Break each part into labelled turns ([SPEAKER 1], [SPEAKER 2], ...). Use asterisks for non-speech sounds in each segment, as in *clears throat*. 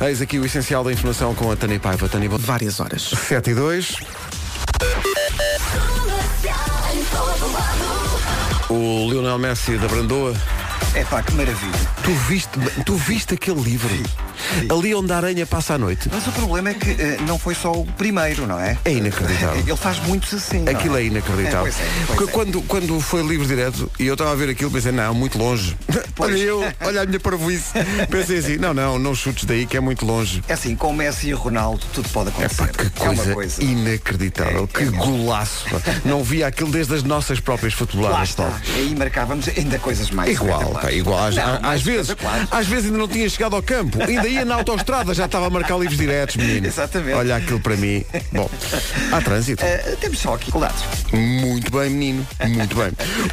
[SPEAKER 1] Eis aqui o essencial da informação com a Tânia Paiva. Tânia, bom...
[SPEAKER 2] Várias horas.
[SPEAKER 1] 7 e 2. O Lionel Messi da Brandoa.
[SPEAKER 3] É pá, que maravilha.
[SPEAKER 1] Tu viste, tu viste aquele livro? Ali onde a aranha passa a noite.
[SPEAKER 3] Mas o problema é que eh, não foi só o primeiro, não é?
[SPEAKER 1] É inacreditável.
[SPEAKER 3] Ele faz muitos assim. não
[SPEAKER 1] Aquilo é inacreditável.
[SPEAKER 3] pois é, pois
[SPEAKER 1] Porque
[SPEAKER 3] é.
[SPEAKER 1] quando, quando foi livre direto e eu estava a ver aquilo, pensei, não, muito longe. olha eu, olha a minha parvoíce. Pensei assim, não, não, não chutes daí que é muito longe.
[SPEAKER 3] É assim, com o Messi e o Ronaldo tudo pode acontecer.
[SPEAKER 1] Epá, que
[SPEAKER 3] é uma
[SPEAKER 1] coisa,
[SPEAKER 3] coisa.
[SPEAKER 1] inacreditável,
[SPEAKER 3] É,
[SPEAKER 1] que
[SPEAKER 3] é mesmo.
[SPEAKER 1] golaço. pá. Não vi aquilo desde as nossas próprias
[SPEAKER 3] Lá
[SPEAKER 1] futeboladas.
[SPEAKER 3] está.
[SPEAKER 1] Paulo.
[SPEAKER 3] Aí marcávamos ainda coisas mais.
[SPEAKER 1] Igual,
[SPEAKER 3] espetaculares.
[SPEAKER 1] pá, igual. Às,
[SPEAKER 3] Não,
[SPEAKER 1] a-
[SPEAKER 3] mais
[SPEAKER 1] às vezes,
[SPEAKER 3] espetaculares.
[SPEAKER 1] às vezes ainda não tinha chegado ao campo, ainda ia na autoestrada, já estava a marcar livros diretos, menino.
[SPEAKER 3] Exatamente.
[SPEAKER 1] Olha aquilo para mim. Bom, há trânsito.
[SPEAKER 3] Eh, temos só aqui colados.
[SPEAKER 1] Muito bem, menino, muito bem.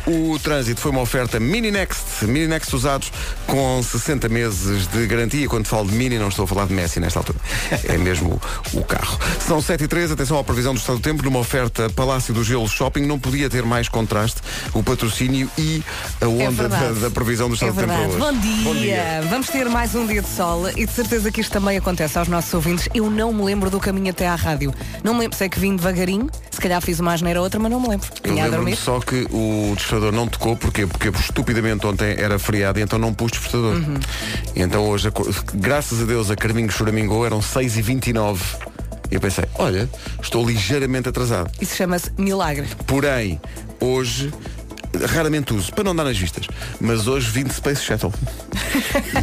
[SPEAKER 1] O trânsito foi uma oferta Mini Next, Mini Next usados com 60 meses de garantia. Quando falo de Mini, não estou a falar de Messi nesta altura. É mesmo o carro. São 7 e 3 atenção à previsão do estado do tempo, numa oferta Palácio do Gelo Shopping. Não podia ter mais contraste o patrocínio e a onda da,
[SPEAKER 4] É verdade.
[SPEAKER 1] da previsão
[SPEAKER 4] É
[SPEAKER 1] do estado do tempo para
[SPEAKER 4] verdade.
[SPEAKER 1] hoje.
[SPEAKER 4] Bom dia.
[SPEAKER 1] Bom dia.
[SPEAKER 4] Vamos ter mais um dia de sol e de certeza que isto também acontece aos nossos ouvintes. Eu não me lembro do caminho até à rádio. Não me lembro, sei que vim devagarinho, se calhar fiz uma asneira ou outra, mas não me lembro.
[SPEAKER 1] Eu
[SPEAKER 4] Vinha a
[SPEAKER 1] lembro-me
[SPEAKER 4] dormir.
[SPEAKER 1] só que o despertador não tocou, porquê? Porque estupidamente ontem era feriado e então não pus despertador.
[SPEAKER 4] Uhum.
[SPEAKER 1] E então hoje, aco- graças a Deus, a Carminho choramingou, eram 6h29. E eu pensei, olha, estou ligeiramente atrasado.
[SPEAKER 4] Isso chama-se milagre.
[SPEAKER 1] Porém, hoje, raramente uso, para não dar nas vistas, mas hoje vim de Space
[SPEAKER 4] *laughs*
[SPEAKER 1] Shuttle.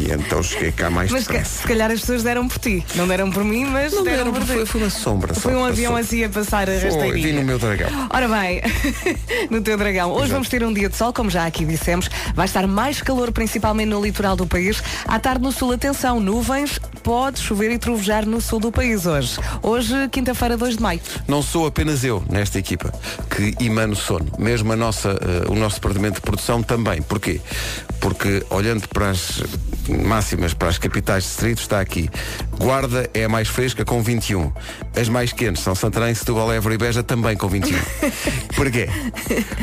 [SPEAKER 1] e então cheguei cá mais
[SPEAKER 4] Mas que-
[SPEAKER 1] depressa.
[SPEAKER 4] se calhar as pessoas deram por ti. Não deram por mim, mas
[SPEAKER 1] Não
[SPEAKER 4] deram
[SPEAKER 1] era,
[SPEAKER 4] por
[SPEAKER 1] foi,
[SPEAKER 4] ti.
[SPEAKER 1] foi uma sombra. só,
[SPEAKER 4] Foi um
[SPEAKER 1] uma
[SPEAKER 4] avião
[SPEAKER 1] sombra.
[SPEAKER 4] assim a passar a
[SPEAKER 1] Foi, vim no
[SPEAKER 4] rasteirinha.
[SPEAKER 1] meu dragão.
[SPEAKER 4] Ora bem, *laughs* no teu dragão. Hoje
[SPEAKER 1] Exato.
[SPEAKER 4] vamos ter um dia de sol, como já aqui dissemos. Vai estar mais calor, principalmente no litoral do país. À tarde no sul, atenção, nuvens, pode chover e trovejar no sul do país hoje. Hoje, quinta-feira, 2 de maio.
[SPEAKER 1] Não sou apenas eu nesta equipa que emano sono, mesmo a nossa, eh, o nosso departamento de produção também. Porquê? Porque olhando para as máximas, para as capitais de distrito, está aqui. Guarda é a mais fresca com 21. As mais quentes são Santarém, Setúbal, Évora e Beja também com 21. Porquê?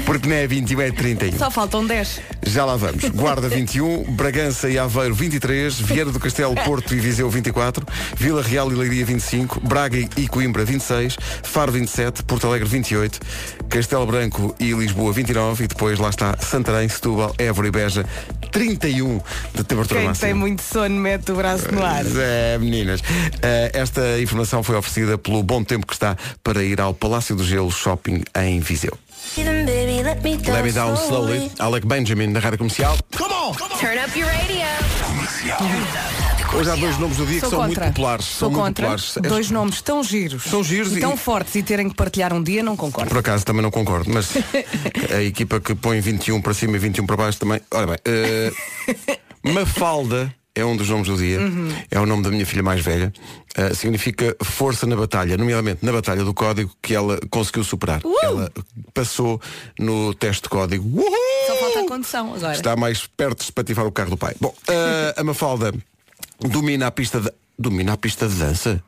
[SPEAKER 1] Porque não é 21, é 31.
[SPEAKER 4] Só faltam 10.
[SPEAKER 1] Já lá vamos.
[SPEAKER 4] *laughs*
[SPEAKER 1] Guarda 21, Bragança e Aveiro 23, Vieira do Castelo, Porto e Viseu 24, Vila Real e Leiria 25, Braga e Coimbra 26, Faro 27, Porto Alegre 28, Castelo Branco e Lisboa 29 e depois lá está Santarém, Setúbal, Évora e Beja 31 de temperatura
[SPEAKER 4] Quem
[SPEAKER 1] máxima.
[SPEAKER 4] tem muito sono mete o braço no ar.
[SPEAKER 1] Pois É, meninas. Eh, esta informação foi oferecida pelo bom tempo que está para ir ao Palácio do Gelo Shopping em Viseu. Let me down slowly. Alec Benjamin na rádio comercial.
[SPEAKER 5] Turn up your radio.
[SPEAKER 1] Hoje há dois nomes do dia
[SPEAKER 4] Sou
[SPEAKER 1] que são
[SPEAKER 4] contra.
[SPEAKER 1] muito populares.
[SPEAKER 4] Sou
[SPEAKER 1] são muito
[SPEAKER 4] contra.
[SPEAKER 1] populares. És-
[SPEAKER 4] Dois nomes tão giros.
[SPEAKER 1] São giros
[SPEAKER 4] e
[SPEAKER 1] e-
[SPEAKER 4] tão fortes e terem que partilhar um dia, não concordo.
[SPEAKER 1] Por acaso também não
[SPEAKER 4] *laughs*
[SPEAKER 1] concordo, mas a equipa que põe 21 para cima e 21 para baixo também. Ora bem, eh,
[SPEAKER 4] *laughs*
[SPEAKER 1] Mafalda é um dos nomes do dia,
[SPEAKER 4] Uhum.
[SPEAKER 6] Uhum.
[SPEAKER 1] é o nome da minha filha mais velha, Eh, significa força na batalha, nomeadamente na batalha do código que ela conseguiu superar.
[SPEAKER 4] Uh!
[SPEAKER 1] Ela passou no teste de código. Uhul!
[SPEAKER 4] Só falta a condição agora.
[SPEAKER 1] Está mais perto de se pativar o carro do pai. Bom, eh, a Mafalda domina a pista de. Domina a pista de dança?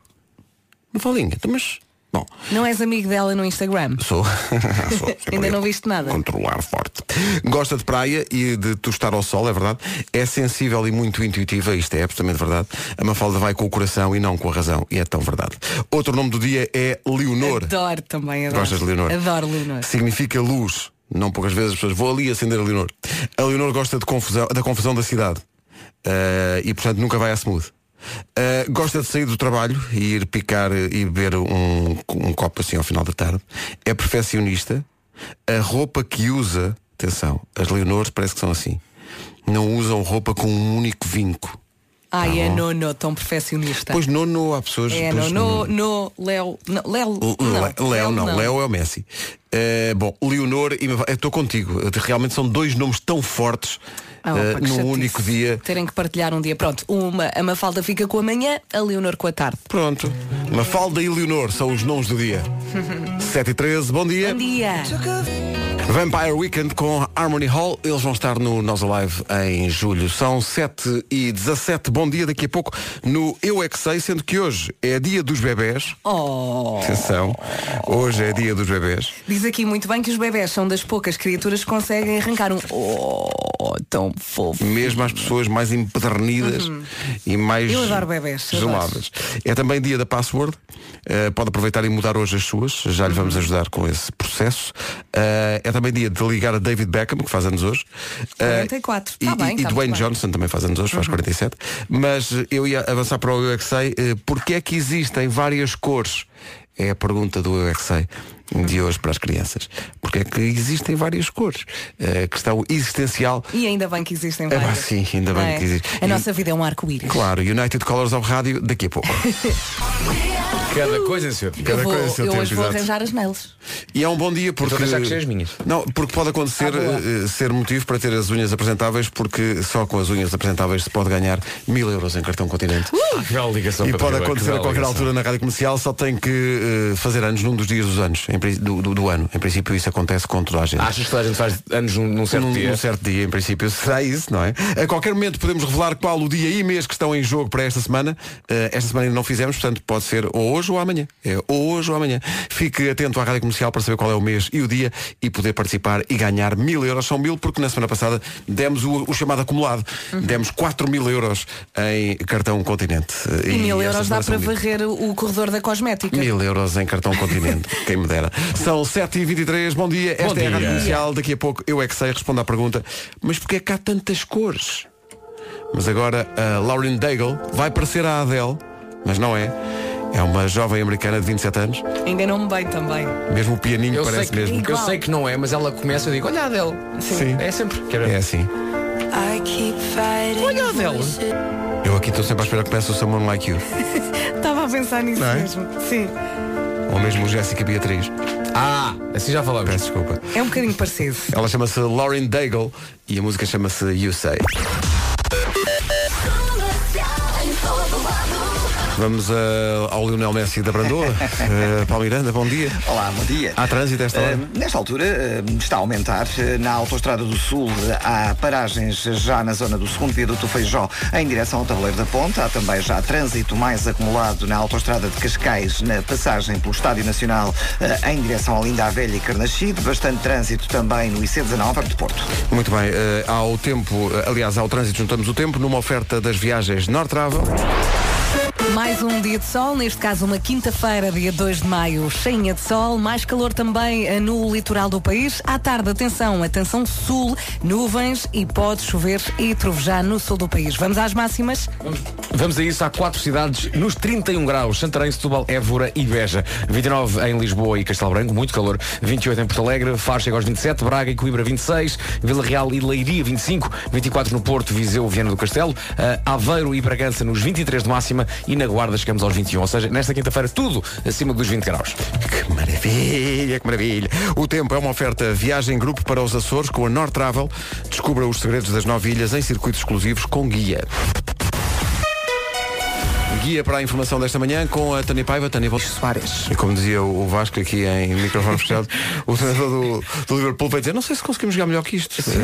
[SPEAKER 1] Mafalinha, então, mas. Bom,
[SPEAKER 4] Não és amigo dela no Instagram?
[SPEAKER 1] sou. *laughs* sou sempre
[SPEAKER 4] Ainda
[SPEAKER 1] eu.
[SPEAKER 4] não viste nada.
[SPEAKER 1] Controlar forte. Gosta de praia e de tostar ao sol, é verdade. É sensível e muito intuitiva, isto é absolutamente verdade. A Mafalda vai com o coração e não com a razão, e é tão verdade. Outro nome do dia é Leonor.
[SPEAKER 4] Adoro também, adoro.
[SPEAKER 1] Gostas de Leonor? Tá
[SPEAKER 4] Adoro Leonor.
[SPEAKER 1] Significa luz. Não poucas vezes as pessoas vou ali acender a Leonor. A Leonor gosta de confusão, da confusão da cidade. Eh, e portanto nunca vai à smooth. Eh, gosta de sair do trabalho e ir picar eh, e beber um, um copo assim ao final da tarde. É perfeccionista. A roupa que usa, atenção, as Leonores parece que são assim. Não usam roupa com um único vinco.
[SPEAKER 4] Ai, é nono, tão perfeccionista.
[SPEAKER 1] Pois não, não há pessoas.
[SPEAKER 4] é,
[SPEAKER 1] pois,
[SPEAKER 4] nono, no, Léo. não, Léo.
[SPEAKER 1] L-
[SPEAKER 4] não,
[SPEAKER 1] Le- Léo não, Léo é o Messi. Eh, bom, Leonor e Maf- eu estou contigo. Eh, Realmente são dois nomes tão fortes
[SPEAKER 4] Ah,
[SPEAKER 1] eh,
[SPEAKER 4] opa, que
[SPEAKER 1] num
[SPEAKER 4] chatice.
[SPEAKER 1] único dia.
[SPEAKER 4] Terem que partilhar um dia. Pronto, uma, a Mafalda fica com a manhã, a Leonor com a tarde.
[SPEAKER 1] Pronto.
[SPEAKER 4] *laughs*
[SPEAKER 1] Mafalda e Leonor são os nomes do dia. 7 e 13, bom dia.
[SPEAKER 4] Bom dia.
[SPEAKER 1] Vampire Weekend com Harmony Hall. Eles vão estar no Nós Alive em julho. São 7 e 17 Bom dia daqui a pouco no Eu É Que Sei, sendo que hoje é dia dos bebés.
[SPEAKER 4] Oh!
[SPEAKER 1] Atenção, hoje é dia dos bebés.
[SPEAKER 4] Diz aqui muito bem que os bebés são das poucas criaturas que conseguem arrancar um oh tão fofo. Uhum.
[SPEAKER 1] Mesmo às pessoas mais empedernidas e mais
[SPEAKER 4] Eu adoro bebés, adoro.
[SPEAKER 1] geladas. É também dia da password. Eh, pode aproveitar e mudar hoje as suas. Já lhe
[SPEAKER 4] Uhum.
[SPEAKER 1] vamos ajudar com esse processo. Eh, é também dia de ligar a David Beckham, que faz anos hoje. Eh,
[SPEAKER 4] 44.
[SPEAKER 1] e
[SPEAKER 4] Tá bem,
[SPEAKER 1] e,
[SPEAKER 4] tá
[SPEAKER 1] e
[SPEAKER 4] muito
[SPEAKER 1] Dwayne
[SPEAKER 4] bem. Uhum.
[SPEAKER 1] Johnson também faz anos hoje, faz 47. Mas eh, eu ia avançar para o Eu é que sei. Eh, Porquê é que existem várias cores? É a pergunta do Eu é que sei
[SPEAKER 4] Uhum.
[SPEAKER 1] de hoje para as crianças. Porque é que existem várias cores? Eh, questão existencial
[SPEAKER 4] E ainda bem que existem
[SPEAKER 1] pá,
[SPEAKER 4] várias.
[SPEAKER 1] sim, É, ainda bem
[SPEAKER 4] Não é?
[SPEAKER 1] que existe.
[SPEAKER 4] A
[SPEAKER 1] E-
[SPEAKER 4] nossa vida é um arco-íris.
[SPEAKER 1] Claro, United Colors ao rádio daqui a pouco.
[SPEAKER 2] Cada coisa, senhor.
[SPEAKER 1] Cada
[SPEAKER 4] Eu, vou,
[SPEAKER 1] coisa a seu
[SPEAKER 4] eu
[SPEAKER 1] tempo,
[SPEAKER 4] hoje vou
[SPEAKER 1] exato.
[SPEAKER 4] arranjar as nails.
[SPEAKER 1] E é um bom dia porque.
[SPEAKER 2] Estou a pensar que sejam as minhas.
[SPEAKER 1] Não, porque pode
[SPEAKER 4] Ah,
[SPEAKER 1] acontecer eh, ser motivo para ter as unhas apresentáveis, porque só com as unhas apresentáveis se pode ganhar mil euros em cartão continente.
[SPEAKER 2] ligação
[SPEAKER 1] E
[SPEAKER 2] para
[SPEAKER 1] pode
[SPEAKER 2] Ribeiro,
[SPEAKER 1] acontecer a
[SPEAKER 2] que bela
[SPEAKER 1] qualquer
[SPEAKER 2] ligação.
[SPEAKER 1] altura na rádio comercial, só tem que eh, fazer anos num dos dias dos anos, em prin- do, do- do ano. Em princípio, isso acontece com toda a gente.
[SPEAKER 2] Achas que toda a gente faz anos num, num certo
[SPEAKER 1] num,
[SPEAKER 2] dia?
[SPEAKER 1] num certo dia, em princípio, será isso, não é? A qualquer momento podemos revelar qual o dia e mês que estão em jogo para esta semana. Eh, esta semana ainda não fizemos, portanto pode ser ou hoje ou amanhã. É, ou hoje ou amanhã. Fique atento à rádio comercial para saber qual é o mês e o dia e poder participar e ganhar mil euros. São mil, porque na semana passada demos o, o chamado acumulado.
[SPEAKER 4] Uhum.
[SPEAKER 1] Demos 4 mil euros em cartão continente. Eh,
[SPEAKER 4] E, mil
[SPEAKER 1] esta
[SPEAKER 4] euros dá
[SPEAKER 1] semana são
[SPEAKER 4] para
[SPEAKER 1] mil.
[SPEAKER 4] varrer o corredor da cosmética.
[SPEAKER 1] Mil euros em cartão continente, quem me dera. São 7h23, bom dia. Esta é a Rádio
[SPEAKER 2] dia.
[SPEAKER 1] Comercial. Daqui a pouco eu é que sei, respondo à pergunta. Mas porquê é que há tantas cores? Mas agora a Lauren Daigle vai parecer a Adele, mas não é. É uma jovem americana de 27 anos.
[SPEAKER 4] Enganou-me bem também.
[SPEAKER 1] Mesmo o pianinho
[SPEAKER 2] Eu, sei
[SPEAKER 1] parece
[SPEAKER 2] que,
[SPEAKER 1] mesmo.
[SPEAKER 2] eu
[SPEAKER 4] Igual.
[SPEAKER 2] sei que não é, mas ela começa e eu digo, olha a Adele.
[SPEAKER 1] Sim.
[SPEAKER 2] É sempre.
[SPEAKER 1] É assim.
[SPEAKER 2] Olha a Adele.
[SPEAKER 1] Eu aqui estou sempre à espera que peça o Someone Like You.
[SPEAKER 4] Estava
[SPEAKER 2] *laughs*
[SPEAKER 4] a pensar nisso
[SPEAKER 1] Não é?
[SPEAKER 4] mesmo. Sim.
[SPEAKER 1] Ou mesmo o Jéssica Beatriz.
[SPEAKER 2] Ah, assim já falamos.
[SPEAKER 1] Peço desculpa.
[SPEAKER 4] É um bocadinho parecido.
[SPEAKER 1] Ela chama-se Lauren Daigle e a música chama-se You Say. Vamos eh, ao Lionel Messi da
[SPEAKER 3] *laughs*
[SPEAKER 1] Brandoa. Eh, Paulo Miranda, bom dia.
[SPEAKER 3] Olá, bom dia.
[SPEAKER 1] Há trânsito a esta hora?
[SPEAKER 3] Eh, nesta altura eh, está a aumentar. Eh, na Autostrada do Sul eh, há paragens já na zona do segundo viaduto Feijó em direção ao Tabuleiro da Ponta. Há também já trânsito mais acumulado na Autostrada de Cascais na passagem pelo Estádio Nacional eh, em direção à Linda a Velha e Carnaxide. Bastante trânsito também no IC19 de Porto.
[SPEAKER 1] Muito bem, eh, ao tempo, eh, aliás, ao trânsito juntamos o tempo numa oferta das viagens Nortravel.
[SPEAKER 4] Mais um dia de sol, neste caso uma quinta-feira, dia 2 de maio, cheinha de sol, mais calor também eh, no litoral do país. À tarde, atenção, atenção sul, nuvens e pode chover e trovejar no sul do país. Vamos às máximas? *laughs*
[SPEAKER 2] Vamos a isso, há quatro cidades nos 31 graus. Santarém, Setúbal, Évora e Beja. 29 em Lisboa e Castelo Branco, muito calor. 28 em Porto Alegre, Faro chega aos 27, Braga e Coimbra 26, Vila Real e Leiria 25, 24 no Porto, Viseu, Viana do Castelo, eh, Aveiro e Bragança nos 23 de máxima e na Guarda chegamos aos 21. Ou seja, nesta quinta-feira tudo acima dos 20 graus.
[SPEAKER 1] Que maravilha, que maravilha. O tempo é uma oferta viagem grupo para os Açores com a North Travel. Descubra os segredos das nove ilhas em circuitos exclusivos com guia. Guia para a informação desta manhã com a Tânia Paiva, Tânia Bolsa Soares. E como dizia o o Vasco aqui em microfone fechado, o treinador do, do Liverpool vai dizer, não sei se conseguimos jogar melhor que isto. Eh,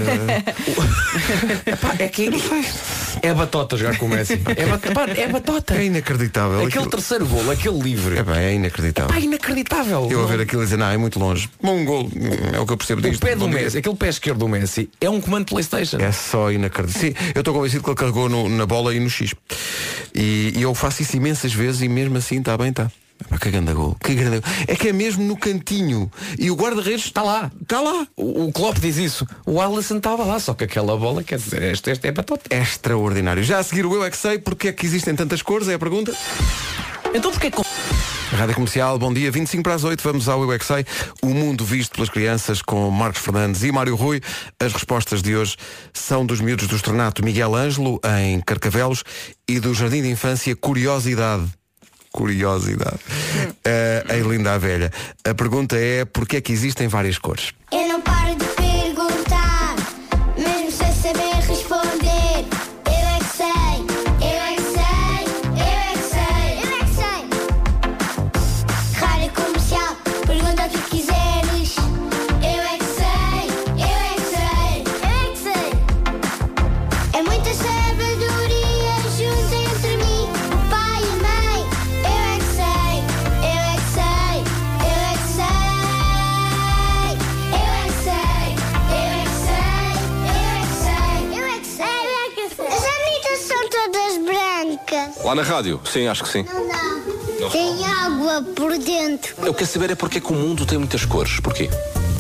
[SPEAKER 2] É que *laughs* é batota jogar com o Messi. É, bat- pá, é batota.
[SPEAKER 1] É inacreditável.
[SPEAKER 2] Aquele
[SPEAKER 1] Aquilo-
[SPEAKER 2] terceiro gol, aquele livre.
[SPEAKER 1] É bem, é inacreditável.
[SPEAKER 2] Pá, inacreditável.
[SPEAKER 1] Eu a
[SPEAKER 2] Não-
[SPEAKER 1] ver aquilo e dizer, não, é muito longe. Um gol, é o que eu percebo
[SPEAKER 2] O
[SPEAKER 1] disto.
[SPEAKER 2] pé do
[SPEAKER 1] Bom dia.
[SPEAKER 2] Messi, aquele pé esquerdo do Messi, é um comando de Playstation.
[SPEAKER 1] É só inacreditável. Sim, eu estou convencido que ele carregou no- na bola e no X. E, e eu faço isso imensas vezes e mesmo assim está bem, está. Que grande gol, que grande gol. É que é mesmo no cantinho. E o guarda-redes
[SPEAKER 2] Está lá.
[SPEAKER 1] Está lá.
[SPEAKER 2] O, o Klopp diz isso. O Alisson estava lá, só que aquela bola, quer dizer, este, este é batota.
[SPEAKER 1] É extraordinário. Já a seguir o Eu É Que Sei, porque é que existem tantas cores, é a pergunta.
[SPEAKER 2] Então porquê com...
[SPEAKER 1] Rádio Comercial, bom dia, 25 para as 8, vamos ao Eu É Que Sei, o mundo visto pelas crianças com Marcos Fernandes e Mário Rui. As respostas de hoje são dos miúdos do Estrenato Miguel Ângelo, em Carcavelos, e do Jardim de Infância Curiosidade. Curiosidade. Eh, em Linda a Velha. A pergunta é porquê é que existem várias cores?
[SPEAKER 7] Eu não paro de perguntar, mesmo sem saber responder. Eu é que sei, eu é que sei, eu é que sei, eu é que sei. Rádio comercial, pergunta o que quiseres. Eu é que sei,
[SPEAKER 8] Lá na rádio? Sim, acho que sim.
[SPEAKER 7] Não dá. Tem água por dentro.
[SPEAKER 8] Eu quero saber é porque é que o mundo tem muitas cores. Porquê?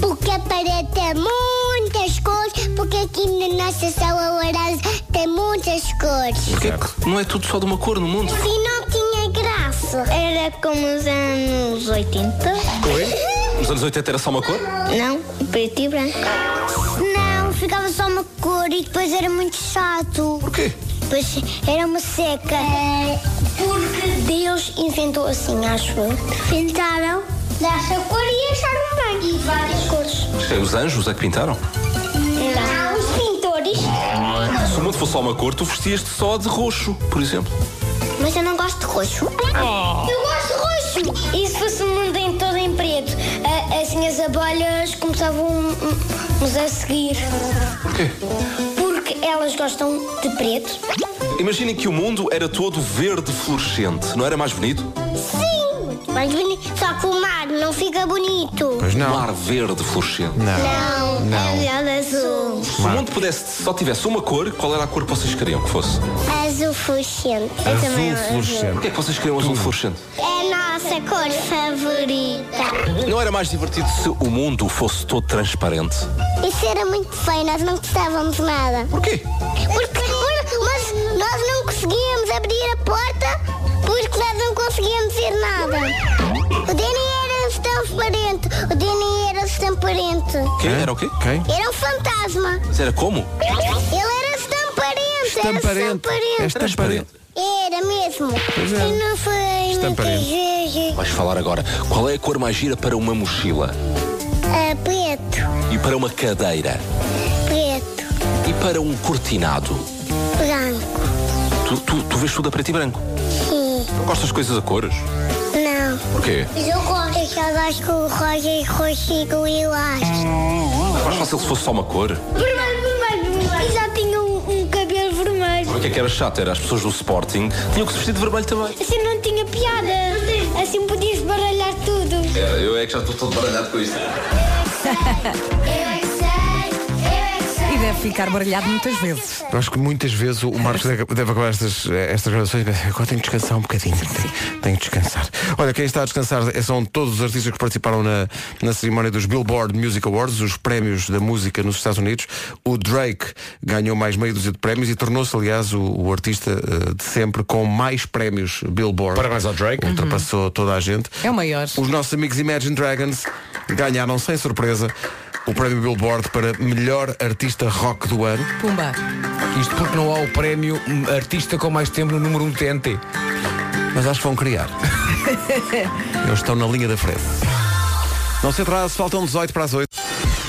[SPEAKER 7] Porque a parede tem muitas cores. Porque aqui na nossa sala horária tem muitas cores.
[SPEAKER 8] Porquê é que não é tudo só de uma cor no mundo?
[SPEAKER 7] Se não tinha graça. Era como os anos 80.
[SPEAKER 8] Nos anos 80 era só uma cor?
[SPEAKER 7] Não, preto e branco. Não, ficava só uma cor e depois era muito chato.
[SPEAKER 8] Porquê?
[SPEAKER 7] Pois era uma seca. porque Deus inventou assim, acho eu. Pintaram dessa cor e acharam bem. E várias cores.
[SPEAKER 8] Os anjos é que pintaram?
[SPEAKER 7] Não. Os pintores.
[SPEAKER 8] Se o mundo fosse só uma cor, tu vestias-te só de roxo, por exemplo.
[SPEAKER 7] Mas eu não gosto de roxo. Eu gosto de roxo. E se fosse o mundo em todo em preto, a- assim as abelhas começavam hum, nos a seguir.
[SPEAKER 8] Porquê?
[SPEAKER 7] Porque elas gostam de preto.
[SPEAKER 8] Imaginem que o mundo era todo verde fluorescente. Não era mais bonito?
[SPEAKER 7] Sim! Mas bonito. Só que o mar não fica bonito.
[SPEAKER 1] Pois não.
[SPEAKER 8] Mar verde fluorescente.
[SPEAKER 7] Não, não. é azul.
[SPEAKER 8] Se o mundo pudesse, só tivesse uma cor, qual era a cor que vocês queriam que fosse?
[SPEAKER 7] Azul fluorescente. Eu também amo azul.
[SPEAKER 8] Porquê é que vocês queriam azul fluorescente?
[SPEAKER 7] É a nossa cor favorita.
[SPEAKER 8] Não era mais divertido se o mundo fosse todo transparente?
[SPEAKER 7] Isso era muito feio, nós não gostávamos nada.
[SPEAKER 8] Porquê?
[SPEAKER 7] Porque por- mas nós não conseguíamos abrir a porta porque nós não conseguíamos ver nada. O Dani era transparente. O Dani era transparente.
[SPEAKER 8] Quem era o quê?
[SPEAKER 1] Quem?
[SPEAKER 7] Era um fantasma.
[SPEAKER 8] Mas era como?
[SPEAKER 7] Ele era estamparente. era
[SPEAKER 1] Estamparente.
[SPEAKER 7] estamparente.
[SPEAKER 1] É estamparente.
[SPEAKER 7] Era mesmo.
[SPEAKER 1] é.
[SPEAKER 7] E não foi
[SPEAKER 1] Estamparente.
[SPEAKER 7] muitas
[SPEAKER 8] Vais falar agora. Qual é a cor mais gira para uma mochila?
[SPEAKER 7] Ah, preto.
[SPEAKER 8] E para uma cadeira?
[SPEAKER 7] Preto.
[SPEAKER 8] E para um cortinado?
[SPEAKER 7] Branco.
[SPEAKER 8] Tu, tu, tu vês tudo a preto e branco.
[SPEAKER 7] Sim.
[SPEAKER 8] Não gostas de coisas a cores?
[SPEAKER 7] Não.
[SPEAKER 8] Porquê?
[SPEAKER 7] Mas eu gosto. Eu só gosto com o rosa e consigo ir lá.
[SPEAKER 1] Hum.
[SPEAKER 8] Não é mais fácil se fosse só uma cor.
[SPEAKER 7] Vermelho, vermelho, vermelho. E já tinha um, um cabelo vermelho.
[SPEAKER 8] O que é que era chato? Era as pessoas do Sporting tinham que se vestir de vermelho também.
[SPEAKER 7] Assim não tinha piada. Assim podias baralhar tudo.
[SPEAKER 8] Era, eu é que já estou todo baralhado com isto.
[SPEAKER 7] Eu é que sei. Eu é que sei.
[SPEAKER 4] E deve ficar baralhado muitas vezes.
[SPEAKER 1] Eu acho que muitas vezes o Marcos deve deve acabar estas, eh, estas gravações e pensar, agora tenho que descansar um bocadinho, tenho, tenho que descansar. Olha, quem está a descansar são todos os artistas que participaram na, na cerimónia dos Billboard Music Awards, os prémios da música nos Estados Unidos. O Drake ganhou mais meio dúzia de prémios e tornou-se, aliás, o, o artista eh, de sempre com mais prémios Billboard. Uhum.
[SPEAKER 2] Parabéns ao Drake.
[SPEAKER 1] Ultrapassou toda a gente.
[SPEAKER 4] É o maior.
[SPEAKER 1] Os nossos amigos Imagine Dragons ganharam, sem surpresa, o prémio Billboard para melhor artista rock do ano.
[SPEAKER 4] Pumba.
[SPEAKER 2] Isto porque não há o prémio hum, artista com mais tempo no número 1 do TNT.
[SPEAKER 1] Mas acho que vão criar. Eles estão na linha da frente. Não se atrase, faltam 18 para as 8.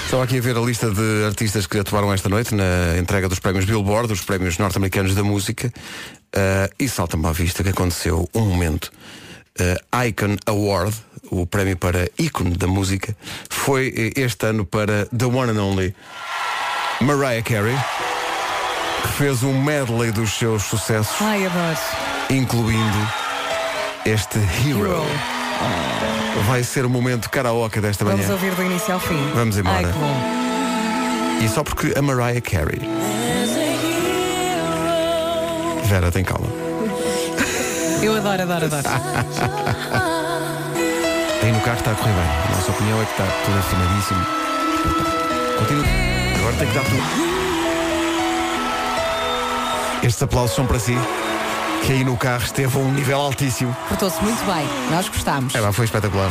[SPEAKER 1] Estava aqui a ver a lista de artistas que atuaram esta noite na entrega dos prémios Billboard, os prémios norte-americanos da música. Ah, e salta-me à vista que aconteceu um momento. Ah, Icon Award, o prémio para ícone da música, foi eh, este ano para The One and Only Mariah Carey, que fez um medley dos seus sucessos
[SPEAKER 4] Ai, adoro.
[SPEAKER 1] incluindo este Hero.
[SPEAKER 4] Hero.
[SPEAKER 1] Vai ser o momento karaoke desta
[SPEAKER 4] Vamos
[SPEAKER 1] manhã.
[SPEAKER 4] ouvir do início ao fim.
[SPEAKER 1] Vamos embora.
[SPEAKER 4] Ai, que bom.
[SPEAKER 1] E só porque a Mariah Carey. Vera, tem calma.
[SPEAKER 4] Eu adoro, adoro, adoro.
[SPEAKER 1] *laughs* Aí no carro está a correr bem. A nossa opinião é que está tudo afinadíssimo. Continua. Agora tem que dar tudo. Estes aplausos são para si, que aí no carro esteve a um nível altíssimo.
[SPEAKER 4] Portou-se muito bem. Nós gostámos.
[SPEAKER 1] É, lá, foi espetacular.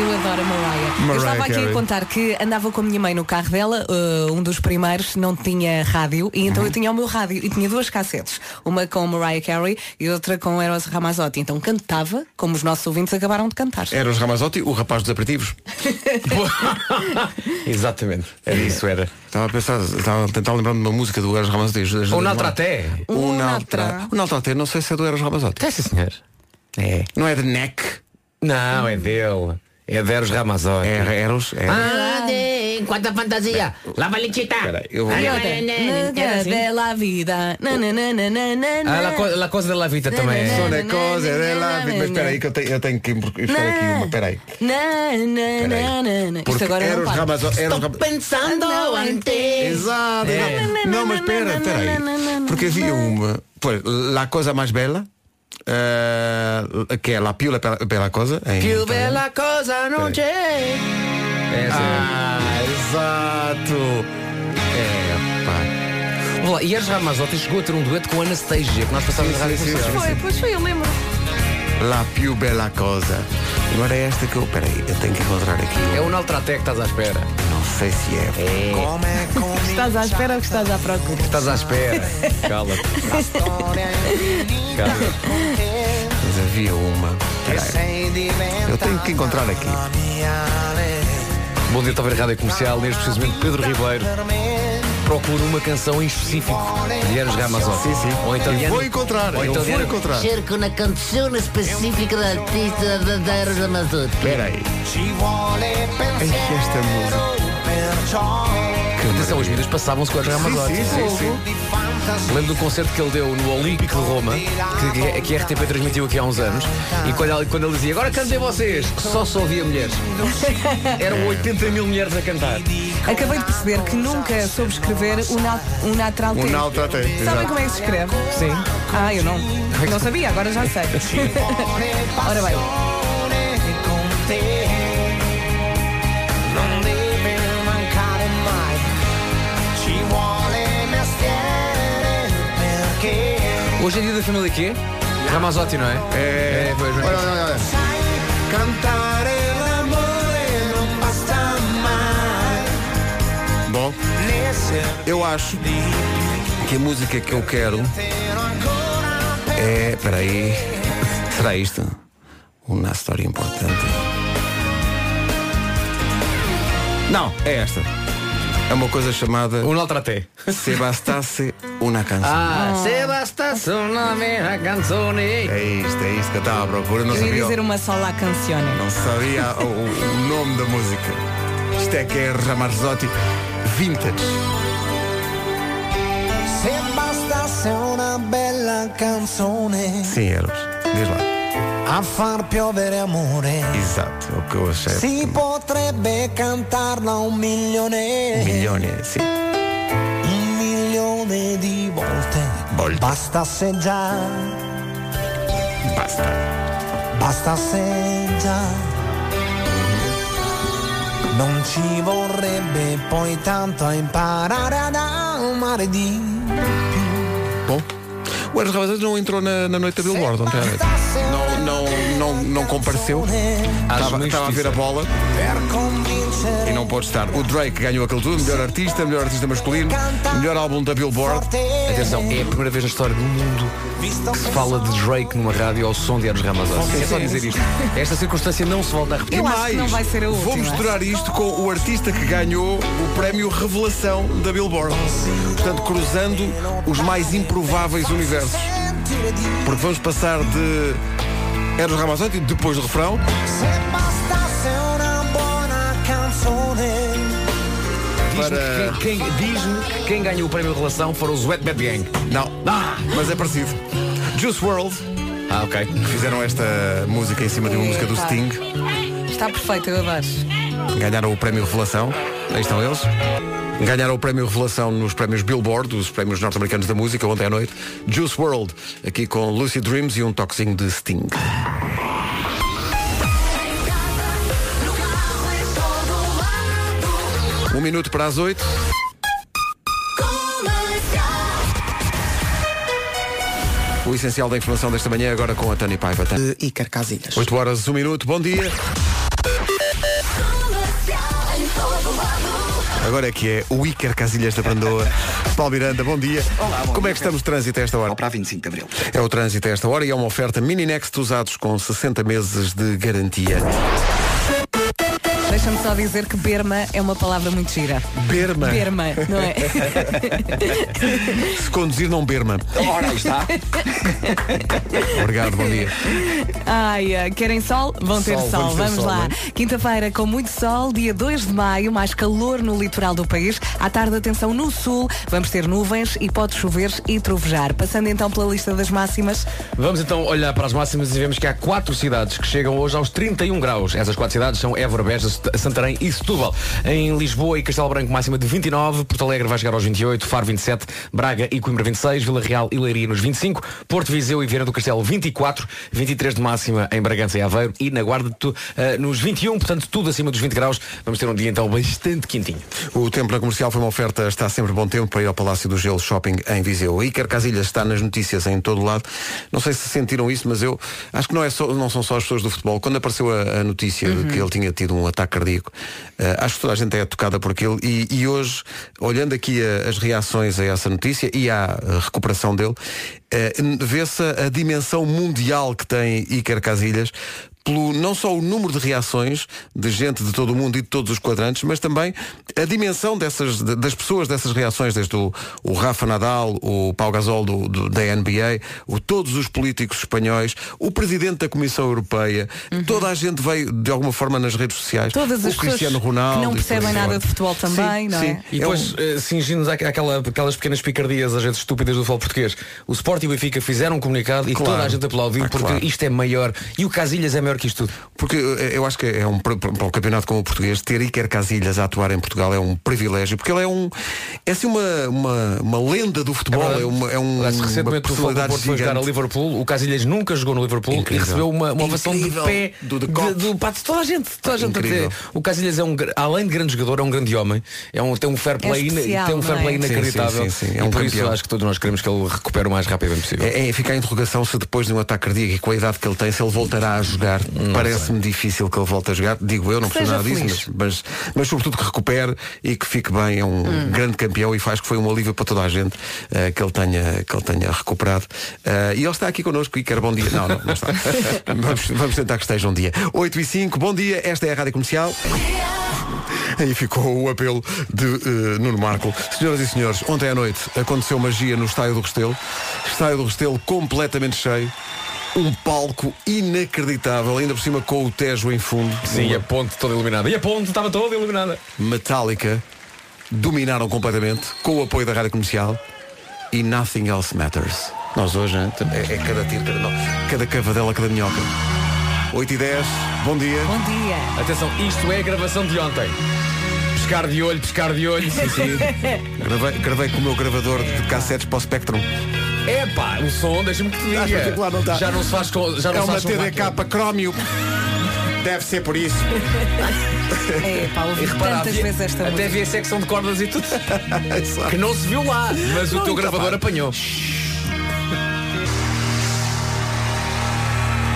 [SPEAKER 4] Eu adoro a Mariah.
[SPEAKER 1] Mariah
[SPEAKER 4] Eu estava aqui
[SPEAKER 1] Carey.
[SPEAKER 4] a contar que andava com a minha mãe no carro dela, eh, um dos primeiros não tinha rádio, e então eu tinha o meu rádio e tinha duas cassetes, uma com Mariah Carey e outra com Eros Ramazzotti. Então cantava como os nossos ouvintes acabaram de cantar.
[SPEAKER 1] Eros Ramazotti, o rapaz dos aperitivos.
[SPEAKER 2] *laughs* Exatamente. Era isso, era.
[SPEAKER 1] Estava a pensar, estava a tentar lembrar-me de uma música do Eros Ramazotti. Ajuda-
[SPEAKER 2] Ou
[SPEAKER 1] ajuda-me lá.
[SPEAKER 2] Natraté.
[SPEAKER 1] O
[SPEAKER 4] Um
[SPEAKER 1] Naltra.
[SPEAKER 4] Naltra.
[SPEAKER 1] O Naltra até não sei se é do Eros Ramazotti.
[SPEAKER 2] Tem sim, senhor. É.
[SPEAKER 1] Não é de Neck.
[SPEAKER 2] Não, é dele. É de Eros Ramazzotti.
[SPEAKER 1] É Eros. É.
[SPEAKER 2] Ah,
[SPEAKER 9] quanta fantasia. La Valentina.
[SPEAKER 2] Espera, eu vou-
[SPEAKER 9] Olha,
[SPEAKER 4] Toda.
[SPEAKER 9] olha, olha,
[SPEAKER 4] Nunca dela vida.
[SPEAKER 2] Ah,
[SPEAKER 4] Né?
[SPEAKER 2] la, co- la coisa da La Vita também é.
[SPEAKER 1] Sona coisa de lá. Mas espera aí que eu tenho, eu tenho que buscar aqui uma. Espera
[SPEAKER 5] Ah,
[SPEAKER 1] aí.
[SPEAKER 4] Isto
[SPEAKER 1] Porque
[SPEAKER 4] agora
[SPEAKER 1] era
[SPEAKER 4] não
[SPEAKER 1] os
[SPEAKER 4] para.
[SPEAKER 1] Ramazzotti. era os
[SPEAKER 9] Estou
[SPEAKER 1] Ram-
[SPEAKER 9] pensando
[SPEAKER 4] Não,
[SPEAKER 9] antes.
[SPEAKER 1] Exato.
[SPEAKER 2] É.
[SPEAKER 1] Não, Não, mas espera, espera aí. Porque havia uma. Pois, La Cosa Mais Bela. eh, que é La Più Bela, bela Cosa. Eh. em
[SPEAKER 9] Più
[SPEAKER 1] italiano.
[SPEAKER 9] bella cosa non c'è.
[SPEAKER 1] Ah, exato. É, pá.
[SPEAKER 2] Vamos lá, e Eros Ramazotti chegou a ter um dueto com Anastasia, que nós passávamos na rádio comercial.
[SPEAKER 4] Foi, pois foi, eu lembro.
[SPEAKER 1] La Più Bela Cosa. Agora é esta que eu. Espera aí, eu tenho que encontrar
[SPEAKER 2] É
[SPEAKER 1] aqui.
[SPEAKER 2] o Naltratec que estás à espera.
[SPEAKER 1] Não sei se é.
[SPEAKER 2] Eh.
[SPEAKER 4] Estás à espera ou que estás à procura?
[SPEAKER 2] Estás à espera. Cala-te. Cala-te.
[SPEAKER 1] Mas havia uma. Espera aí. Eu tenho que encontrar aqui.
[SPEAKER 2] Bom dia, talvez Rádio Comercial. Neste precisamente, Pedro Ribeiro procura uma canção em específico de Eros Ramazotti. Sim, sim. Ou
[SPEAKER 1] Eu
[SPEAKER 2] italiano.
[SPEAKER 1] vou encontrar.
[SPEAKER 2] Ou
[SPEAKER 1] Eu vou
[SPEAKER 2] italiano.
[SPEAKER 1] encontrar.
[SPEAKER 10] Cerco na canção específica da artista da Dara Ramazotti.
[SPEAKER 1] Espera aí. Ai, que esta música.
[SPEAKER 2] Atenção, os miúdos passavam-se com Eros Ramazotti.
[SPEAKER 1] Sim, sim, sim, sim.
[SPEAKER 2] Lembro do concerto que ele deu no Olímpico de Roma, que, que a RTP transmitiu aqui há uns anos, e quando ele, quando ele dizia agora cantem vocês, só se ouvia mulheres.
[SPEAKER 4] *laughs*
[SPEAKER 1] Ah, É.
[SPEAKER 2] Eram 80 mil mulheres a cantar.
[SPEAKER 4] Acabei de perceber que nunca soube escrever o, na, o natural
[SPEAKER 1] O
[SPEAKER 4] T.
[SPEAKER 1] Nal tratei.
[SPEAKER 4] Sabem como é que se escreve?
[SPEAKER 2] Sim.
[SPEAKER 4] Ah, eu não. Não sabia, agora já
[SPEAKER 1] *laughs*
[SPEAKER 4] sei. Ora bem.
[SPEAKER 2] Hoje é dia da família quê? Ramazotti, não é?
[SPEAKER 1] É,
[SPEAKER 2] pois, pois.
[SPEAKER 1] olha, olha, olha. Cantare l'amore non basta mai. Bom, eu acho que a música que eu quero é. Espera aí. Será isto? Uma história importante. Não, é esta. É uma coisa chamada
[SPEAKER 2] Um Naltraté.
[SPEAKER 1] Se Bastasse Una Canção.
[SPEAKER 2] Ah, se bastasse una mera canzone.
[SPEAKER 1] É isto, é isto que eu estava à procura. Não
[SPEAKER 4] Eu ia
[SPEAKER 1] sabia,
[SPEAKER 4] dizer uma só lá
[SPEAKER 5] um-
[SPEAKER 4] cancione.
[SPEAKER 1] não sabia o, o- o nome da música. Isto é que é Ramazzotti Vintage. Sim, Eros. Diz lá.
[SPEAKER 11] A far piovere amore
[SPEAKER 1] Exato, é o que eu achei.
[SPEAKER 11] si potrebbe cantarla un milione
[SPEAKER 1] Milhões, Um é, sim.
[SPEAKER 11] un milione di volte
[SPEAKER 1] Volte.
[SPEAKER 11] bastasse già
[SPEAKER 1] Basta.
[SPEAKER 11] bastasse già non ci vorrebbe poi tanto a imparare ad amare di
[SPEAKER 1] Bom. O Eros Ramazzotti não entrou na, na noite da Billboard ontem à noite. Não, não, não, não compareceu. Estava,
[SPEAKER 2] uma
[SPEAKER 1] estava a ver
[SPEAKER 2] injustiça.
[SPEAKER 1] a bola
[SPEAKER 11] per convincere
[SPEAKER 1] e não pode estar. O Drake ganhou aquele tudo, melhor artista, melhor artista masculino, melhor álbum da Billboard.
[SPEAKER 11] te
[SPEAKER 2] Atenção, é a primeira vez na história do mundo que se fala de Drake numa rádio ao som de Eros Ramazotti. É só dizer isto. Esta circunstância não se volta a repetir.
[SPEAKER 4] Eu
[SPEAKER 1] E
[SPEAKER 4] acho que não vai ser a
[SPEAKER 1] Vou
[SPEAKER 4] última.
[SPEAKER 1] misturar isto com o artista que ganhou o prémio Revelação da Billboard. Portanto, cruzando os mais improváveis universos. Porque vamos passar de Eros Ramazzotti, depois do refrão,
[SPEAKER 11] se bastasse una buona canzone
[SPEAKER 2] Diz-me
[SPEAKER 1] Para-
[SPEAKER 2] que quem, quem- diz-me que quem ganhou o prémio de relação foram os Wet Bad Gang.
[SPEAKER 1] não,
[SPEAKER 2] Ah!
[SPEAKER 1] mas é parecido. Juice World
[SPEAKER 2] Ah, ok.
[SPEAKER 1] fizeram esta música em cima de uma música do Sting.
[SPEAKER 4] Está perfeito, eu adoro.
[SPEAKER 1] Ganharam o prémio Revelação. Aí estão eles. Ganharam o prémio Revelação nos prémios Billboard, os prémios norte-americanos da música, ontem à noite. Juice World, aqui com Lucy Dreams e um toquezinho de Sting. Um minuto para as oito. O essencial da informação desta manhã, agora com a Tânia Paiva.
[SPEAKER 11] e Carcasilhas
[SPEAKER 1] 8 horas, 1 minuto, bom dia. Agora é que é o Iker Casilhas da *laughs* Brandoa. Paulo Miranda, bom dia.
[SPEAKER 3] Olá, bom
[SPEAKER 1] Como é
[SPEAKER 3] dia,
[SPEAKER 1] que estamos de trânsito a esta hora?
[SPEAKER 3] Para a 25 de Abril.
[SPEAKER 1] É o trânsito a esta hora e é uma oferta Mini Next usados com 60 meses de garantia.
[SPEAKER 4] Deixa-me só dizer que berma é uma palavra muito gira.
[SPEAKER 1] Berma.
[SPEAKER 4] Berma, não
[SPEAKER 1] *laughs*
[SPEAKER 4] é?
[SPEAKER 1] Se conduzir, não berma.
[SPEAKER 3] Ora, aí está.
[SPEAKER 1] Obrigado, bom dia.
[SPEAKER 4] Ai, ah, querem sol? Vão ter
[SPEAKER 1] Sol,
[SPEAKER 4] sol,
[SPEAKER 1] vamos
[SPEAKER 4] vamos,
[SPEAKER 1] ter sol, né?
[SPEAKER 4] lá.
[SPEAKER 1] hein?
[SPEAKER 4] Quinta-feira com muito sol, dia 2 de maio, mais calor no litoral do país. À tarde, atenção no sul, vamos ter nuvens e pode chover e trovejar. Passando então pela lista das máximas,
[SPEAKER 2] Vamos então olhar para as máximas e vemos que há quatro cidades que chegam hoje aos 31 graus. Essas quatro cidades são Évora, Beja, Set- Santarém e Setúbal. Em Lisboa e Castelo Branco, máxima de 29. Porto Alegre vai chegar aos 28. Faro, 27. Braga e Coimbra, 26. Vila Real e Leiria, nos 25. Porto Viseu e Vieira do Castelo, 24. 23 de máxima em Bragança e Aveiro. E na Guarda, tu- eh, nos 21. Portanto, tudo acima dos 20 graus. Vamos ter um dia então bastante quentinho.
[SPEAKER 1] O tempo na comercial foi uma oferta, está sempre bom tempo para ir ao Palácio do Gelo Shopping em Viseu. Iker Casilhas está nas notícias em todo o lado. Não sei se sentiram isso, mas eu acho que não, é só, não são só as pessoas do futebol. Quando apareceu a, a notícia de que ele tinha tido um ataque cardíaco, eh, acho que toda a gente é tocada por aquilo. E, e hoje, olhando aqui a- as reações a essa notícia e à eh, recuperação dele, eh, vê-se a a dimensão mundial que tem Iker Casilhas pelo não só o número de reações de gente de todo o mundo e de todos os quadrantes, mas também a dimensão dessas, de- das pessoas dessas reações, desde o, o Rafa Nadal, o Pau Gasol do, do- da NBA, o, todos os políticos espanhóis, o presidente da Comissão Europeia, toda a gente veio de alguma forma nas redes sociais,
[SPEAKER 4] Uhum. todas
[SPEAKER 1] o
[SPEAKER 4] as pessoas
[SPEAKER 1] Cristiano Ronaldo
[SPEAKER 4] que não
[SPEAKER 1] e por aí
[SPEAKER 4] percebem
[SPEAKER 1] fora.
[SPEAKER 4] nada de futebol também,
[SPEAKER 1] Sim,
[SPEAKER 4] não
[SPEAKER 1] sim.
[SPEAKER 4] é?
[SPEAKER 2] E depois, eh, cingindo-nos àqu- àquela- àquelas pequenas picardias, às vezes estúpidas, do futebol português. O Sport e o Benfica fizeram um comunicado e
[SPEAKER 1] Claro.
[SPEAKER 2] toda a gente aplaudiu
[SPEAKER 1] Ah,
[SPEAKER 2] porque
[SPEAKER 1] claro.
[SPEAKER 2] isto é maior. E o Casilhas é maior que isto tudo.
[SPEAKER 1] Porque eh, eu acho que é um, para para um campeonato como o português, ter Iker Casilhas a atuar em Portugal é um privilégio, porque ele é um é assim uma, uma, uma lenda do futebol, é,
[SPEAKER 2] verdade.
[SPEAKER 1] uma, é um,
[SPEAKER 2] Aliás,
[SPEAKER 1] uma
[SPEAKER 2] Recentemente o Futebol do
[SPEAKER 1] personalidade
[SPEAKER 2] Porto foi jogar a
[SPEAKER 1] gigante.
[SPEAKER 2] Liverpool, o Casilhas nunca jogou no Liverpool
[SPEAKER 1] Incrível.
[SPEAKER 2] e recebeu uma, uma ovação de
[SPEAKER 1] Incrível.
[SPEAKER 2] pé
[SPEAKER 1] Do-
[SPEAKER 2] do,
[SPEAKER 1] de
[SPEAKER 2] de,
[SPEAKER 1] copo.
[SPEAKER 2] do pato. Toda a gente, toda a gente a
[SPEAKER 1] Incrível.
[SPEAKER 2] dizer. O Casilhas é um, gr- além de grande jogador, é um grande homem. É um, tem um fair play, ina-
[SPEAKER 4] especial,
[SPEAKER 2] tem um fair
[SPEAKER 4] não é?
[SPEAKER 2] play
[SPEAKER 4] Sim,
[SPEAKER 1] sim,
[SPEAKER 2] inacreditável.
[SPEAKER 1] sim, sim. É
[SPEAKER 2] e
[SPEAKER 1] um
[SPEAKER 2] por
[SPEAKER 1] campeão.
[SPEAKER 2] isso acho que todos nós queremos que ele recupere o mais rapidamente possível.
[SPEAKER 1] É, é, fica a interrogação se depois de um ataque cardíaco e com a idade que ele tem, se ele voltará a jogar. Parece-me difícil que ele volte a jogar. Digo eu, não
[SPEAKER 4] Que
[SPEAKER 1] percebo nada
[SPEAKER 4] seja
[SPEAKER 1] disso, mas, mas, mas sobretudo que recupere e que fique bem. É um grande campeão e faz que foi um alívio para toda a gente eh, que, ele tenha, que ele tenha recuperado. Eh, e ele está aqui connosco e quer bom dia. Não, não, não está. vamos, vamos tentar que esteja um dia. 8 e 5, bom dia. Esta é a Rádio Comercial. Aí ficou o apelo de eh, Nuno Marco. Senhoras e senhores, ontem à noite aconteceu magia no Estádio do Restelo. Estádio do Restelo completamente cheio. Um palco inacreditável, ainda por cima com o Tejo em fundo. Um
[SPEAKER 2] Sim, é
[SPEAKER 1] Uma
[SPEAKER 2] e a ponte toda iluminada. E a ponte estava toda iluminada.
[SPEAKER 1] Metallica dominaram completamente com o apoio da Rádio Comercial e Nothing Else Matters. Nós hoje, hein, tam- é, é cada tiro, cada, nó, cada cavadela, cada minhoca. 8 e 10, bom dia.
[SPEAKER 4] Bom dia.
[SPEAKER 2] Atenção, isto é a gravação de ontem. Pescar de olho, pescar de olho. Sim, sim.
[SPEAKER 1] Gravei, gravei com o meu gravador de cassetes para o Spectrum.
[SPEAKER 2] *laughs* Epá, o som, deixa-me que te
[SPEAKER 1] Ah,
[SPEAKER 2] diga.
[SPEAKER 1] espetacular,
[SPEAKER 6] tá?
[SPEAKER 1] não está.
[SPEAKER 2] Já não se faz com. Já não
[SPEAKER 1] É
[SPEAKER 2] se
[SPEAKER 1] uma
[SPEAKER 2] faz com
[SPEAKER 1] TDK
[SPEAKER 2] máquina.
[SPEAKER 1] para Chromium. Deve ser por isso.
[SPEAKER 4] *laughs* É, pá, ouvi
[SPEAKER 2] Repara,
[SPEAKER 4] tantas
[SPEAKER 2] havia-
[SPEAKER 4] vezes esta
[SPEAKER 2] Até
[SPEAKER 4] música.
[SPEAKER 2] havia secção
[SPEAKER 6] *laughs*
[SPEAKER 2] de cordas *laughs* e tudo. que não se viu lá, mas
[SPEAKER 6] então
[SPEAKER 2] o teu gravador apanhou.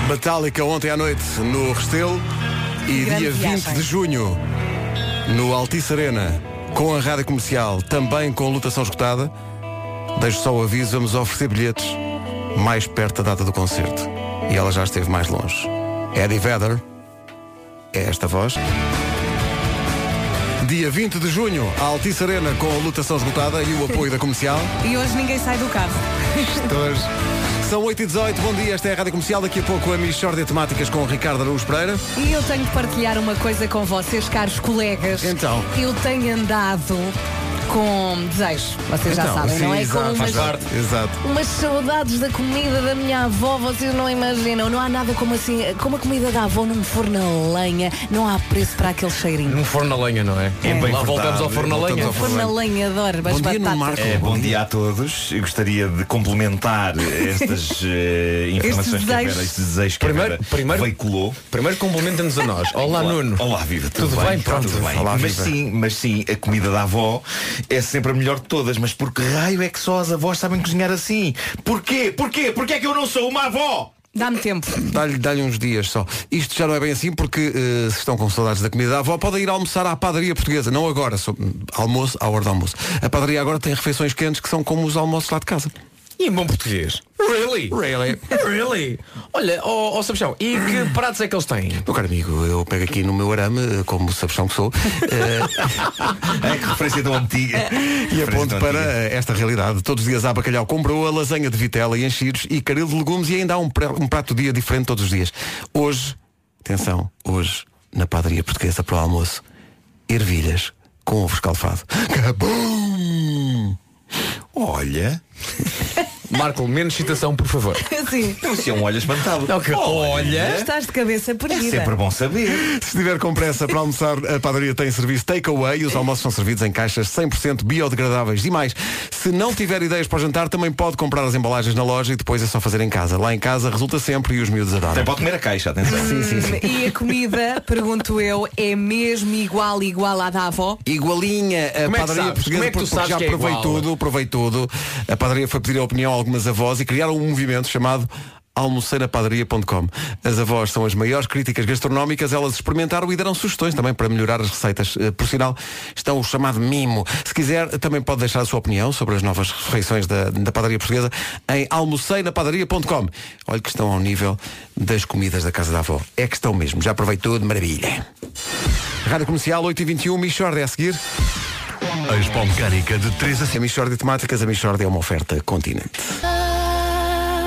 [SPEAKER 1] Metallica ontem à noite no Restelo e
[SPEAKER 4] Grande
[SPEAKER 1] dia 20
[SPEAKER 4] viagem.
[SPEAKER 1] de junho no Altice Arena com a rádio comercial, também com lutação esgotada. Deixo só o aviso, vamos oferecer bilhetes mais perto da data do concerto. E ela já esteve mais longe. Eddie Vedder é esta voz. Dia 20 de junho, a Altice Arena com a lutação esgotada e o apoio da comercial.
[SPEAKER 4] E hoje ninguém sai do carro.
[SPEAKER 1] Todos. São 8 e 18 bom dia, esta é a Rádio Comercial. Daqui a pouco a Michórdia de Temáticas com o Ricardo Araújo Pereira.
[SPEAKER 4] E eu tenho de partilhar uma coisa com vocês, caros colegas.
[SPEAKER 1] Então.
[SPEAKER 4] Eu tenho andado com desejos, vocês já
[SPEAKER 1] Então,
[SPEAKER 4] sabem,
[SPEAKER 1] sim,
[SPEAKER 4] não é?
[SPEAKER 1] exato,
[SPEAKER 4] Com
[SPEAKER 1] faz
[SPEAKER 4] umas,
[SPEAKER 1] parte. Exato.
[SPEAKER 4] umas saudades da comida da minha avó, vocês não imaginam. Não há nada como assim, como a comida da avó num forno a lenha, não há preço para aquele cheirinho.
[SPEAKER 2] Num forno a lenha, não é? lá
[SPEAKER 1] verdade,
[SPEAKER 2] voltamos ao forno a
[SPEAKER 1] voltamos
[SPEAKER 2] lenha.
[SPEAKER 1] ao forno
[SPEAKER 4] Forno a lenha, adoro, as
[SPEAKER 1] Bom dia, Nuno
[SPEAKER 4] batatas.
[SPEAKER 1] Marco.
[SPEAKER 6] Eh, bom dia a todos. Eu gostaria de complementar
[SPEAKER 1] *laughs*
[SPEAKER 6] estas eh, informações que a Vera,
[SPEAKER 4] desejos.
[SPEAKER 6] estes desejos que é
[SPEAKER 2] Primeiro-
[SPEAKER 6] a Vera
[SPEAKER 2] primeiro-
[SPEAKER 6] veiculou.
[SPEAKER 2] Primeiro cumprimenta-nos a nós. Olá, Nuno.
[SPEAKER 6] Olá, viva. Tudo,
[SPEAKER 2] Tudo bem? Pronto.
[SPEAKER 6] Tudo bem.
[SPEAKER 1] Olá,
[SPEAKER 6] mas
[SPEAKER 1] viva.
[SPEAKER 6] sim, mas sim, a comida da avó é sempre a melhor de todas. Mas por que raio é que só as avós sabem cozinhar assim? Porquê? Porquê? Porquê é que eu não sou uma avó?
[SPEAKER 4] Dá-me tempo. *laughs*
[SPEAKER 1] Dá-lhe dá uns dias só. Isto já não é bem assim porque eh, se estão com saudades da comida da avó, podem ir almoçar à padaria portuguesa. Não hum, agora, so- almoço à hora do almoço. A padaria agora tem refeições quentes que são como os almoços lá de casa.
[SPEAKER 2] E em bom português. Really? Really? Really? Olha, ó oh, Sabichão, e que
[SPEAKER 6] *laughs*
[SPEAKER 2] pratos é que eles têm?
[SPEAKER 1] Meu caro amigo, eu pego aqui no meu arame, eh, como sabichão que sou, eh,
[SPEAKER 2] *laughs*
[SPEAKER 6] É que referência tão antiga.
[SPEAKER 1] *laughs* e
[SPEAKER 6] Referência
[SPEAKER 1] aponto
[SPEAKER 6] tão
[SPEAKER 1] para
[SPEAKER 6] antiga.
[SPEAKER 1] eh, esta realidade. Todos os dias há bacalhau com broa, lasanha de vitela e enchidos e caril de legumes e ainda há um, pre- um prato dia diferente todos os dias. Hoje, atenção, hoje, na padaria portuguesa para o almoço, ervilhas com ovo escalfado. Cabum!
[SPEAKER 6] Olha.
[SPEAKER 2] Marco, menos citação, por favor.
[SPEAKER 4] Sim.
[SPEAKER 1] Então,
[SPEAKER 6] Isso é um olho espantado.
[SPEAKER 2] Olha.
[SPEAKER 4] Estás de cabeça
[SPEAKER 1] É
[SPEAKER 4] perdida.
[SPEAKER 6] É bom saber.
[SPEAKER 1] Se estiver com pressa para almoçar, a padaria tem serviço takeaway. Os almoços são servidos em caixas 100% biodegradáveis. E mais, se não tiver ideias para o jantar, também pode comprar as embalagens na loja e depois é só fazer em casa. Lá em casa resulta sempre e os miúdos adoram.
[SPEAKER 6] Até pode comer a caixa, atenção.
[SPEAKER 1] Sim, sim, sim.
[SPEAKER 4] E a comida, pergunto eu, é mesmo igual, igual à da avó?
[SPEAKER 1] Igualinha, a
[SPEAKER 2] Como é que
[SPEAKER 1] padaria
[SPEAKER 2] sabes?
[SPEAKER 1] portuguesa,
[SPEAKER 2] Como é que tu
[SPEAKER 1] porque
[SPEAKER 2] sabes
[SPEAKER 1] já
[SPEAKER 2] que é
[SPEAKER 1] provei
[SPEAKER 2] igual?
[SPEAKER 1] tudo, provei tudo. A padaria foi pedir a opinião a algumas avós e criaram um movimento chamado almoceinapadaria.com As avós são as maiores críticas gastronómicas, elas experimentaram e deram sugestões também para melhorar as receitas. Eh, Por sinal, estão o chamado mimo. Se quiser, também pode deixar a sua opinião sobre as novas refeições da, da padaria portuguesa em almoceinapadaria.com Olha que estão ao nível das comidas da casa da avó. É que estão mesmo, já provei tudo, maravilha. Rádio Comercial 8h21, Michord é a seguir.
[SPEAKER 12] A Expo Mecânica de 3 a
[SPEAKER 1] A Michord de Temáticas, a Michord é uma oferta continente.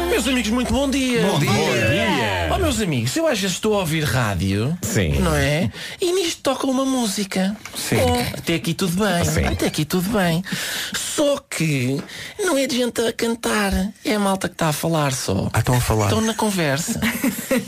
[SPEAKER 13] Meus amigos, muito bom dia.
[SPEAKER 1] Bom dia. Bom
[SPEAKER 13] dia. Oh, meus amigos, eu às vezes estou a ouvir rádio.
[SPEAKER 2] Sim.
[SPEAKER 13] Não é? E nisto toca uma música.
[SPEAKER 2] Sim.
[SPEAKER 13] Bom, até aqui tudo bem.
[SPEAKER 2] Sim.
[SPEAKER 13] Até aqui tudo bem. Só que não é de gente a cantar. É a malta que está a falar só.
[SPEAKER 1] Ah, estão a falar.
[SPEAKER 13] Estão na conversa.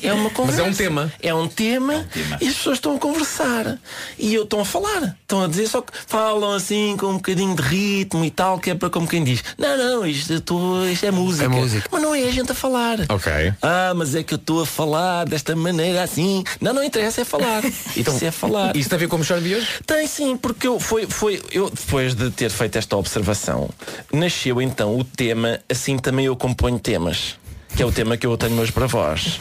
[SPEAKER 13] É uma conversa.
[SPEAKER 2] é um tema.
[SPEAKER 13] É um tema, e as pessoas estão a conversar. E eu estou a falar. Estão a dizer só que falam assim com um bocadinho de ritmo e tal, que é para como quem diz. Não, não, isto, eu estou- isto é música.
[SPEAKER 2] É música.
[SPEAKER 13] Mas não é a gente a falar.
[SPEAKER 2] Ok.
[SPEAKER 13] Ah, mas é que eu estou a falar desta maneira assim. Não, não interessa, é
[SPEAKER 2] *laughs*
[SPEAKER 13] falar. Isso é falar.
[SPEAKER 2] Isso tem a ver com o Michord de hoje?
[SPEAKER 13] Tem sim, porque eu, foi, foi, eu depois de ter feito esta observação, nasceu então o tema Assim Também Eu Componho Temas, que é o tema que eu tenho hoje para vós.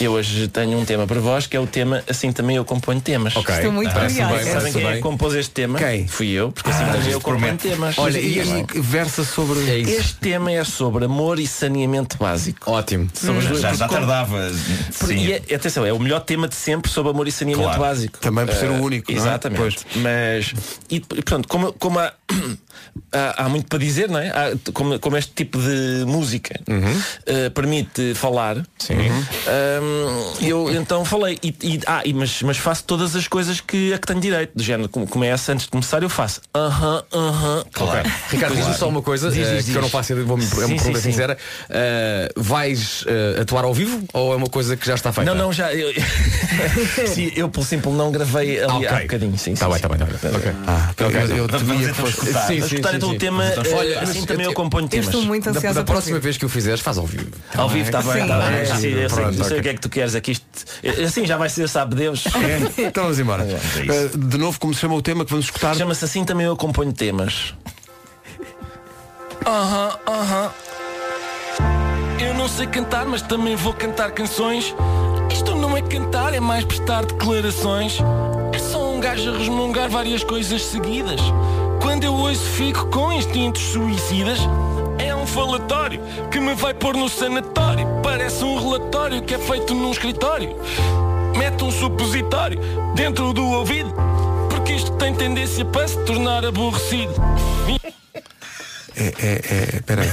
[SPEAKER 13] Eu hoje tenho um tema para vós que é o tema Assim Também Eu Componho Temas.
[SPEAKER 2] Ok. Estou muito Parece curiosa. bem,
[SPEAKER 13] Sabem
[SPEAKER 2] parece
[SPEAKER 13] quem é
[SPEAKER 2] bem. Ah,
[SPEAKER 13] que compôs este tema?
[SPEAKER 1] Quem?
[SPEAKER 13] Fui eu, porque assim também eu componho temas.
[SPEAKER 1] Olha, e, e versa sobre.
[SPEAKER 13] Este tema é sobre amor e saneamento básico.
[SPEAKER 2] Ótimo.
[SPEAKER 13] Sobre os dois,
[SPEAKER 6] Já, já
[SPEAKER 13] porque-
[SPEAKER 6] tardava.
[SPEAKER 13] por-
[SPEAKER 6] Sim.
[SPEAKER 13] e é- atenção, é o melhor tema de sempre sobre amor e saneamento
[SPEAKER 6] Claro.
[SPEAKER 13] básico.
[SPEAKER 1] Também por ser o
[SPEAKER 13] Eh,
[SPEAKER 1] único, não é?
[SPEAKER 13] Exatamente. Mas, e portanto, como, como há, *coughs* há, há muito para dizer, não é? Há- como, como este tipo de música
[SPEAKER 1] Uhum.
[SPEAKER 13] eh, permite falar, ahm, eu então falei, e, e- ah, e, mas, mas faço todas as coisas que a que tenho direito, do género, como começa antes de começar, eu faço. Aham, aham, claro.
[SPEAKER 2] Ricardo, diz-me só uma coisa
[SPEAKER 13] Diz,
[SPEAKER 2] eh,
[SPEAKER 13] diz,
[SPEAKER 2] que eu não
[SPEAKER 13] diz.
[SPEAKER 2] faço ideia, vou-me é uma
[SPEAKER 13] Sim,
[SPEAKER 2] pergunta
[SPEAKER 13] sim, sim.
[SPEAKER 2] sincera. Eh, vais eh, atuar ao vivo ou é uma coisa que já está feita?
[SPEAKER 13] Não, não, já. Eu, *laughs* Sim, eu por simples não gravei ali
[SPEAKER 2] Ok.
[SPEAKER 13] há bocadinho. Sim,
[SPEAKER 1] Tá
[SPEAKER 13] sim,
[SPEAKER 2] Está bem,
[SPEAKER 13] sim.
[SPEAKER 2] está bem, está bem. Ok.
[SPEAKER 1] Ah,
[SPEAKER 2] Ok.
[SPEAKER 1] eu, eu
[SPEAKER 6] Vamos
[SPEAKER 1] temia que
[SPEAKER 6] então
[SPEAKER 1] fosse.
[SPEAKER 6] escutar.
[SPEAKER 2] Sim,
[SPEAKER 13] Mas
[SPEAKER 2] sim,
[SPEAKER 13] escutar
[SPEAKER 2] sim,
[SPEAKER 13] então
[SPEAKER 2] sim.
[SPEAKER 13] o tema,
[SPEAKER 2] Então,
[SPEAKER 13] eh,
[SPEAKER 2] olha,
[SPEAKER 13] assim
[SPEAKER 2] eu-
[SPEAKER 13] também
[SPEAKER 2] eu-
[SPEAKER 13] eu componho
[SPEAKER 2] eu
[SPEAKER 13] temas.
[SPEAKER 4] Estou muito
[SPEAKER 2] Da,
[SPEAKER 4] ansiosa
[SPEAKER 2] da
[SPEAKER 4] para o
[SPEAKER 2] próxima vez que o fizeres, faz ao vivo.
[SPEAKER 13] Ao vivo está bem, está bem.
[SPEAKER 2] Sim.
[SPEAKER 13] Sim, eu sei,
[SPEAKER 1] Pronto,
[SPEAKER 13] eu sei
[SPEAKER 1] ok.
[SPEAKER 13] o que é que tu queres aqui. Isto, eh, assim já vai ser, sabe
[SPEAKER 1] *laughs*
[SPEAKER 13] Deus. É
[SPEAKER 1] Então vamos embora.
[SPEAKER 6] isso.
[SPEAKER 1] Uh, de novo, como se chama o tema que vamos escutar?
[SPEAKER 13] Chama-se assim também eu componho temas. Aham, aham. Eu não sei cantar, mas também vou cantar canções. Isto não é cantar, é mais prestar declarações. É só um gajo a resmungar várias coisas seguidas. Quando eu ouço, fico com instintos suicidas. É um falatório que me vai pôr no sanatório. Parece um relatório que é feito num escritório. Mete um supositório dentro do ouvido. Porque isto tem tendência para se tornar aborrecido.
[SPEAKER 1] É, é, é, peraí.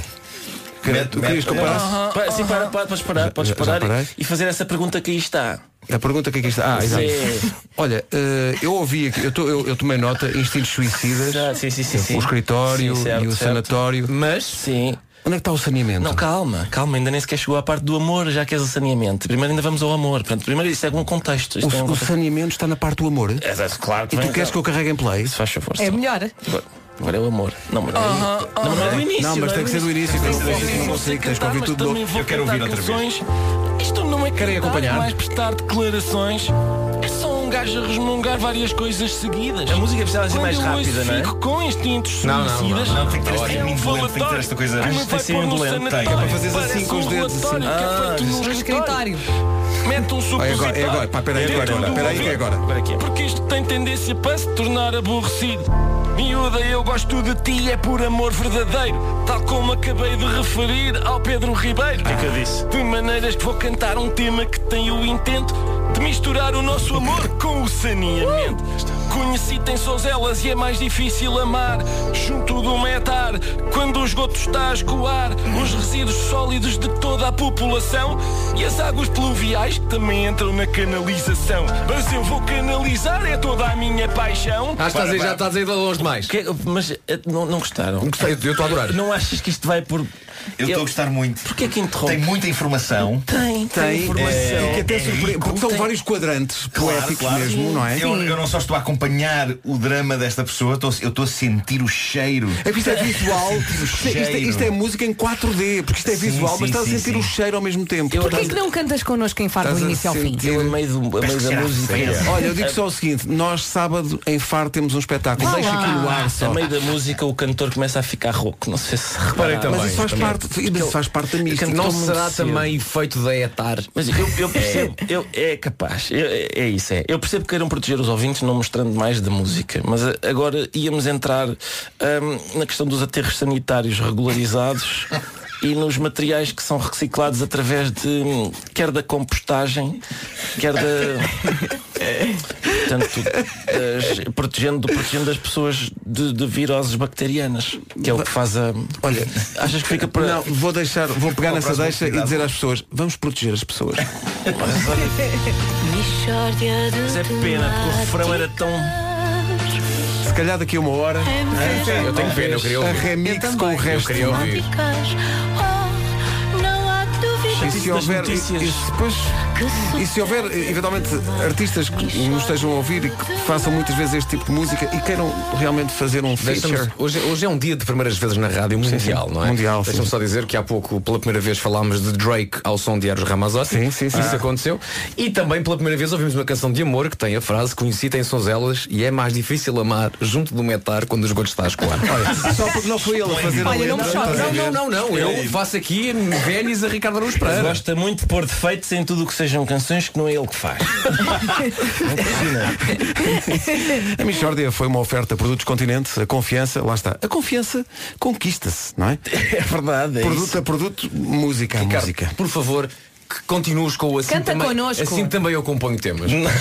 [SPEAKER 1] Quer- Tu
[SPEAKER 6] Mete-
[SPEAKER 1] querias que eu
[SPEAKER 6] mete-
[SPEAKER 1] parasse?
[SPEAKER 13] Pa- Sim, para, para, podes parar, podes
[SPEAKER 1] já
[SPEAKER 13] parar
[SPEAKER 1] parei?
[SPEAKER 13] e, e fazer essa pergunta que aí está.
[SPEAKER 1] A pergunta que aqui está. Ah, exato.
[SPEAKER 13] Sim.
[SPEAKER 1] Olha, uh, eu ouvi aqui, eu, tô- eu- eu tomei nota, instintos suicidas,
[SPEAKER 13] Ah, sim, sim, sim, sim.
[SPEAKER 1] o escritório
[SPEAKER 13] Sim, certo,
[SPEAKER 1] e o
[SPEAKER 13] certo.
[SPEAKER 1] sanatório.
[SPEAKER 2] Mas
[SPEAKER 13] Sim.
[SPEAKER 1] Onde é que está o saneamento?
[SPEAKER 13] Não, calma, calma, ainda nem sequer chegou à parte do amor, já que és o saneamento. Primeiro ainda vamos ao amor. Portanto, primeiro isso é um contexto. Isto é um
[SPEAKER 1] o, o
[SPEAKER 13] contexto.
[SPEAKER 1] saneamento está na parte do amor. E
[SPEAKER 13] É, é, claro que
[SPEAKER 1] tu
[SPEAKER 13] vem-
[SPEAKER 1] queres que eu carregue em play?
[SPEAKER 13] Se faz favor.
[SPEAKER 4] É
[SPEAKER 13] sim.
[SPEAKER 4] melhor.
[SPEAKER 13] Agora, agora é o amor. Não, mas não, mas não é do início.
[SPEAKER 1] Não, mas
[SPEAKER 13] é
[SPEAKER 1] tem
[SPEAKER 13] do
[SPEAKER 1] que ser do início, tem que ser do início, não consigo, tens que ouvir tudo de novo.
[SPEAKER 6] Eu quero ouvir outra vez.
[SPEAKER 13] Isto não é Querem
[SPEAKER 2] acompanhar?
[SPEAKER 13] mais prestar declarações. É só um gajo a resmungar várias coisas seguidas. A
[SPEAKER 6] é
[SPEAKER 13] música precisava
[SPEAKER 6] assim
[SPEAKER 13] ser mais rápida, não é? Fico com instintos
[SPEAKER 2] Não, não, não,
[SPEAKER 13] suicidas.
[SPEAKER 6] não, tem que ter este
[SPEAKER 13] É
[SPEAKER 6] ritmo
[SPEAKER 13] um
[SPEAKER 6] indolente, tem que ter esta coisa-
[SPEAKER 13] falatório que
[SPEAKER 6] Acho que
[SPEAKER 13] me
[SPEAKER 6] tem que ser
[SPEAKER 13] vai pôr no
[SPEAKER 6] indolente, tem.
[SPEAKER 13] sanatório.
[SPEAKER 6] É para fazeres
[SPEAKER 13] Parece
[SPEAKER 6] assim com os
[SPEAKER 13] um
[SPEAKER 6] dedos, assim.
[SPEAKER 13] relatório que é feito num escritório. Mete um
[SPEAKER 1] Ah, é
[SPEAKER 13] supositório.
[SPEAKER 1] agora, é agora. Pá, peraí, é agora, peraí, é agora.
[SPEAKER 13] Porque isto tem tendência para se tornar aborrecido. Miúda, eu gosto de ti, é por amor verdadeiro. Tal como acabei de referir ao Pedro Ribeiro. O que é que eu disse? De maneiras que vou cantar um tema que tem o intento de misturar o nosso amor com o saneamento. Conheci-te em Sozelas e é mais difícil amar Junto de um etar, quando o esgoto está a escoar Os resíduos sólidos de toda a população E as águas pluviais que também entram na canalização Mas eu vou canalizar, é toda a minha paixão
[SPEAKER 14] Ah,
[SPEAKER 2] Acho que estás aí- já
[SPEAKER 14] tá-
[SPEAKER 2] estás aí de longe demais.
[SPEAKER 13] Mas eh, não, não gostaram?
[SPEAKER 2] Gostei, eu estou a adorar.
[SPEAKER 13] Não achas que isto vai por...
[SPEAKER 6] Eu estou a gostar muito.
[SPEAKER 13] Porquê que interrompe?
[SPEAKER 6] Tem muita informação.
[SPEAKER 13] Tem, tem, informação.
[SPEAKER 1] É, que até surpre- porque são vários quadrantes poéticos é mesmo, não
[SPEAKER 13] um
[SPEAKER 1] é?
[SPEAKER 6] Eu, eu não só estou a acompanhar o drama desta pessoa, eu estou- eu estou a sentir o cheiro.
[SPEAKER 1] É que isto
[SPEAKER 13] *laughs*
[SPEAKER 1] é visual,
[SPEAKER 6] *laughs* Sentir o
[SPEAKER 1] isto, é- isto é-
[SPEAKER 6] cheiro.
[SPEAKER 1] isto é música em 4D, porque isto é
[SPEAKER 6] Sim,
[SPEAKER 1] visual,
[SPEAKER 6] sim,
[SPEAKER 1] mas estás
[SPEAKER 6] sim,
[SPEAKER 1] a sentir
[SPEAKER 6] sim.
[SPEAKER 1] o cheiro ao mesmo tempo.
[SPEAKER 4] Porquê
[SPEAKER 1] Portanto,
[SPEAKER 4] que não cantas connosco em Faro do
[SPEAKER 1] Estás a
[SPEAKER 4] início ao fim?
[SPEAKER 1] sentir- é Olha, eu digo só o seguinte, nós sábado em Faro temos um espetáculo.
[SPEAKER 13] Olá.
[SPEAKER 1] Deixa aqui no ar só.
[SPEAKER 13] A É meio da música o cantor começa a ficar rouco. Não sei se
[SPEAKER 1] Reparei
[SPEAKER 13] repararam.
[SPEAKER 1] também, Mas isso faz também. parte- mas isso faz parte da mística. Então,
[SPEAKER 2] Não será também efeito da etar.
[SPEAKER 13] Mas eu, eu percebo, eu, é capaz, Eu- é, é isso, é. Eu percebo que queiram proteger os ouvintes não mostrando mais de música, mas a- agora íamos entrar hum, na questão dos aterros sanitários regularizados e nos materiais que são reciclados através de hum, quer da compostagem, quer da. Portanto, das- protegendo, protegendo as pessoas de, de viroses bacterianas, que é o que faz a. Olha, achas que fica para.
[SPEAKER 1] Não, vou deixar, vou pegar nessa deixa e dizer às pessoas, vamos proteger
[SPEAKER 2] *laughs*
[SPEAKER 1] as pessoas.
[SPEAKER 13] Mas é pena, porque o refrão era tão.
[SPEAKER 1] Se calhar daqui a uma hora.
[SPEAKER 13] É, eu tenho pena, eu queria
[SPEAKER 1] A
[SPEAKER 13] ouvir.
[SPEAKER 1] remix
[SPEAKER 13] Eu também.
[SPEAKER 1] com o
[SPEAKER 13] Eu
[SPEAKER 1] resto.
[SPEAKER 13] queria
[SPEAKER 1] não é?
[SPEAKER 13] ouvir. Oh,
[SPEAKER 14] Não há dúvida
[SPEAKER 1] E se
[SPEAKER 13] tipo
[SPEAKER 1] houver, e,
[SPEAKER 5] *laughs*
[SPEAKER 1] e se depois, e se houver eh, eventualmente artistas que nos estejam a ouvir e que façam muitas vezes este tipo de música e queiram realmente fazer um feature.
[SPEAKER 2] Deixa-me- Hoje, hoje é um dia de primeiras vezes na rádio mundial, não é? Mundial. Deixa-me só dizer que há pouco, pela primeira vez, falámos de Drake ao som de Eros Ramazzotti. Sim, sim, Ah. sim. Isso aconteceu. E também, pela primeira vez, ouvimos uma canção de amor que tem a frase Conheci-te em Sonzelas e é mais difícil amar junto do metar quando o esgoto está a escoar. *laughs*
[SPEAKER 1] Olha, *laughs* só porque não foi ele a fazer um a
[SPEAKER 2] Olha, não me
[SPEAKER 1] letra,
[SPEAKER 2] choques.
[SPEAKER 1] estás
[SPEAKER 2] Não,
[SPEAKER 1] a ver?
[SPEAKER 2] não, não, não. Eu faço aqui velhos a Ricardo Araújo
[SPEAKER 13] Ele
[SPEAKER 2] Pereira.
[SPEAKER 13] Gosta muito de pôr defeitos em tudo o que sejam canções que não é ele que
[SPEAKER 2] *laughs*
[SPEAKER 13] faz.
[SPEAKER 1] *laughs* A Michórdia foi uma oferta a Produtos Continente, a confiança, lá está. A confiança conquista-se, não é?
[SPEAKER 13] É verdade.
[SPEAKER 1] produto a produto, música a música.
[SPEAKER 2] Por favor, que continues com o assim
[SPEAKER 4] Canta
[SPEAKER 2] também.
[SPEAKER 4] connosco.
[SPEAKER 2] Assim também eu componho temas. ok?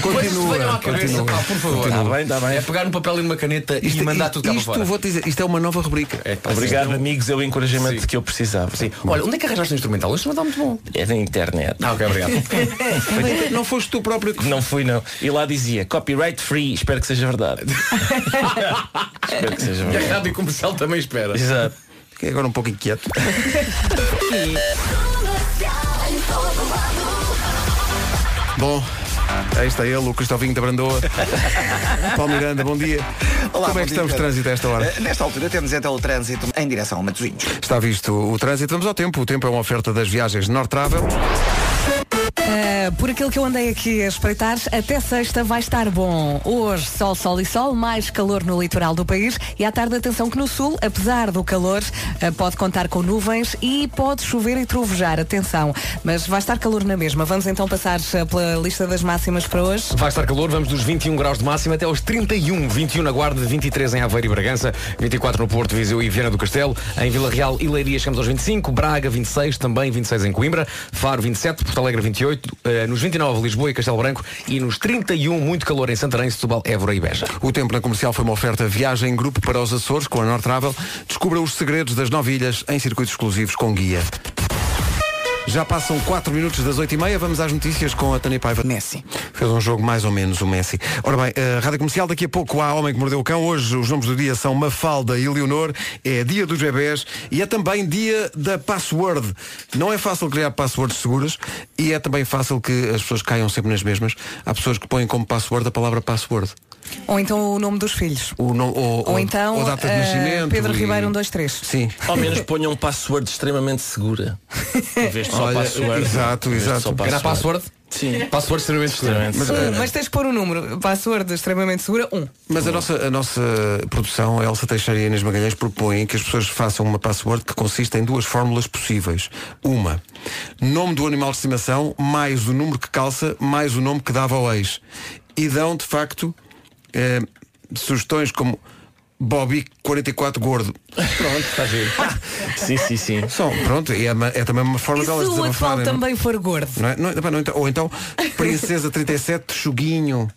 [SPEAKER 1] Continua,
[SPEAKER 2] Coisas que venham à cabeça,
[SPEAKER 1] continua,
[SPEAKER 2] pá, por favor.
[SPEAKER 1] continua.
[SPEAKER 13] Tá
[SPEAKER 2] É pegar no papel e numa caneta e mandar tudo cá para fora.
[SPEAKER 1] Tá, Isto, vou dizer, isto é uma nova rubrica.
[SPEAKER 13] Obrigado, amigos, é o encorajamento que eu precisava. Sim.
[SPEAKER 2] Olha, onde é que arranjaste o instrumental? O instrumental muito bom.
[SPEAKER 13] É da internet.
[SPEAKER 2] Ah, ok, obrigado.
[SPEAKER 1] *laughs* não foste tu próprio que
[SPEAKER 13] *laughs* Não fui, não. E lá dizia, copyright free, espero que seja
[SPEAKER 2] *laughs*
[SPEAKER 13] verdade. espero que seja
[SPEAKER 2] E
[SPEAKER 13] verdade.
[SPEAKER 2] a rádio comercial também espera.
[SPEAKER 13] Exato.
[SPEAKER 1] Fiquei agora um pouco inquieto. Bom,
[SPEAKER 3] Ah.
[SPEAKER 1] aí está ele, o Cristovinho da
[SPEAKER 3] *laughs*
[SPEAKER 1] Brandoa. Paulo Miranda, bom dia.
[SPEAKER 3] Olá,
[SPEAKER 1] Como é que
[SPEAKER 3] bom dia,
[SPEAKER 1] estamos de
[SPEAKER 3] Pedro.
[SPEAKER 1] trânsito a esta hora?
[SPEAKER 3] Eh, Nesta altura temos então o trânsito em direção a Matosinhos.
[SPEAKER 1] Está visto o trânsito. Vamos ao tempo. O tempo é uma oferta das viagens North Travel.
[SPEAKER 4] Ah, por aquilo que eu andei aqui a espreitar, até sexta vai estar bom. Hoje, sol, sol e sol, mais calor no litoral do país e à tarde, atenção que no sul, apesar do calor, ah, pode contar com nuvens e pode chover e trovejar, atenção. Mas vai estar calor na mesma. Vamos então passar ah, pela lista das máximas para hoje.
[SPEAKER 2] Vai estar calor, vamos dos 21 graus de máxima até aos 31. 21 na Guarda, 23 em Aveiro e Bragança, 24 no Porto, Viseu e Viana do Castelo. Em Vila Real e Leiria chegamos aos 25, Braga 26, também 26 em Coimbra, Faro 27, Porto Alegre 28, eh, nos 29 Lisboa e Castelo Branco e nos 31 muito calor em Santarém, Setúbal, Évora e Beja.
[SPEAKER 1] O tempo na comercial foi uma oferta viagem em grupo para os Açores com a North Travel. Descubra os segredos das nove ilhas em circuitos exclusivos com guia. Já passam 4 minutos das 8 e meia, vamos às notícias com a Tânia Paiva. Messi. Fez um jogo mais ou menos o Messi. Ora bem, a Rádio Comercial, daqui a pouco há Homem que Mordeu o Cão. Hoje os nomes do dia são Mafalda e Leonor. É dia dos bebés e é também dia da password. Não é fácil criar passwords seguras e é também fácil que as pessoas caiam sempre nas mesmas. Há pessoas que põem como password a palavra password.
[SPEAKER 4] Ou então o nome dos filhos.
[SPEAKER 1] O nome- ou,
[SPEAKER 4] Ou
[SPEAKER 1] ou-
[SPEAKER 4] então
[SPEAKER 1] ou data de
[SPEAKER 4] ah,
[SPEAKER 1] nascimento
[SPEAKER 4] Pedro
[SPEAKER 1] e-
[SPEAKER 4] Ribeiro 123.
[SPEAKER 1] Sim.
[SPEAKER 13] Ao menos ponham um password extremamente segura. Em vez de só
[SPEAKER 1] Olha,
[SPEAKER 13] password.
[SPEAKER 1] exato,
[SPEAKER 13] Em vez de
[SPEAKER 1] exato.
[SPEAKER 13] só
[SPEAKER 1] Era password?
[SPEAKER 13] Sim.
[SPEAKER 2] Password extremamente
[SPEAKER 13] extremamente
[SPEAKER 1] Mas, eh,
[SPEAKER 13] segura.
[SPEAKER 4] Um, mas tens de pôr um número. Password extremamente segura, um.
[SPEAKER 1] Mas a nossa, a nossa produção, a Elsa Teixeira e a Inês Magalhães propõem que as pessoas façam uma password que consiste em duas fórmulas possíveis. Uma, nome do animal de estimação, mais o número que calça, mais o nome que dava ao ex. E dão, de facto, eh, sugestões como Bobby 44 gordo. Pronto, está giro.
[SPEAKER 6] sim, sim, sim.
[SPEAKER 1] Só, pronto, é, uma- é também uma forma
[SPEAKER 4] E se
[SPEAKER 1] delas
[SPEAKER 4] o atual
[SPEAKER 1] desabafarem, não- é?
[SPEAKER 4] também for gordo?
[SPEAKER 1] não é? Não é- pá, não, então- ou então, Princesa 37, Chuguinho.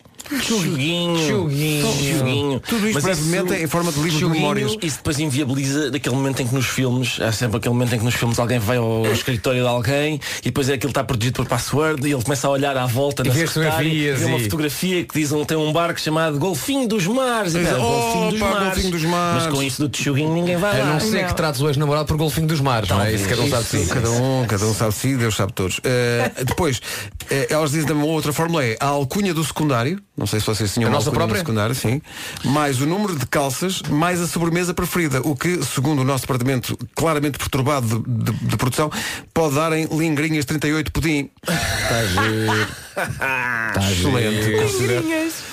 [SPEAKER 13] Chuguinho.
[SPEAKER 1] Chuguinho.
[SPEAKER 13] Chuguinho.
[SPEAKER 1] um Tudo isto brevemente é em forma de livro de
[SPEAKER 13] Chuguinho,
[SPEAKER 1] memórias.
[SPEAKER 13] Isso depois inviabiliza daquele momento em que nos filmes, há sempre aquele momento em que nos filmes alguém vai ao escritório de alguém e depois é aquilo que está protegido por password e ele começa a olhar à volta
[SPEAKER 2] E
[SPEAKER 13] na
[SPEAKER 2] vê as
[SPEAKER 13] secretária
[SPEAKER 2] fotografias
[SPEAKER 13] vê uma
[SPEAKER 2] e-
[SPEAKER 13] fotografia que diz um, tem um barco chamado Golfinho dos Mares. E,
[SPEAKER 2] Pois é,
[SPEAKER 13] pá, Golfinho, dos
[SPEAKER 2] opa,
[SPEAKER 13] Mares.
[SPEAKER 2] Golfinho dos Mares.
[SPEAKER 13] Mas com isso do Chuguinho ninguém vai
[SPEAKER 2] A
[SPEAKER 13] lá.
[SPEAKER 2] não ser que trates o ex-namorado por golfinho dos mares, não é? Isso cada um sabe
[SPEAKER 1] Isso,
[SPEAKER 2] sim.
[SPEAKER 1] Cada um, cada um sabe de si, Deus sabe de todos.
[SPEAKER 2] *laughs*
[SPEAKER 1] Eh, depois, eh, elas dizem também uma outra fórmula é a alcunha do secundário, não sei se vocês tinham
[SPEAKER 2] A
[SPEAKER 1] uma
[SPEAKER 2] nossa
[SPEAKER 1] alcunha
[SPEAKER 2] própria?
[SPEAKER 1] do secundário, sim, mais o número de calças, mais a sobremesa preferida, o que, segundo o nosso departamento claramente perturbado de, de- de produção, pode dar em lingrinhas 38 pudim.
[SPEAKER 2] Tá
[SPEAKER 1] Está giro.
[SPEAKER 5] *laughs*
[SPEAKER 15] Tá
[SPEAKER 1] *laughs* Excelente. considero.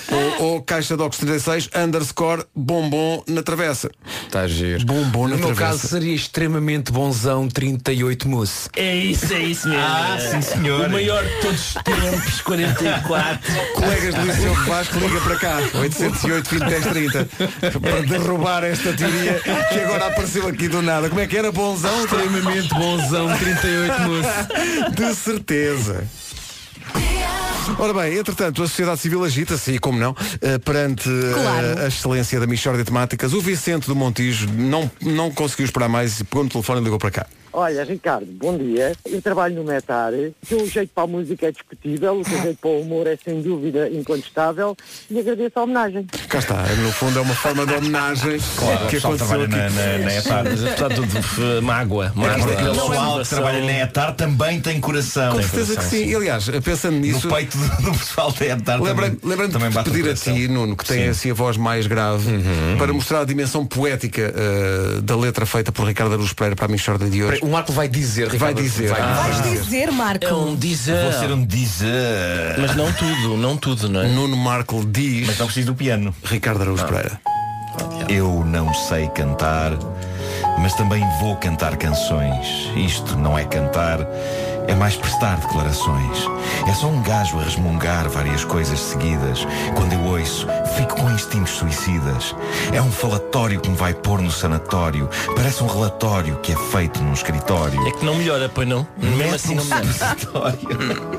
[SPEAKER 1] Ou, ou caixa de óculos 36, underscore, bombom na travessa.
[SPEAKER 2] Está Tá giro.
[SPEAKER 1] Bombom Um na
[SPEAKER 2] No meu
[SPEAKER 1] travessa.
[SPEAKER 2] caso seria extremamente bonzão 38 mousse.
[SPEAKER 13] É isso, é isso mesmo.
[SPEAKER 2] Ah, sim, senhor.
[SPEAKER 13] O maior de todos os tempos, 44.
[SPEAKER 1] *laughs* Colegas do Liceu de Vasco, liga para cá 808 20 10 30 Para derrubar esta teoria Que agora apareceu aqui do nada Como é que era? Bonzão? Extremamente bonzão 38 moço De certeza Ora bem, entretanto, a sociedade civil agita-se, e como não, eh, perante eh, a excelência da Michórdia de Temáticas, o Vicente do Montijo não, não conseguiu esperar mais e pegou no telefone e ligou para cá.
[SPEAKER 16] Olha, Ricardo, bom dia. Eu trabalho no Metar. O teu jeito para a música é discutível, o teu jeito para o humor é sem dúvida incontestável e agradeço a homenagem.
[SPEAKER 1] Cá está, no fundo é uma forma de homenagem
[SPEAKER 6] Claro,
[SPEAKER 1] que
[SPEAKER 6] o pessoal
[SPEAKER 1] aconteceu aqui.
[SPEAKER 6] trabalha na- na- na EPAR.
[SPEAKER 13] Mas apesar de tudo, f- mágoa.
[SPEAKER 6] Mas aquele
[SPEAKER 13] mágoa. Não é
[SPEAKER 6] pessoal que
[SPEAKER 13] motivação.
[SPEAKER 6] trabalha na ETAR também tem coração.
[SPEAKER 1] Com certeza que sim. E, aliás, pensando nisso.
[SPEAKER 6] No peito do, do pessoal da ETAR.
[SPEAKER 1] Lembrei-
[SPEAKER 6] Ah, também-
[SPEAKER 1] Lembrando
[SPEAKER 6] também
[SPEAKER 1] de
[SPEAKER 6] bate o
[SPEAKER 1] pedir a
[SPEAKER 6] coração.
[SPEAKER 1] ti, Nuno, que tem
[SPEAKER 6] Sim. Uhum.
[SPEAKER 1] assim a voz mais grave, para mostrar a dimensão poética eh, da letra feita por Ricardo Aruz Pereira para a Michorda de hoje.
[SPEAKER 2] O Marco um vai dizer,
[SPEAKER 1] Vai
[SPEAKER 2] Ricardo,
[SPEAKER 1] dizer.
[SPEAKER 2] vai
[SPEAKER 4] Vais dizer, Marco.
[SPEAKER 13] É um dizer.
[SPEAKER 6] Vou ser um dizer.
[SPEAKER 13] Mas não tudo, não tudo, não é?
[SPEAKER 1] Nuno Marco diz.
[SPEAKER 6] Mas não preciso do piano.
[SPEAKER 1] Ricardo Araújo Pereira.
[SPEAKER 6] Ah. Eu não sei cantar, mas também vou cantar canções. Isto não é cantar, é mais prestar declarações. É só um gajo a resmungar várias coisas seguidas. Quando eu ouço, fico com instintos suicidas. É um falatório que me vai pôr no sanatório. Parece um relatório que é feito num escritório.
[SPEAKER 13] É que não melhora, pois não? Mesmo assim não melhora.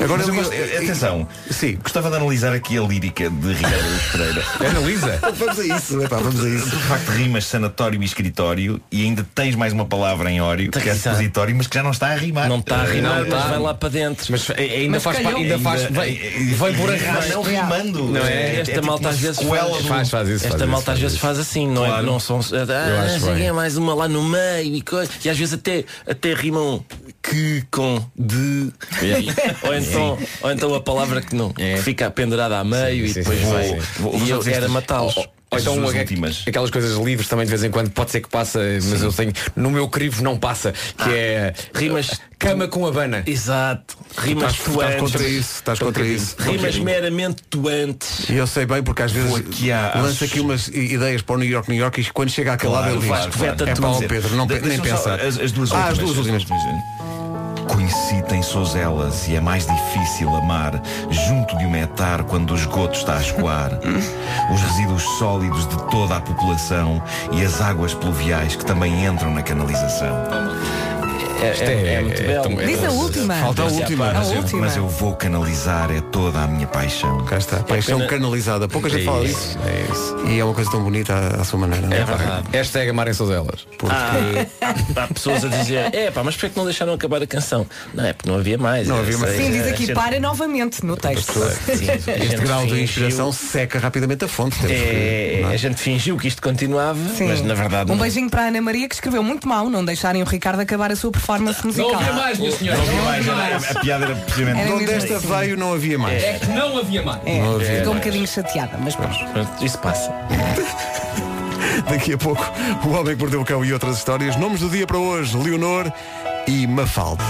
[SPEAKER 1] Agora
[SPEAKER 6] Mas eu gosto- atenção.
[SPEAKER 1] Sim.
[SPEAKER 6] Gostava de analisar aqui a lírica de Ricardo Luís Pereira.
[SPEAKER 2] Analisa.
[SPEAKER 1] vamos a isso, epá, vamos a isso.
[SPEAKER 6] De facto, rimas sanatório e escritório e ainda tens mais uma palavra em óleo, que é supositório, mas que já não está a rimar.
[SPEAKER 13] Não está a rimar,
[SPEAKER 6] Não
[SPEAKER 13] mas
[SPEAKER 6] está.
[SPEAKER 13] Tá, vai lá para dentro. é
[SPEAKER 2] Mas ainda
[SPEAKER 6] Mas
[SPEAKER 2] faz, pa-
[SPEAKER 6] calhou.
[SPEAKER 2] ainda faz,
[SPEAKER 6] Ainda-
[SPEAKER 2] vai,
[SPEAKER 6] eh,
[SPEAKER 2] vai por
[SPEAKER 6] eh,
[SPEAKER 2] arrasto.
[SPEAKER 6] não rimando.
[SPEAKER 2] Não é?
[SPEAKER 6] É-
[SPEAKER 13] Esta
[SPEAKER 6] é tipo
[SPEAKER 13] malta
[SPEAKER 6] uma
[SPEAKER 13] às vezes
[SPEAKER 6] sequela
[SPEAKER 13] faz,
[SPEAKER 6] do-
[SPEAKER 2] Faz, faz isso,
[SPEAKER 13] Esta
[SPEAKER 2] faz
[SPEAKER 13] malta às
[SPEAKER 2] isso, faz
[SPEAKER 13] vezes
[SPEAKER 2] isso.
[SPEAKER 13] faz assim, não é?
[SPEAKER 2] Claro.
[SPEAKER 13] Não são.
[SPEAKER 2] Eu
[SPEAKER 13] Ah,
[SPEAKER 2] acho
[SPEAKER 13] assim,
[SPEAKER 2] bem.
[SPEAKER 13] é mais uma lá no meio e coisa. E às vezes até, até rimam que com de. *laughs* ou, então, ou então a palavra que não.
[SPEAKER 1] É.
[SPEAKER 13] que fica pendurada a meio
[SPEAKER 2] Sim,
[SPEAKER 13] e
[SPEAKER 2] sim,
[SPEAKER 13] depois
[SPEAKER 2] sim,
[SPEAKER 13] vai.
[SPEAKER 2] sim, sim.
[SPEAKER 13] E eu era matá-los.
[SPEAKER 2] Ou- Ou então
[SPEAKER 13] Essas
[SPEAKER 2] uma-
[SPEAKER 13] oh, últimas.
[SPEAKER 2] aquelas coisas livres também de vez em quando pode ser que passa, mas eu tenho. No meu crivo não passa, que é rimas cama com habana.
[SPEAKER 13] Exato. Rimas
[SPEAKER 1] Estás- estás
[SPEAKER 13] tuantes.
[SPEAKER 1] contra isso, estás contra isso.
[SPEAKER 13] Rimas meramente tuantes.
[SPEAKER 1] E eu sei bem porque às vezes
[SPEAKER 13] Vou
[SPEAKER 6] um
[SPEAKER 13] aqui às-
[SPEAKER 1] lança aqui umas i- ideias para o New York, New York e quando chega àquele lado
[SPEAKER 6] Claro,
[SPEAKER 1] ele diz,
[SPEAKER 6] claro, claro.
[SPEAKER 1] é pá, ó, Pedro, não, pe-
[SPEAKER 6] De-
[SPEAKER 1] nem
[SPEAKER 6] deixa-me só
[SPEAKER 1] pensar.
[SPEAKER 6] As, as duas
[SPEAKER 1] ah,
[SPEAKER 6] últimas.
[SPEAKER 1] as duas últimas.
[SPEAKER 6] Conheci tem Sozelas e é mais difícil amar junto de um etar quando o esgoto está a
[SPEAKER 1] *laughs*
[SPEAKER 6] escoar. Os resíduos sólidos de toda a população e as águas pluviais que também entram na canalização.
[SPEAKER 13] Isto é- é- é muito é- belo. tão- é- Diz a última.
[SPEAKER 6] Falta a
[SPEAKER 13] Diz a
[SPEAKER 6] última.
[SPEAKER 13] parte.
[SPEAKER 6] Mas
[SPEAKER 13] A
[SPEAKER 6] eu,
[SPEAKER 13] última.
[SPEAKER 6] mas eu vou canalizar é toda a minha paixão.
[SPEAKER 1] Cá está. Paixão
[SPEAKER 6] pena-
[SPEAKER 1] canalizada. um Pouca gente
[SPEAKER 6] É
[SPEAKER 1] fala
[SPEAKER 6] isso,
[SPEAKER 1] disso. E é uma coisa tão bonita à, à sua maneira. não
[SPEAKER 2] É verdade. Hashtag amarem elas.
[SPEAKER 13] Ah. *laughs* Há, há pessoas a dizer, é pá, mas porquê é que não deixaram acabar a canção? Não, é porque não havia mais. Não havia
[SPEAKER 4] Sim, diz aqui, para novamente no texto. *laughs*
[SPEAKER 1] Este grau de inspiração seca rapidamente a fonte. temos que-
[SPEAKER 13] É,
[SPEAKER 1] não é?
[SPEAKER 13] a gente fingiu que isto continuava,
[SPEAKER 4] Sim.
[SPEAKER 13] mas na verdade
[SPEAKER 4] Um
[SPEAKER 13] não.
[SPEAKER 4] beijinho para a Ana Maria que escreveu muito mal não deixarem o Ricardo acabar a sua performance musical.
[SPEAKER 13] havia mais, minha senhora.
[SPEAKER 6] Não havia mais, era- a piada era precisamente.
[SPEAKER 4] Era
[SPEAKER 1] De onde
[SPEAKER 4] mesmo
[SPEAKER 1] esta
[SPEAKER 4] assim.
[SPEAKER 1] veio não havia mais.
[SPEAKER 4] É que
[SPEAKER 13] não havia mais.
[SPEAKER 4] É,
[SPEAKER 1] Não havia
[SPEAKER 4] ficou um
[SPEAKER 1] mais.
[SPEAKER 4] bocadinho chateada, mas pronto.
[SPEAKER 13] Isso passa.
[SPEAKER 1] *laughs* Daqui a pouco, o Homem que Mordeu o Cão e outras histórias. Nomes do dia para hoje, Leonor e Mafalda.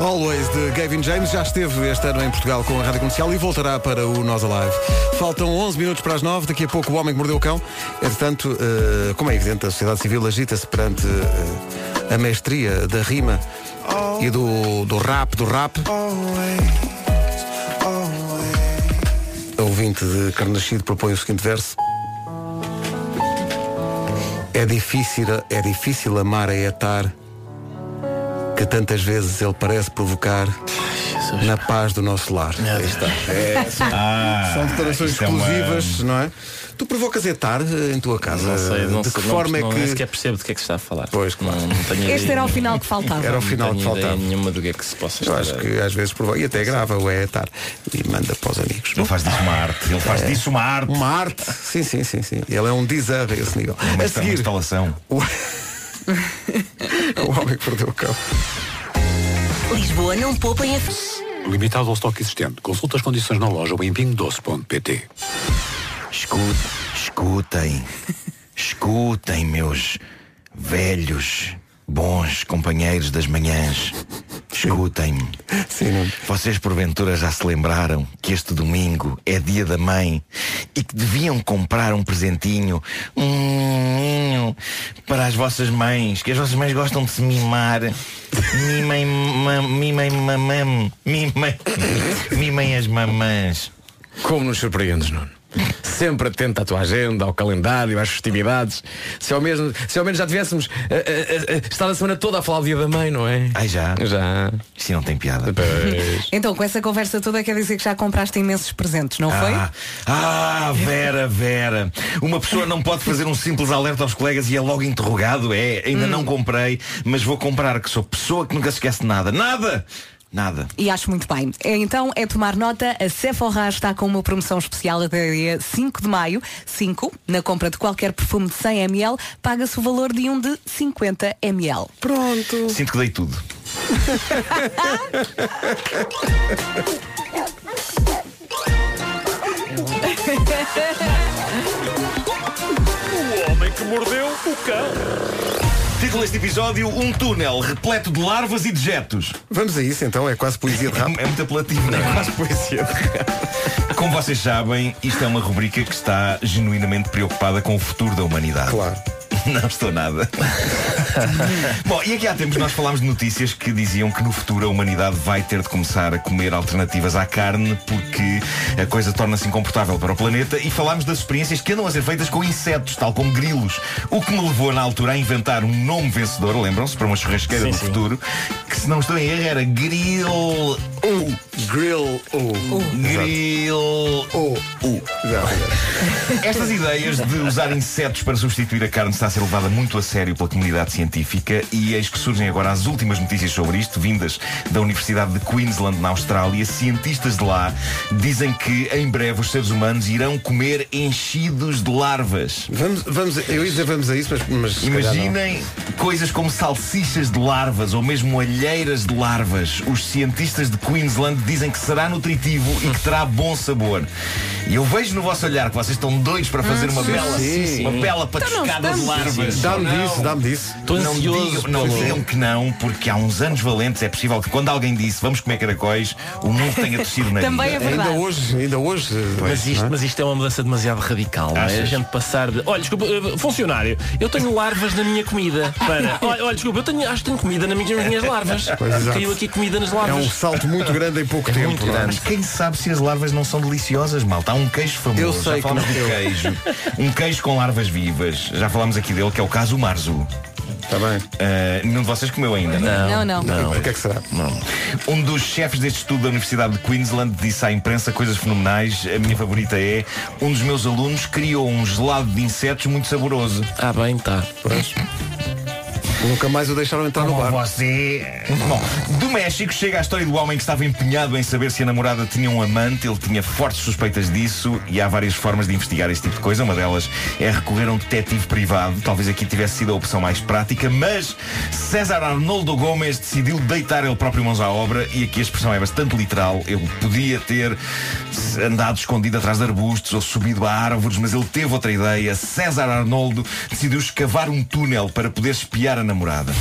[SPEAKER 1] Always de Gavin James já esteve este ano em Portugal com a Rádio Comercial e voltará para o Nós Alive. Faltam 11 minutos para as 9, daqui a pouco o Homem que Mordeu o Cão. Entretanto, eh, como é evidente, a sociedade civil agita-se perante eh, a mestria da rima e do, do rap, do rap. ouvinte de Carnascido propõe o seguinte verso. É difícil, é difícil amar a etar que tantas vezes ele parece provocar na paz do nosso lar. Aí está.
[SPEAKER 14] *laughs*
[SPEAKER 1] É, são,
[SPEAKER 6] Ah,
[SPEAKER 1] são declarações
[SPEAKER 6] isto é uma-
[SPEAKER 1] exclusivas, não é? Tu provocas etar eh, em tua casa?
[SPEAKER 14] Não sei, não
[SPEAKER 1] de que
[SPEAKER 14] sei, não-
[SPEAKER 1] forma
[SPEAKER 14] não,
[SPEAKER 1] é que.
[SPEAKER 14] nem sequer percebo do que é que se está a falar. Pois, claro. Não, não
[SPEAKER 4] Este
[SPEAKER 14] tenho ideia
[SPEAKER 4] era o
[SPEAKER 14] nenhuma.
[SPEAKER 4] final que faltava.
[SPEAKER 1] Era o final
[SPEAKER 14] não
[SPEAKER 1] que
[SPEAKER 14] tenho ideia
[SPEAKER 1] faltava.
[SPEAKER 14] nenhuma do que é que se possa
[SPEAKER 1] Eu
[SPEAKER 14] estar
[SPEAKER 1] acho
[SPEAKER 14] a-
[SPEAKER 1] que às vezes provoca. E até grava o é etar. E manda para os amigos. Ele
[SPEAKER 6] faz disso uma arte. Ele faz disso uma arte.
[SPEAKER 1] É. Uma arte. Sim, sim, sim, sim. Ele é um deserve a esse nível.
[SPEAKER 6] Uma,
[SPEAKER 1] a
[SPEAKER 6] insta- uma
[SPEAKER 1] seguir,
[SPEAKER 6] instalação.
[SPEAKER 1] o... *laughs* o homem que perdeu o cão.
[SPEAKER 17] Lisboa não poupa em Limitado ao estoque existente. Consulta as condições na loja ou em pingodoce.pt
[SPEAKER 6] Escute, escutem, escutem, meus velhos, bons companheiros das manhãs. Escutem-me. Vocês porventura já se lembraram que este domingo é dia da mãe e que deviam comprar um presentinho, um miminho para as vossas mães, que as vossas mães gostam de se mimar. Mimem, ma- mimem, mamãe, mimem, mimem as mamãs.
[SPEAKER 2] Como nos surpreendes, Nuno? Sempre atento à tua agenda, ao calendário, às festividades. Se ao, mesmo, se ao menos já tivéssemos uh, uh, uh, estado a semana toda a falar do dia da mãe, não é?
[SPEAKER 6] Ai já.
[SPEAKER 2] Já.
[SPEAKER 6] Isto não tem piada.
[SPEAKER 4] Então, com essa conversa toda, quer dizer que já compraste imensos presentes, *laughs* não foi?
[SPEAKER 6] Ah, ah, Vera, Vera. Uma pessoa não pode fazer um simples alerta aos colegas e é logo interrogado. É, ainda
[SPEAKER 4] Hum.
[SPEAKER 6] não comprei, mas vou comprar, que sou pessoa que nunca se esquece de nada. Nada! Nada.
[SPEAKER 4] E acho muito bem. É, Então, é tomar nota, a Sephora está com uma promoção especial até dia 5 de maio. 5, na compra de qualquer perfume de 100 ml, paga-se o valor de um de 50 ml.
[SPEAKER 1] Pronto.
[SPEAKER 6] Sinto que dei tudo.
[SPEAKER 12] O homem que mordeu o cão.
[SPEAKER 6] Título deste episódio, um túnel repleto de larvas e dejetos.
[SPEAKER 1] Vamos a isso então, é quase poesia de
[SPEAKER 6] É, é muito apelativo, não é? Quase poesia de rap. Como vocês sabem, isto é uma rubrica que está genuinamente preocupada com o futuro da humanidade. Claro. *laughs* Não estou
[SPEAKER 14] *laughs*
[SPEAKER 6] nada. Bom, e aqui há tempos nós falámos de notícias que diziam que no futuro a humanidade vai ter de começar a comer alternativas à carne porque a coisa torna-se incomportável para o planeta e falámos das experiências que andam a ser feitas com insetos, tal como grilos. O que me levou na altura a inventar um nome vencedor, lembram-se, para uma churrasqueira
[SPEAKER 14] Sim,
[SPEAKER 6] do
[SPEAKER 14] sim.
[SPEAKER 6] futuro, que se não estou em erro era grill U.
[SPEAKER 1] Grill U.
[SPEAKER 6] Grill
[SPEAKER 15] *laughs*
[SPEAKER 6] U. U. Estas ideias de usar insetos para substituir a carne está a ser levada muito a sério pela comunidade científica e eis que surgem agora as últimas notícias sobre isto, vindas da Universidade de Queensland, na Austrália. Cientistas de lá dizem que em breve os seres humanos irão comer enchidos de larvas.
[SPEAKER 1] Vamos, vamos, eu ia dizer vamos a isso, mas, mas se calhar não.
[SPEAKER 6] Imaginem coisas como salsichas de larvas ou mesmo alheiras de larvas. Os cientistas de Queensland dizem que será nutritivo e que terá bom sabor. E eu vejo no vosso olhar que vocês estão doidos para fazer
[SPEAKER 1] Hum,
[SPEAKER 6] uma
[SPEAKER 1] sim,
[SPEAKER 6] bela,
[SPEAKER 1] sim.
[SPEAKER 6] uma bela
[SPEAKER 1] Então não
[SPEAKER 6] patuscada de
[SPEAKER 1] estamos.
[SPEAKER 6] larvas.
[SPEAKER 1] Dá-me
[SPEAKER 6] Não.
[SPEAKER 1] disso, dá-me disso. Estou
[SPEAKER 6] Não
[SPEAKER 1] ansioso
[SPEAKER 6] digam, não
[SPEAKER 1] pelo-
[SPEAKER 6] digam que não, porque há uns anos valentes é possível que quando alguém disse vamos comer caracóis, o mundo tenha torcido na
[SPEAKER 4] Também
[SPEAKER 6] vida.
[SPEAKER 4] é verdade. Ainda
[SPEAKER 1] hoje, ainda hoje.
[SPEAKER 6] Pois,
[SPEAKER 14] Mas isto,
[SPEAKER 6] não é?
[SPEAKER 14] mas isto é uma mudança demasiado radical, não é?
[SPEAKER 6] Achas?
[SPEAKER 14] A gente passar de. Olha, desculpa, eh, funcionário, eu tenho larvas na minha comida. Para. Olha, olha, desculpa, eu tenho, acho que tenho comida nas minhas, nas minhas larvas.
[SPEAKER 1] Pois, exato.
[SPEAKER 14] Caiu aqui comida nas
[SPEAKER 1] É
[SPEAKER 14] larvas.
[SPEAKER 1] um salto muito grande em pouco tempo. não é?
[SPEAKER 6] Mas quem sabe se as larvas não são deliciosas, malta? Há um queijo famoso.
[SPEAKER 1] Eu sei
[SPEAKER 6] já falámos
[SPEAKER 1] que
[SPEAKER 6] do
[SPEAKER 1] não.
[SPEAKER 6] queijo. Um queijo com larvas vivas. Já falámos aqui dele, que é o caso Marzu.
[SPEAKER 1] Está Tá bem.
[SPEAKER 6] nenhum de vocês comeu ainda,
[SPEAKER 4] Não. Não, não. Não.
[SPEAKER 1] que é que será?
[SPEAKER 6] Não. Um dos chefes deste estudo da Universidade de Queensland disse à imprensa coisas fenomenais. A minha favorita é um dos meus alunos criou um gelado de insetos muito saboroso.
[SPEAKER 14] Ah, bem, tá.
[SPEAKER 1] Nunca mais o deixaram entrar no bar.
[SPEAKER 6] Você. Bom, do México chega a história do homem que estava empenhado em saber se a namorada tinha um amante. Ele tinha fortes suspeitas disso e há várias formas de investigar esse tipo de coisa. Uma delas é recorrer a um detetive privado. Talvez aqui tivesse sido a opção mais prática, mas César Arnoldo Gomes decidiu deitar ele próprio mãos à obra e aqui a expressão é bastante literal. Ele podia ter andado escondido atrás de arbustos ou subido a árvores, mas ele teve outra ideia. César Arnoldo decidiu escavar um túnel para poder espiar a namorada.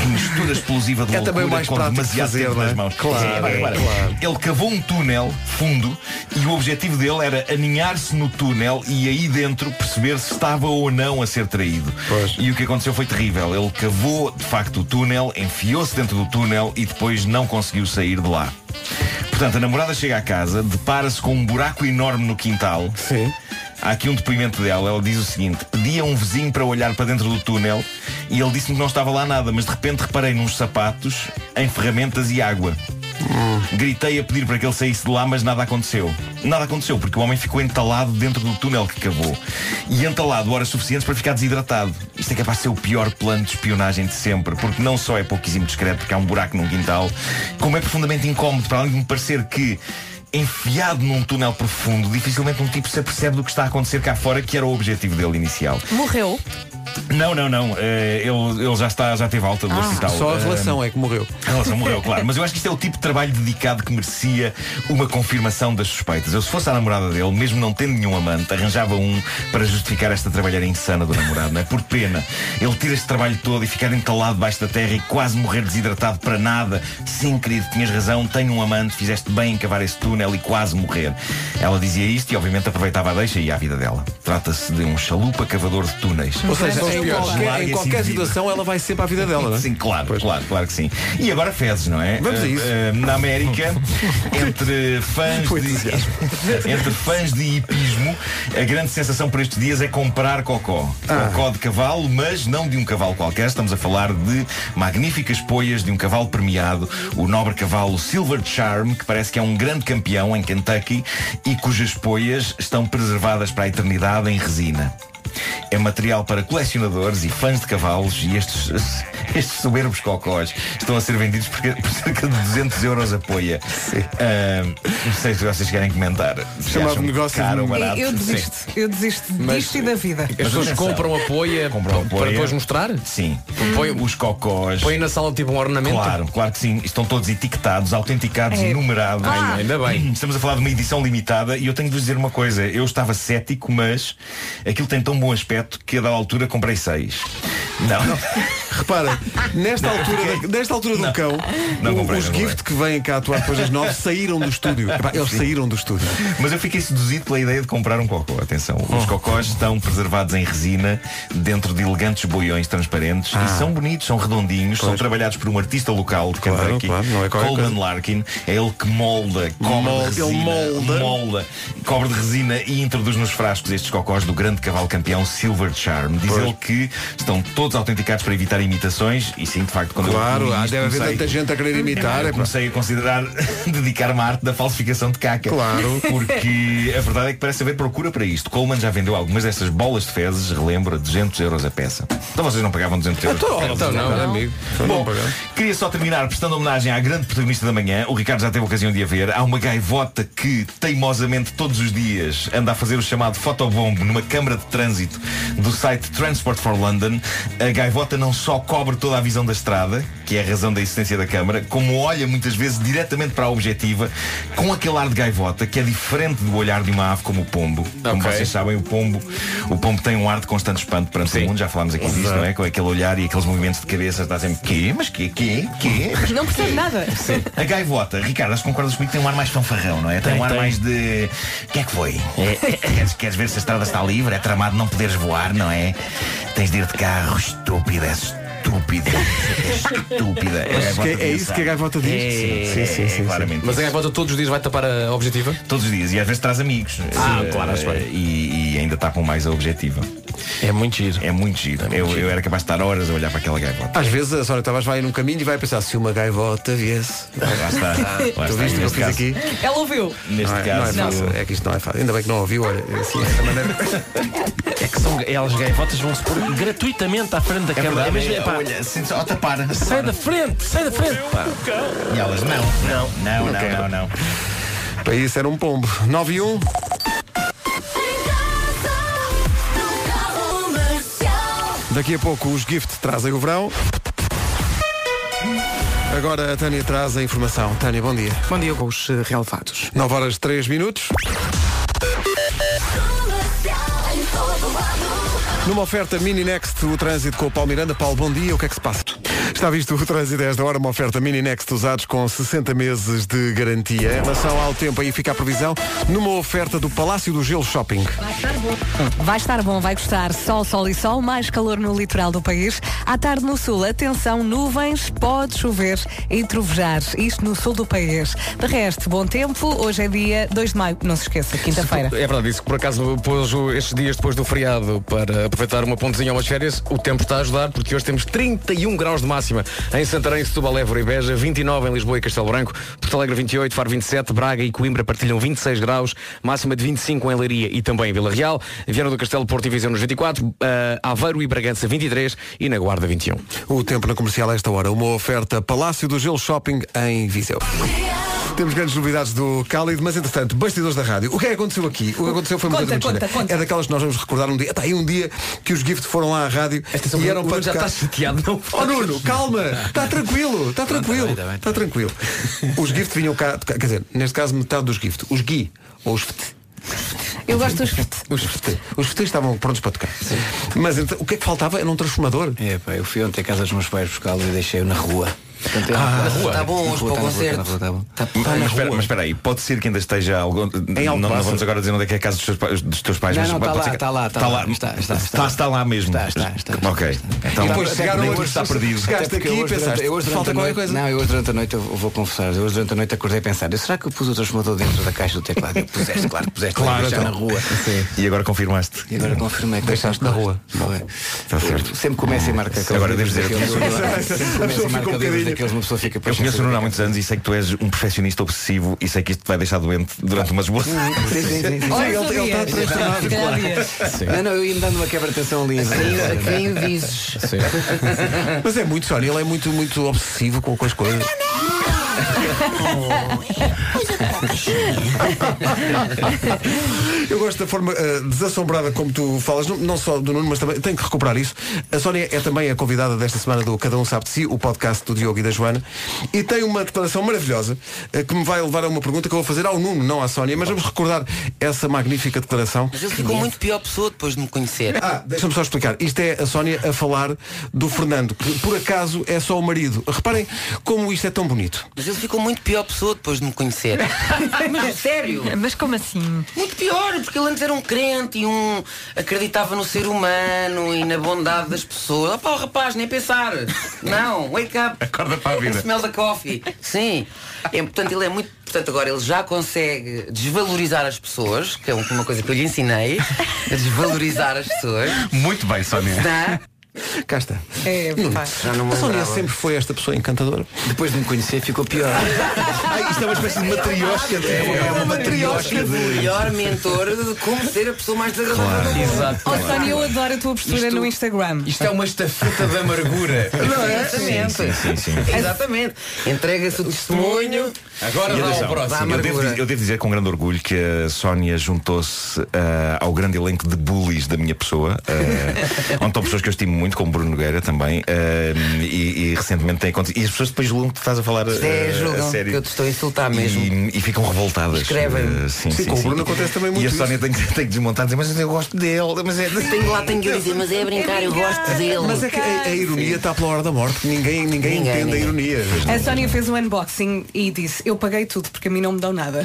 [SPEAKER 6] Que mistura explosiva de
[SPEAKER 1] Ah. É também
[SPEAKER 6] loucura
[SPEAKER 1] o mais
[SPEAKER 6] com
[SPEAKER 1] prático de
[SPEAKER 6] demasiado
[SPEAKER 1] fazer,
[SPEAKER 6] tempo
[SPEAKER 1] não é?
[SPEAKER 6] nas mãos.
[SPEAKER 1] Claro,
[SPEAKER 6] Sim, repara, repara.
[SPEAKER 1] claro.
[SPEAKER 6] Ele cavou um túnel fundo e o objetivo dele era aninhar-se no túnel e aí dentro perceber se estava ou não a ser traído. E o que aconteceu foi terrível. Ele cavou de facto o túnel, enfiou-se dentro do túnel e depois não conseguiu sair de lá. Portanto, a namorada chega à casa, depara-se com um buraco enorme no quintal. Sim. Há aqui um depoimento dela, ela diz o seguinte, pedi a um vizinho para olhar para dentro do túnel e ele disse-me que não estava lá nada, mas de repente reparei nos sapatos, em ferramentas e água. Gritei a pedir para que ele saísse de lá, mas nada aconteceu. Nada aconteceu, porque o homem ficou entalado dentro do túnel que cavou. E entalado horas suficientes para ficar desidratado. Isto é capaz de ser o pior plano de espionagem de sempre, porque não só é pouquíssimo discreto, porque há um buraco num quintal, como é profundamente incómodo, para além de me parecer que. Enfiado num túnel profundo, dificilmente um tipo se apercebe do que está a acontecer cá fora, que era o objetivo dele inicial.
[SPEAKER 4] Morreu.
[SPEAKER 6] Não, não, não. Eh, ele, ele já, está, já teve alta do
[SPEAKER 1] Ah.
[SPEAKER 6] hospital.
[SPEAKER 1] Só a
[SPEAKER 6] Eh,
[SPEAKER 1] relação é que morreu.
[SPEAKER 6] A relação morreu, claro. Mas eu acho que isto é o tipo de trabalho dedicado que merecia uma confirmação das suspeitas. Eu, se fosse a namorada dele, mesmo não tendo nenhum amante, arranjava um para justificar esta trabalheira insana do namorado, não é? Por pena. Ele tira este trabalho todo e ficar entalado debaixo da terra e quase morrer desidratado para nada. Sim, querido, tinhas razão, tenho um amante, fizeste bem em cavar esse túnel e quase morrer. Ela dizia isto e, obviamente, aproveitava a deixa e a vida dela. Trata-se de um chalupa cavador de túneis.
[SPEAKER 1] Ou seja,
[SPEAKER 6] São os
[SPEAKER 1] em
[SPEAKER 6] piores.
[SPEAKER 1] qualquer,
[SPEAKER 6] Larga
[SPEAKER 1] em
[SPEAKER 6] esse
[SPEAKER 1] qualquer
[SPEAKER 6] indivíduo.
[SPEAKER 1] situação ela vai sempre à vida dela, não é?
[SPEAKER 6] Sim, claro, claro, claro que sim. E agora fezes, não é?
[SPEAKER 1] Vamos a
[SPEAKER 6] Eh,
[SPEAKER 1] isso.
[SPEAKER 6] eh, na
[SPEAKER 1] *laughs*
[SPEAKER 6] América, entre fãs de entre fãs de hipismo, a grande sensação para estes dias é comprar cocó.
[SPEAKER 1] Ah.
[SPEAKER 6] Cocó de cavalo, mas não de um cavalo qualquer. Estamos a falar de magníficas poias de um cavalo premiado, o nobre cavalo Silver Charm, que parece que é um grande campeão em Kentucky e cujas poias estão preservadas para a eternidade em resina. É material para colecionadores e fãs de cavalos e estes, *laughs* estes soberbos cocós estão a ser vendidos por, por cerca de 200 euros a poia. Ah, não sei se vocês querem comentar. Se
[SPEAKER 1] Chamado
[SPEAKER 6] acham
[SPEAKER 1] negócio
[SPEAKER 6] caro ou
[SPEAKER 1] de-
[SPEAKER 6] barato.
[SPEAKER 4] eu
[SPEAKER 6] Sim.
[SPEAKER 4] desisto, eu desisto
[SPEAKER 6] Mas-
[SPEAKER 4] disto e da vida.
[SPEAKER 6] Mas atenção.
[SPEAKER 2] apoia
[SPEAKER 6] Compram
[SPEAKER 2] Um eh, para depois mostrar?
[SPEAKER 6] um
[SPEAKER 2] Um
[SPEAKER 6] Sim. Põe os cocós.
[SPEAKER 2] Põe na sala tipo um ornamento?
[SPEAKER 6] Claro, claro que sim. Estão todos etiquetados, autenticados
[SPEAKER 2] É.
[SPEAKER 6] e numerados.
[SPEAKER 2] Ah. Ainda
[SPEAKER 6] *clears throat*
[SPEAKER 2] bem.
[SPEAKER 6] Estamos a falar de uma edição limitada e eu tenho de vos dizer uma coisa. Eu estava cético, mas aquilo tem tão bom aspecto que a da altura comprei seis. Não.
[SPEAKER 1] Repara,
[SPEAKER 6] *laughs*
[SPEAKER 1] nesta altura, da- nesta altura do cão,
[SPEAKER 6] Não
[SPEAKER 1] o-
[SPEAKER 6] comprei,
[SPEAKER 1] os
[SPEAKER 6] não
[SPEAKER 1] gift que vêm cá atuar depois
[SPEAKER 6] *laughs*
[SPEAKER 1] das nove saíram do estúdio. Epá, eles
[SPEAKER 6] Sim.
[SPEAKER 1] saíram do estúdio. Oh,
[SPEAKER 6] Mas eu fiquei seduzido pela ideia de comprar um cocó. Atenção, os cocós estão preservados em resina dentro de elegantes boiões transparentes
[SPEAKER 1] Ah.
[SPEAKER 6] e são bonitos, são redondinhos, são trabalhados por um artista local de
[SPEAKER 1] Claro,
[SPEAKER 6] Kentucky,
[SPEAKER 1] claro, não é qualquer
[SPEAKER 6] Coleman
[SPEAKER 1] coisa.
[SPEAKER 6] Larkin. É ele que molda, cobre
[SPEAKER 1] Molda,
[SPEAKER 6] de
[SPEAKER 1] ele
[SPEAKER 6] resina,
[SPEAKER 1] molda.
[SPEAKER 6] molda, cobre de resina e introduz nos frascos estes cocós do grande cavalo campeão Silver Charm. Diz
[SPEAKER 1] Pois.
[SPEAKER 6] ele que estão todos autenticados para evitar imitações e sim, de facto, quando
[SPEAKER 1] Claro,
[SPEAKER 6] eu li
[SPEAKER 1] há-
[SPEAKER 6] isto,
[SPEAKER 1] deve haver
[SPEAKER 6] comecei-
[SPEAKER 1] tanta gente a querer imitar.
[SPEAKER 6] eu
[SPEAKER 1] é pá.
[SPEAKER 6] comecei a considerar *laughs* dedicar-me à arte da falsificação de caca.
[SPEAKER 1] Claro.
[SPEAKER 6] Porque a verdade é que parece haver procura para isto. Coleman já vendeu algumas destas bolas de fezes, relembro, a 200 euros a peça. Então vocês não pagavam 200 euros por fezes,
[SPEAKER 1] então Não. Então não
[SPEAKER 6] Bom,
[SPEAKER 1] pagamos.
[SPEAKER 6] queria só terminar prestando homenagem à grande protagonista da manhã. O Ricardo já teve ocasião de a ver. Há uma gaivota que teimosamente todos os dias anda a fazer o chamado fotobomb numa câmara de trânsito do site Transport for London. A gaivota não só cobre toda a visão da estrada, que é a razão da existência da câmara, como olha muitas vezes diretamente para a objetiva com aquele ar de gaivota que é diferente do olhar de uma ave como o pombo. Como
[SPEAKER 2] Ok.
[SPEAKER 6] vocês sabem, o pombo, o pombo tem um ar de constante espanto perante o mundo. Já falámos aqui disso,
[SPEAKER 2] Exato.
[SPEAKER 6] não é? Com aquele olhar e aqueles movimentos de cabeça, está sempre quê? Mas quê? Quê? Quê? Mas
[SPEAKER 4] Não percebe nada.
[SPEAKER 6] a gaivota, Ricardo, acho que concordas comigo, tem um ar mais fanfarrão, não é? Tem,
[SPEAKER 14] Tem,
[SPEAKER 6] um ar
[SPEAKER 14] tem.
[SPEAKER 6] mais de. O que é que foi? *laughs* queres, queres ver se a estrada está livre? É tramado não poderes voar, não é? Tens de ir de carro, estúpida, és estúpida. és Estúpida.
[SPEAKER 1] Mas
[SPEAKER 6] A gaivota
[SPEAKER 1] que- é isso que a gaivota diz?
[SPEAKER 6] É,
[SPEAKER 1] Sim, sim, sim, sim.
[SPEAKER 6] claramente.
[SPEAKER 2] Mas a gaivota todos os dias vai tapar a objetiva?
[SPEAKER 6] Todos os dias, e às vezes traz amigos.
[SPEAKER 2] Ah,
[SPEAKER 6] Eh,
[SPEAKER 2] claro, acho bem.
[SPEAKER 6] E, e ainda tapam mais a objetiva. É muito giro. É muito giro. eu, eu era capaz de estar horas a olhar para aquela gaivota.
[SPEAKER 1] Às vezes a Sónia Tavares vai num caminho e vai pensar se uma gaivota viesse. *laughs*
[SPEAKER 6] Lá está. Lá está.
[SPEAKER 1] Tu viste o que eu
[SPEAKER 6] Neste
[SPEAKER 1] fiz
[SPEAKER 6] caso-
[SPEAKER 1] aqui?
[SPEAKER 4] Ela ouviu.
[SPEAKER 6] Neste
[SPEAKER 1] não é,
[SPEAKER 6] caso-
[SPEAKER 1] não é fácil. É que isto não é fácil. Ainda bem que não ouviu, olha. é Assim, esta maneira.
[SPEAKER 14] É que são, elas gaivotas vão-se pôr gratuitamente à frente da câmara.
[SPEAKER 6] verdade,
[SPEAKER 14] mesmo,
[SPEAKER 6] é,
[SPEAKER 14] pá,
[SPEAKER 6] olha, sim, só tapar.
[SPEAKER 14] Sai da frente, sai da frente. pá.
[SPEAKER 6] E elas, não, não, não, não, não, não.
[SPEAKER 1] Para isso era um pombo. 9 e 1. Daqui a pouco os gift trazem o verão. Agora a Tânia traz a informação. Tânia, bom dia.
[SPEAKER 18] Bom dia com os eh, relevados.
[SPEAKER 1] 9 horas 3 minutos. Numa oferta Mini Next, o trânsito com o Paulo Miranda. Paulo, bom dia. O que é que se passa? Está visto o trânsito a esta hora, uma oferta Mini Next usados com 60 meses de garantia. Em relação ao tempo, aí fica a previsão numa oferta do Palácio do Gelo Shopping.
[SPEAKER 4] Vai estar bom, vai gostar. Sol, sol e sol, mais calor no litoral do país. À tarde no sul, atenção, nuvens, pode chover e trovejar. Isto no sul do país. De resto, bom tempo. Hoje é dia 2 de maio, não se esqueça, quinta-feira.
[SPEAKER 2] É verdade, isso que por acaso pôs o- estes dias depois do feriado para aproveitar uma pontezinha ou umas férias, o tempo está a ajudar, porque hoje temos 31 graus de máxima em Santarém, Setúbal, Évora e Beja, 29 em Lisboa e Castelo Branco, Porto Alegre 28, Faro 27, Braga e Coimbra partilham 26 graus, máxima de 25 em Leiria e também em Vila Real, Viana do Castelo, Porto e Viseu nos 24, eh, Aveiro e Bragança 23 e um. na Guarda 21.
[SPEAKER 1] O tempo na comercial a esta hora, uma oferta Palácio do Gelo Shopping em Viseu. Temos grandes novidades do Cálido, mas entretanto, bastidores da rádio. O que é que aconteceu aqui? O que aconteceu foi uma
[SPEAKER 4] Conta,
[SPEAKER 1] coisa muito
[SPEAKER 4] conta,
[SPEAKER 1] gira.
[SPEAKER 4] conta.
[SPEAKER 1] É daqueles que nós vamos recordar um dia. Está aí um dia que os Gift foram lá à rádio e eram
[SPEAKER 2] o
[SPEAKER 1] para
[SPEAKER 2] Nuno um já
[SPEAKER 1] tocar-
[SPEAKER 4] tá-
[SPEAKER 2] está chateado, não
[SPEAKER 1] Oh
[SPEAKER 2] faz.
[SPEAKER 1] Nuno, calma, está tranquilo, está tranquilo, está tranquilo. Os Gift vinham cá, tocar- quer dizer, neste caso metade dos Gift, os Gui ou os FT.
[SPEAKER 4] Eu gosto dos
[SPEAKER 1] Os FT. Os FT estavam prontos para tocar. Mas então, o que é que faltava? Era um transformador.
[SPEAKER 15] É, pá, eu fui ontem à casa dos meus pais buscá-lo e deixei-o na rua. Portanto, eu-
[SPEAKER 6] Ah,
[SPEAKER 15] na
[SPEAKER 6] na
[SPEAKER 15] rua.
[SPEAKER 6] rua.
[SPEAKER 15] Tá bom,
[SPEAKER 6] Na rua,
[SPEAKER 15] hoje para o
[SPEAKER 6] tá na rua,
[SPEAKER 15] concerto.
[SPEAKER 6] tá na rua,
[SPEAKER 15] Tá
[SPEAKER 6] Mas,
[SPEAKER 15] na
[SPEAKER 6] espera,
[SPEAKER 15] rua.
[SPEAKER 6] mas espera aí, pode ser que ainda esteja algum. Não, não
[SPEAKER 15] Alcobaça.
[SPEAKER 6] vamos agora dizer onde é que é a casa dos teus, pa- dos teus pais,
[SPEAKER 15] Não,
[SPEAKER 6] mas
[SPEAKER 15] não,
[SPEAKER 6] pode
[SPEAKER 15] tá
[SPEAKER 6] ser
[SPEAKER 15] lá,
[SPEAKER 6] que-
[SPEAKER 15] tá lá, tá
[SPEAKER 6] está
[SPEAKER 15] lá.
[SPEAKER 6] lá.
[SPEAKER 15] Está, está, está.
[SPEAKER 6] está lá mesmo. Está, está, Ok. Então,
[SPEAKER 15] E depois chegaram
[SPEAKER 6] nem
[SPEAKER 15] hoje-
[SPEAKER 6] tudo está perdido.
[SPEAKER 15] Até porque eu hoje durante- eu hoje durante a noite- Não, eu hoje durante a noite eu vou confessar. Eu hoje durante a noite acordei a pensar, eu, será que eu pus o transformador dentro da caixa do teclado? Eu puseste, claro, que puseste
[SPEAKER 6] Claro,
[SPEAKER 15] claro, já
[SPEAKER 6] então.
[SPEAKER 15] na rua.
[SPEAKER 6] E agora confirmaste.
[SPEAKER 15] E agora confirmei que
[SPEAKER 6] Deixaste
[SPEAKER 15] na rua. Sempre começa e marca aquele
[SPEAKER 6] Agora
[SPEAKER 15] livro
[SPEAKER 6] devo dizer
[SPEAKER 15] daqueles-
[SPEAKER 6] *laughs* que- um
[SPEAKER 15] Sempre começa e marca livros daqueles, uma pessoa fica
[SPEAKER 6] Eu conheço o
[SPEAKER 15] poxa,
[SPEAKER 6] Nuno há muitos anos e sei que tu és um perfeccionista obsessivo e sei que isto te vai deixar doente durante umas boas.
[SPEAKER 15] Sim, sim, sim. tá sim.
[SPEAKER 6] Olha,
[SPEAKER 15] Sim,
[SPEAKER 6] ele- ele está transtornado, claro. Sim.
[SPEAKER 15] Não, não, eu ia-me dando uma quebra-tensão ali. é.
[SPEAKER 1] Ainda quem o
[SPEAKER 15] dizes?
[SPEAKER 1] Mas é muito, Sónia, ele é muito, muito obsessivo com, com as coisas. *laughs* Eu gosto da forma eh, desassombrada como tu falas, não, não só do Nuno, mas também tenho que recuperar isso. A Sónia é também a convidada desta semana do Cada Um Sabe de Si, o podcast do Diogo e da Joana, e tem uma declaração maravilhosa eh, que me vai levar a uma pergunta que eu vou fazer ao Nuno, não à Sónia, mas vamos recordar essa magnífica declaração.
[SPEAKER 19] Mas ele ficou muito pior pessoa depois de me conhecer.
[SPEAKER 6] *laughs*
[SPEAKER 1] Ah, deixa-me só explicar. Isto é a Sónia a falar do Fernando, que por acaso é só o marido. Reparem como isto é tão bonito.
[SPEAKER 19] Mas ele ficou muito pior pessoa depois de me conhecer. *laughs* Mas sério?
[SPEAKER 4] Mas como assim?
[SPEAKER 19] Muito pior, porque ele antes era um crente e um acreditava no ser humano e na bondade das pessoas. Opa, o rapaz, nem pensar. Não, wake up.
[SPEAKER 6] Acorda para a vida.
[SPEAKER 19] Smell the coffee. Sim. É, portanto, ele é muito. Portanto, agora ele já consegue desvalorizar as pessoas, que é uma coisa que eu lhe ensinei. A desvalorizar as pessoas.
[SPEAKER 6] Muito bem, Sónia.
[SPEAKER 19] Tá?
[SPEAKER 1] *laughs* Cá está.
[SPEAKER 4] É,
[SPEAKER 1] Nuno,
[SPEAKER 19] Já não me
[SPEAKER 1] a Sónia
[SPEAKER 19] lembrava.
[SPEAKER 1] sempre foi esta pessoa encantadora. Ah,
[SPEAKER 15] Depois de me conhecer ficou pior.
[SPEAKER 6] Ai, isto é uma espécie de matriosca. de- É uma matriosca
[SPEAKER 19] O
[SPEAKER 6] de.
[SPEAKER 19] melhor mentor de como ser a pessoa mais desagradável do mundo.
[SPEAKER 4] Oh, Sónia, eu adoro a tua postura no Instagram.
[SPEAKER 2] Isto é uma estafeta da amargura.
[SPEAKER 19] Não é? Exatamente.
[SPEAKER 6] Sim, sim, sim.
[SPEAKER 19] Exatamente. Entrega-se o testemunho.
[SPEAKER 6] E
[SPEAKER 19] dá
[SPEAKER 6] atenção, eu, devo dizer, eu devo dizer com grande orgulho que a Sónia juntou-se ah, ao grande elenco de bullies da minha pessoa, ah, onde estão pessoas que eu estimo muito, como Bruno Nogueira também, ah, e, e recentemente tem acontecido. E as pessoas depois julgam que tu estás a falar ah,
[SPEAKER 19] Sim, é, julgam
[SPEAKER 6] a sério.
[SPEAKER 19] que eu te estou a insultar mesmo.
[SPEAKER 6] *laughs* E, e ficam revoltadas.
[SPEAKER 19] Escrevem.
[SPEAKER 6] Ah, sim,
[SPEAKER 1] Sim,
[SPEAKER 6] sim,
[SPEAKER 1] com o
[SPEAKER 6] sim.
[SPEAKER 1] Bruno acontece também
[SPEAKER 6] E
[SPEAKER 1] muito
[SPEAKER 6] a Sónia tem, que- tem que desmontar e dizer, mas eu gosto dele, mas é.
[SPEAKER 19] Tenho lá, tenho que lhe dizer, mas é a brincar, eu gosto dele.
[SPEAKER 1] Mas é que a, a ironia está pela hora da morte. Ninguém, ninguém,
[SPEAKER 19] Ninguém,
[SPEAKER 1] entende
[SPEAKER 19] ninguém.
[SPEAKER 1] a ironia.
[SPEAKER 4] A Sónia fez um unboxing e disse, eu paguei tudo porque a mim não me dão nada.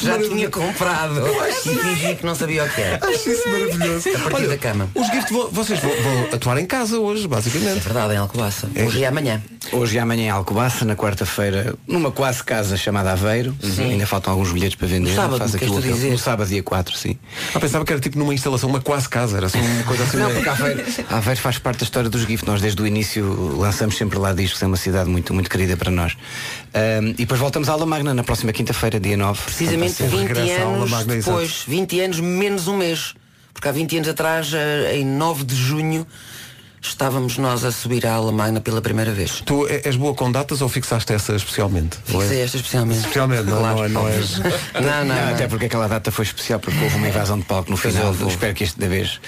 [SPEAKER 19] Já tinha comprado. E fingi que não sabia o que era.
[SPEAKER 1] Acho isso maravilhoso.
[SPEAKER 19] A partir da cama.
[SPEAKER 1] Os gift vão- vocês vão, vão atuar em casa hoje, basicamente. É
[SPEAKER 19] verdade, em Alcobaça. Hoje e amanhã.
[SPEAKER 15] É. Hoje e amanhã em Alcobaça, na quarta-feira, numa quase casa chamada Aveiro.
[SPEAKER 19] Sim.
[SPEAKER 15] Ainda faltam alguns bilhetes para vender.
[SPEAKER 19] No sábado,
[SPEAKER 15] Faz aqui
[SPEAKER 19] queres
[SPEAKER 15] o
[SPEAKER 19] tu
[SPEAKER 15] apelo.
[SPEAKER 19] dizer?
[SPEAKER 15] No sábado, dia 4, sim.
[SPEAKER 1] Ah, pensava que era tipo numa instalação, uma quase casa, era assim uma coisa assim.
[SPEAKER 15] Não,
[SPEAKER 1] meio-
[SPEAKER 15] porque Ah, Aveiro, *laughs* Aveiro é. faz parte da história dos GIF. Nós desde o início lançamos sempre lá discos, é uma cidade muito, muito querida para nós. Ahm, e depois voltamos à Aula Magna na próxima quinta-feira, dia 9.
[SPEAKER 19] Precisamente 20 anos depois. 20 anos menos um mês. Porque há 20 anos atrás, eh, em 9 de junho, estávamos nós a subir à Alamagna pela primeira vez.
[SPEAKER 1] Tu é- és boa com datas ou fixaste essa especialmente? Ou é-
[SPEAKER 19] Fixei esta especialmente.
[SPEAKER 1] Especialmente, não,
[SPEAKER 19] Claro.
[SPEAKER 1] não, é- Ah, não és.
[SPEAKER 19] *laughs* Não, não, não.
[SPEAKER 15] Até porque aquela data foi especial porque houve uma invasão de palco no final. Espero que este da vez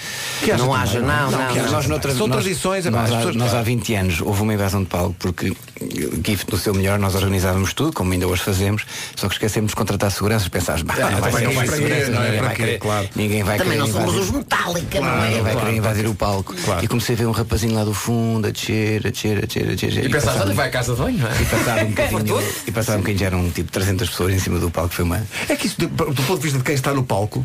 [SPEAKER 19] Que haja também, não é? Não, que
[SPEAKER 15] mas
[SPEAKER 19] haja
[SPEAKER 15] nós
[SPEAKER 19] também.
[SPEAKER 15] noutras-
[SPEAKER 19] São
[SPEAKER 15] nós-
[SPEAKER 19] tradições, é pá,
[SPEAKER 15] Nós,
[SPEAKER 19] as
[SPEAKER 15] há-
[SPEAKER 19] pessoas-
[SPEAKER 15] nós há 20 anos houve uma invasão de palco porque eh, GIF no seu melhor nós organizávamos tudo, como ainda hoje fazemos, só que esquecemos de contratar seguranças. Pensámos,
[SPEAKER 19] É,
[SPEAKER 15] "Bah,
[SPEAKER 1] Ah,
[SPEAKER 15] não vai
[SPEAKER 1] também
[SPEAKER 15] ser
[SPEAKER 1] não vai
[SPEAKER 15] isso,
[SPEAKER 1] ser,
[SPEAKER 15] segurança,
[SPEAKER 1] não é?
[SPEAKER 15] ninguém
[SPEAKER 1] Para
[SPEAKER 15] vai
[SPEAKER 1] quê?
[SPEAKER 15] querer-
[SPEAKER 1] Claro.
[SPEAKER 15] Ninguém vai
[SPEAKER 19] Também
[SPEAKER 15] querer
[SPEAKER 19] não somos
[SPEAKER 15] invadir-
[SPEAKER 19] os Metallica,
[SPEAKER 15] Claro,
[SPEAKER 19] não é?
[SPEAKER 15] ninguém vai querer invadir o palco. E comecei a ver um rapazinho lá do fundo a descer, a descer, a descer, a descer.
[SPEAKER 2] E pensaste, olha, vai à casa de banho, não
[SPEAKER 15] E
[SPEAKER 19] *laughs*
[SPEAKER 2] é?
[SPEAKER 15] passado um
[SPEAKER 2] *laughs*
[SPEAKER 15] bocadinho, e passado um bocadinho já eram tipo 300 pessoas em cima do palco, foi uma...
[SPEAKER 1] É que isso, do, do ponto de vista de quem está no palco,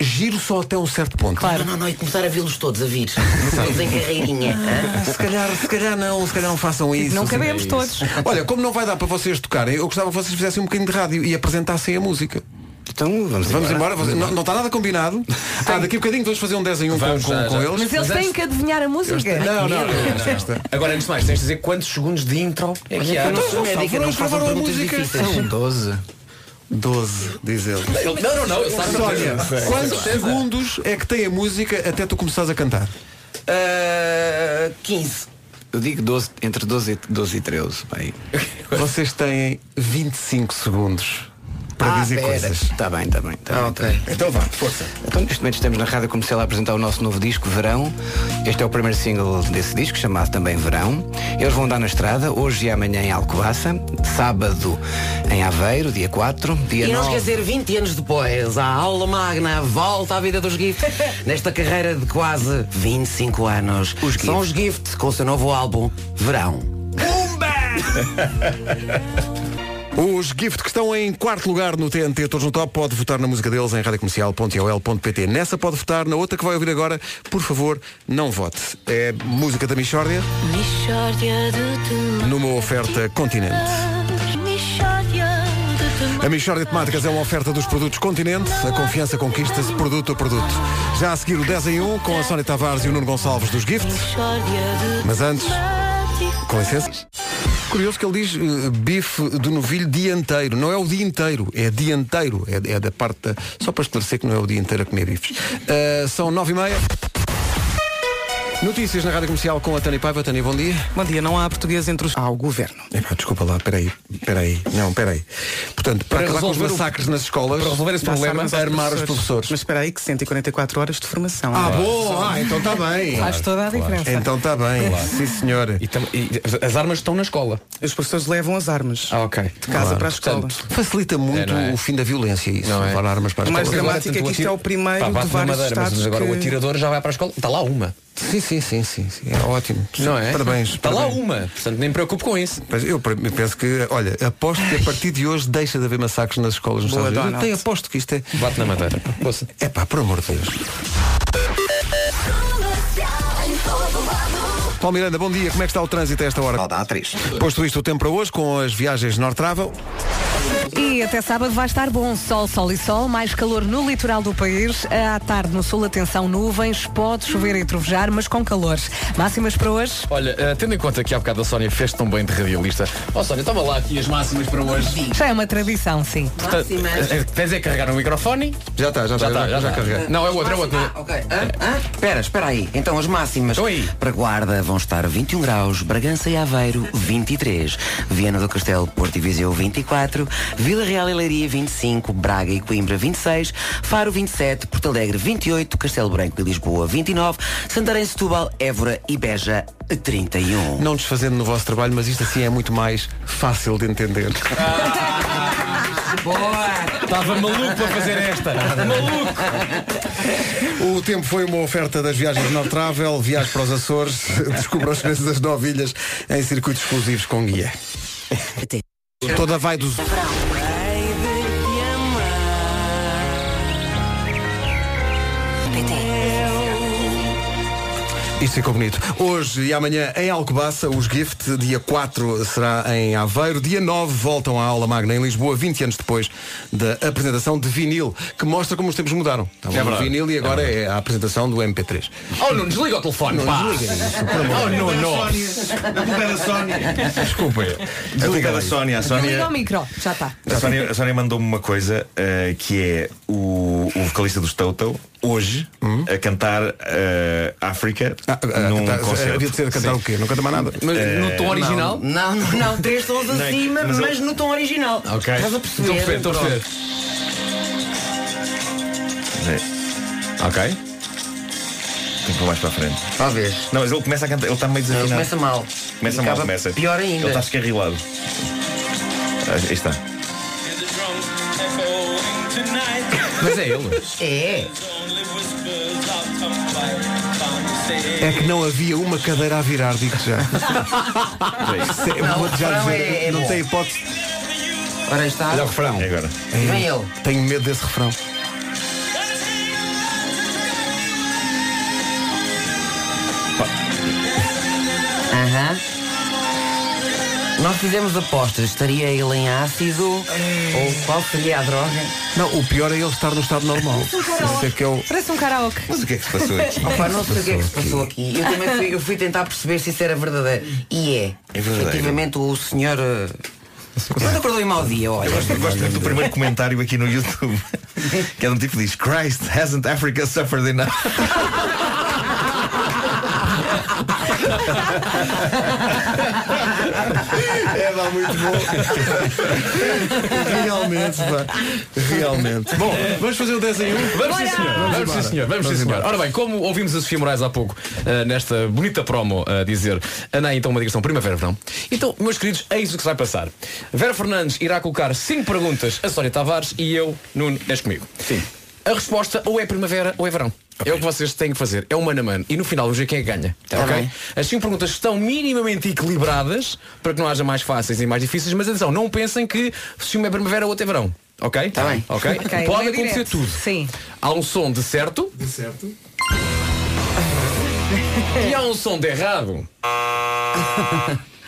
[SPEAKER 1] giro só até um certo ponto.
[SPEAKER 10] Claro. Não, não, não, e começar a vê-los todos a vir. Todos em carreirinha. hã?
[SPEAKER 1] Ah, Se calhar, se calhar não, se calhar não façam isso.
[SPEAKER 10] Não
[SPEAKER 1] Assim,
[SPEAKER 10] cabemos
[SPEAKER 1] é isso.
[SPEAKER 10] todos.
[SPEAKER 1] Olha, como não vai dar para vocês tocarem, eu gostava que vocês fizessem um bocadinho de rádio e apresentassem a música.
[SPEAKER 15] Então vamos,
[SPEAKER 1] vamos
[SPEAKER 4] embora.
[SPEAKER 1] embora. Vocês- Não, não está
[SPEAKER 2] *laughs*
[SPEAKER 1] nada combinado. Ah, daqui a bocadinho vamos fazer um 10 em 1 com, com- com eles.
[SPEAKER 4] Mas eles têm que adivinhar a música.
[SPEAKER 1] Não, não, não.
[SPEAKER 2] Agora, antes de mais, tens de dizer quantos segundos de intro é
[SPEAKER 1] Olha
[SPEAKER 2] que
[SPEAKER 1] que
[SPEAKER 2] há.
[SPEAKER 1] eu não sou médica, não façam perguntas difíceis. São
[SPEAKER 15] 12.
[SPEAKER 1] 12, diz ele.
[SPEAKER 2] Ele- não, não, não, ele sabe é
[SPEAKER 1] Sónia,
[SPEAKER 2] com certeza.
[SPEAKER 1] quantos segundos é que tem a música até tu começares a cantar?
[SPEAKER 15] Ah, 15. Eu digo 12, entre 12 e, 12 e 13. *laughs* Pai.
[SPEAKER 1] Vocês têm 25 segundos para
[SPEAKER 15] Ah,
[SPEAKER 1] dizer
[SPEAKER 15] pera.
[SPEAKER 1] coisas.
[SPEAKER 15] Está bem, está bem. Tá bem, tá bem.
[SPEAKER 1] Então vá, força.
[SPEAKER 15] Então neste momento estamos na Rádio Comercial a apresentar o nosso novo disco, Verão. Este é o primeiro single desse disco, chamado também Verão. Eles vão dar na estrada, hoje e amanhã em Alcobaça, sábado em Aveiro, dia 4, dia
[SPEAKER 19] E não
[SPEAKER 15] 9.
[SPEAKER 19] esquecer, 20 anos depois, a aula magna volta à vida dos
[SPEAKER 1] *laughs*
[SPEAKER 19] GIFs. Nesta carreira de quase 25 anos, são os GIFs com o seu novo álbum, Verão.
[SPEAKER 1] Os Gift que estão em quarto lugar no TNT Todos no Top pode votar na música deles em radiocomercial.ol.pt Nessa pode votar, na outra que vai ouvir agora, por favor, não vote. É música da Michórdia
[SPEAKER 5] Mishória de temáticas.
[SPEAKER 1] numa oferta Continente.
[SPEAKER 5] Mishória de
[SPEAKER 1] A
[SPEAKER 5] temáticas.
[SPEAKER 1] Michórdia de Temáticas é uma oferta dos produtos Continente. A confiança conquista-se produto a produto. Já a seguir o 10 em 1 com a Sónia Tavares e o Nuno Gonçalves dos Gifts.
[SPEAKER 5] Mishória de
[SPEAKER 1] Mas antes,
[SPEAKER 5] temáticas.
[SPEAKER 1] com licença. Curioso que ele diz eh, bife do novilho dianteiro. Não é o dia inteiro, é dianteiro. É, é da parte da... Só para esclarecer que não é o dia inteiro a comer bifes. Eh, são nove e meia. Notícias na Rádio Comercial com a Tânia Paiva. Tânia, bom dia.
[SPEAKER 18] Bom dia, não há português entre os... Há o governo.
[SPEAKER 1] Epá, desculpa lá, peraí, peraí. Não, peraí. Portanto, para, acabar com os
[SPEAKER 18] resolver o-
[SPEAKER 1] massacres nas escolas,
[SPEAKER 18] Para resolver esse problema,
[SPEAKER 1] massacres aos
[SPEAKER 18] armar os
[SPEAKER 1] professores.
[SPEAKER 18] Mas espera aí que 144 horas de formação.
[SPEAKER 1] Ah,
[SPEAKER 18] não é?
[SPEAKER 1] bom, ah, então está bem.
[SPEAKER 18] Faz toda a diferença.
[SPEAKER 1] Então está bem, sim senhora.
[SPEAKER 2] as armas estão na escola.
[SPEAKER 18] Os professores levam as armas.
[SPEAKER 2] Ah, ok.
[SPEAKER 18] De casa para a escola.
[SPEAKER 1] *laughs* facilita muito
[SPEAKER 2] É, não é?
[SPEAKER 1] o fim da violência isso,
[SPEAKER 2] Não é?
[SPEAKER 1] levar armas para as
[SPEAKER 18] O mais
[SPEAKER 1] escolas.
[SPEAKER 18] dramático é que isto é o primeiro
[SPEAKER 2] Pá, bate
[SPEAKER 18] de
[SPEAKER 2] na
[SPEAKER 18] vários
[SPEAKER 2] madeira, mas
[SPEAKER 18] estados
[SPEAKER 2] agora o
[SPEAKER 18] que-
[SPEAKER 2] atirador já vai para a escola. Está Tá lá uma.
[SPEAKER 1] Sim, sim, sim, sim, sim. É ótimo.
[SPEAKER 2] Não é?
[SPEAKER 1] Parabéns.
[SPEAKER 2] Está lá uma. Portanto, nem me preocupo com isso.
[SPEAKER 1] Mas eu pre- eu penso que, olha, aposto que a partir de hoje deixa de haver massacres nas escolas nos
[SPEAKER 2] Boa,
[SPEAKER 1] Estados Unidos. Eu
[SPEAKER 2] Donald.
[SPEAKER 1] tenho aposto que isto é.
[SPEAKER 2] Bate na madeira.
[SPEAKER 1] É pá, por amor de Deus. Paulo Miranda, bom dia. Como é que está o trânsito a esta hora? Roda
[SPEAKER 3] a 3.
[SPEAKER 1] Posto isto o tempo para hoje, com as viagens Nortrava.
[SPEAKER 4] E até sábado vai estar bom. Sol, sol e sol, mais calor no litoral do país. À tarde no sul, atenção, nuvens, pode chover e trovejar, mas com calor. Máximas para hoje?
[SPEAKER 2] Olha, eh, tendo em conta que há bocado a Sónia fez tão bem de radialista. Ó Sónia, toma lá aqui as máximas para hoje.
[SPEAKER 4] Já é uma tradição, sim.
[SPEAKER 2] Portanto, eh, eh, Tens é carregar no microfone?
[SPEAKER 1] Já
[SPEAKER 2] tá,
[SPEAKER 1] está, já está, já- já
[SPEAKER 2] carreguei. Não, é outro, é outro.
[SPEAKER 19] Ah, ok. Hã? Hã? Espera, espera aí. Então as máximas para Guarda vão estar 21 graus, Bragança e Aveiro 23, Viana do Castelo, Porto e Viseu 24, Vila Real e Leiria 25, Braga e Coimbra 26, Faro 27, Porto Alegre 28, Castelo Branco e Lisboa 29, Santarém, Setúbal, Évora e Beja 31.
[SPEAKER 1] Não desfazendo no vosso trabalho, mas isto assim é muito mais fácil de entender.
[SPEAKER 2] Estava maluco para fazer esta. maluco.
[SPEAKER 1] O tempo foi uma oferta das viagens Nord Travel, viagem para os Açores, *laughs* descubra os preços das novilhas em circuitos exclusivos com guia. Toda vai dos. Isto ficou bonito. Hoje e amanhã em Alcobaça, os Gift, dia 4 será em Aveiro, dia 9 voltam à aula magna em Lisboa, 20 anos depois da apresentação de vinil, que mostra como os tempos mudaram. Estava
[SPEAKER 2] É
[SPEAKER 1] no
[SPEAKER 2] verdade.
[SPEAKER 1] vinil e agora é, a apresentação do MP3.
[SPEAKER 2] Oh, não desliga o telefone,
[SPEAKER 1] Não
[SPEAKER 2] pá.
[SPEAKER 1] desliga isso, por amor.
[SPEAKER 2] Oh, não, não.
[SPEAKER 4] A
[SPEAKER 6] culpa é da Sónia.
[SPEAKER 1] Desculpa.
[SPEAKER 6] É. Desliga da Sónia, a
[SPEAKER 4] Liga
[SPEAKER 6] Sónia.
[SPEAKER 4] ao micro, já está.
[SPEAKER 6] A Sónia, a Sónia mandou-me uma coisa eh, que é o, o vocalista dos Toto hoje a cantar eh, África num
[SPEAKER 1] Hum? Ah, cantar-
[SPEAKER 6] concerto. Eh,
[SPEAKER 1] havia de ser a cantar o quê? Não canta mais nada? Mas no tom original?
[SPEAKER 19] Não, não, não, três tons
[SPEAKER 2] é
[SPEAKER 6] Não,
[SPEAKER 19] acima,
[SPEAKER 6] mas
[SPEAKER 19] mas,
[SPEAKER 6] eu-
[SPEAKER 19] no tom original.
[SPEAKER 6] Ok.
[SPEAKER 19] Estás a perceber?
[SPEAKER 6] Estou a perceber, estou a perceber.
[SPEAKER 2] Ok.
[SPEAKER 6] Tem que pôr mais para a frente.
[SPEAKER 19] Talvez.
[SPEAKER 6] Não, mas ele começa a cantar, ele está meio desafinado.
[SPEAKER 19] Ele começa mal.
[SPEAKER 6] Começa
[SPEAKER 19] E
[SPEAKER 6] mal,
[SPEAKER 19] acaba
[SPEAKER 6] começa.
[SPEAKER 19] pior ainda.
[SPEAKER 6] Ele está escarrilado. Ah, Aí está.
[SPEAKER 1] É.
[SPEAKER 2] Mas é ele.
[SPEAKER 19] É.
[SPEAKER 1] É que não havia uma cadeira a virar, digo já. Se-
[SPEAKER 10] Não,
[SPEAKER 1] Vou-te já
[SPEAKER 10] o refrão
[SPEAKER 1] dizer,
[SPEAKER 10] é- é
[SPEAKER 1] é não
[SPEAKER 10] bom.
[SPEAKER 1] tem hipótese.
[SPEAKER 10] Ora aí está.
[SPEAKER 1] Olha o refrão.
[SPEAKER 6] agora.
[SPEAKER 1] Ei,
[SPEAKER 10] Vem ele.
[SPEAKER 1] Tenho medo desse refrão.
[SPEAKER 19] Aham. Nós fizemos apostas, estaria ele em ácido ou qual seria a droga?
[SPEAKER 1] Não, o pior é ele estar no estado normal. Isso é que é o...
[SPEAKER 4] Parece um karaoke.
[SPEAKER 1] Mas o que é que se passou aqui?
[SPEAKER 19] *laughs* Opa, não sei o que é que se passou aqui. Eu também fui, eu fui tentar perceber se isso era verdadeiro. E é.
[SPEAKER 6] É verdadeiro.
[SPEAKER 19] Efetivamente o senhor. eh, Quando acordou em mau dia, olha.
[SPEAKER 6] Eu gosto, eu gosto muito do primeiro comentário aqui no YouTube. Que é de um tipo que diz Christ, hasn't Africa suffered enough?
[SPEAKER 1] É lá muito bom. Realmente, pá. Realmente. Bom, vamos fazer um o 10 em 1.
[SPEAKER 2] Vamos sim, senhor. Vamos,
[SPEAKER 1] embora.
[SPEAKER 2] sim, senhor. Vamos, sim, senhor.
[SPEAKER 1] embora.
[SPEAKER 2] Ora bem, como ouvimos a Sofia Moraes há pouco ah, nesta bonita promo a dizer Ana, então uma digressão primavera-verão. Então, meus queridos, eis o que se vai passar. Vera Fernandes irá colocar cinco perguntas a Sónia Tavares e eu, Nuno, és comigo. Sim. A resposta ou é primavera ou é verão. É o que vocês têm que fazer. É um mano a mano. E no final vamos ver quem é que ganha. ok?
[SPEAKER 19] bem.
[SPEAKER 2] As cinco perguntas estão minimamente equilibradas para que não haja mais fáceis e mais difíceis, mas atenção, não pensem que se uma é primavera ou outra é verão. Ok? Está bem. Ok?
[SPEAKER 4] Ok,
[SPEAKER 2] Pode
[SPEAKER 4] vai
[SPEAKER 2] acontecer
[SPEAKER 4] direto.
[SPEAKER 2] tudo.
[SPEAKER 4] Sim.
[SPEAKER 2] Há um som de certo
[SPEAKER 1] De certo.
[SPEAKER 2] e há um som de errado.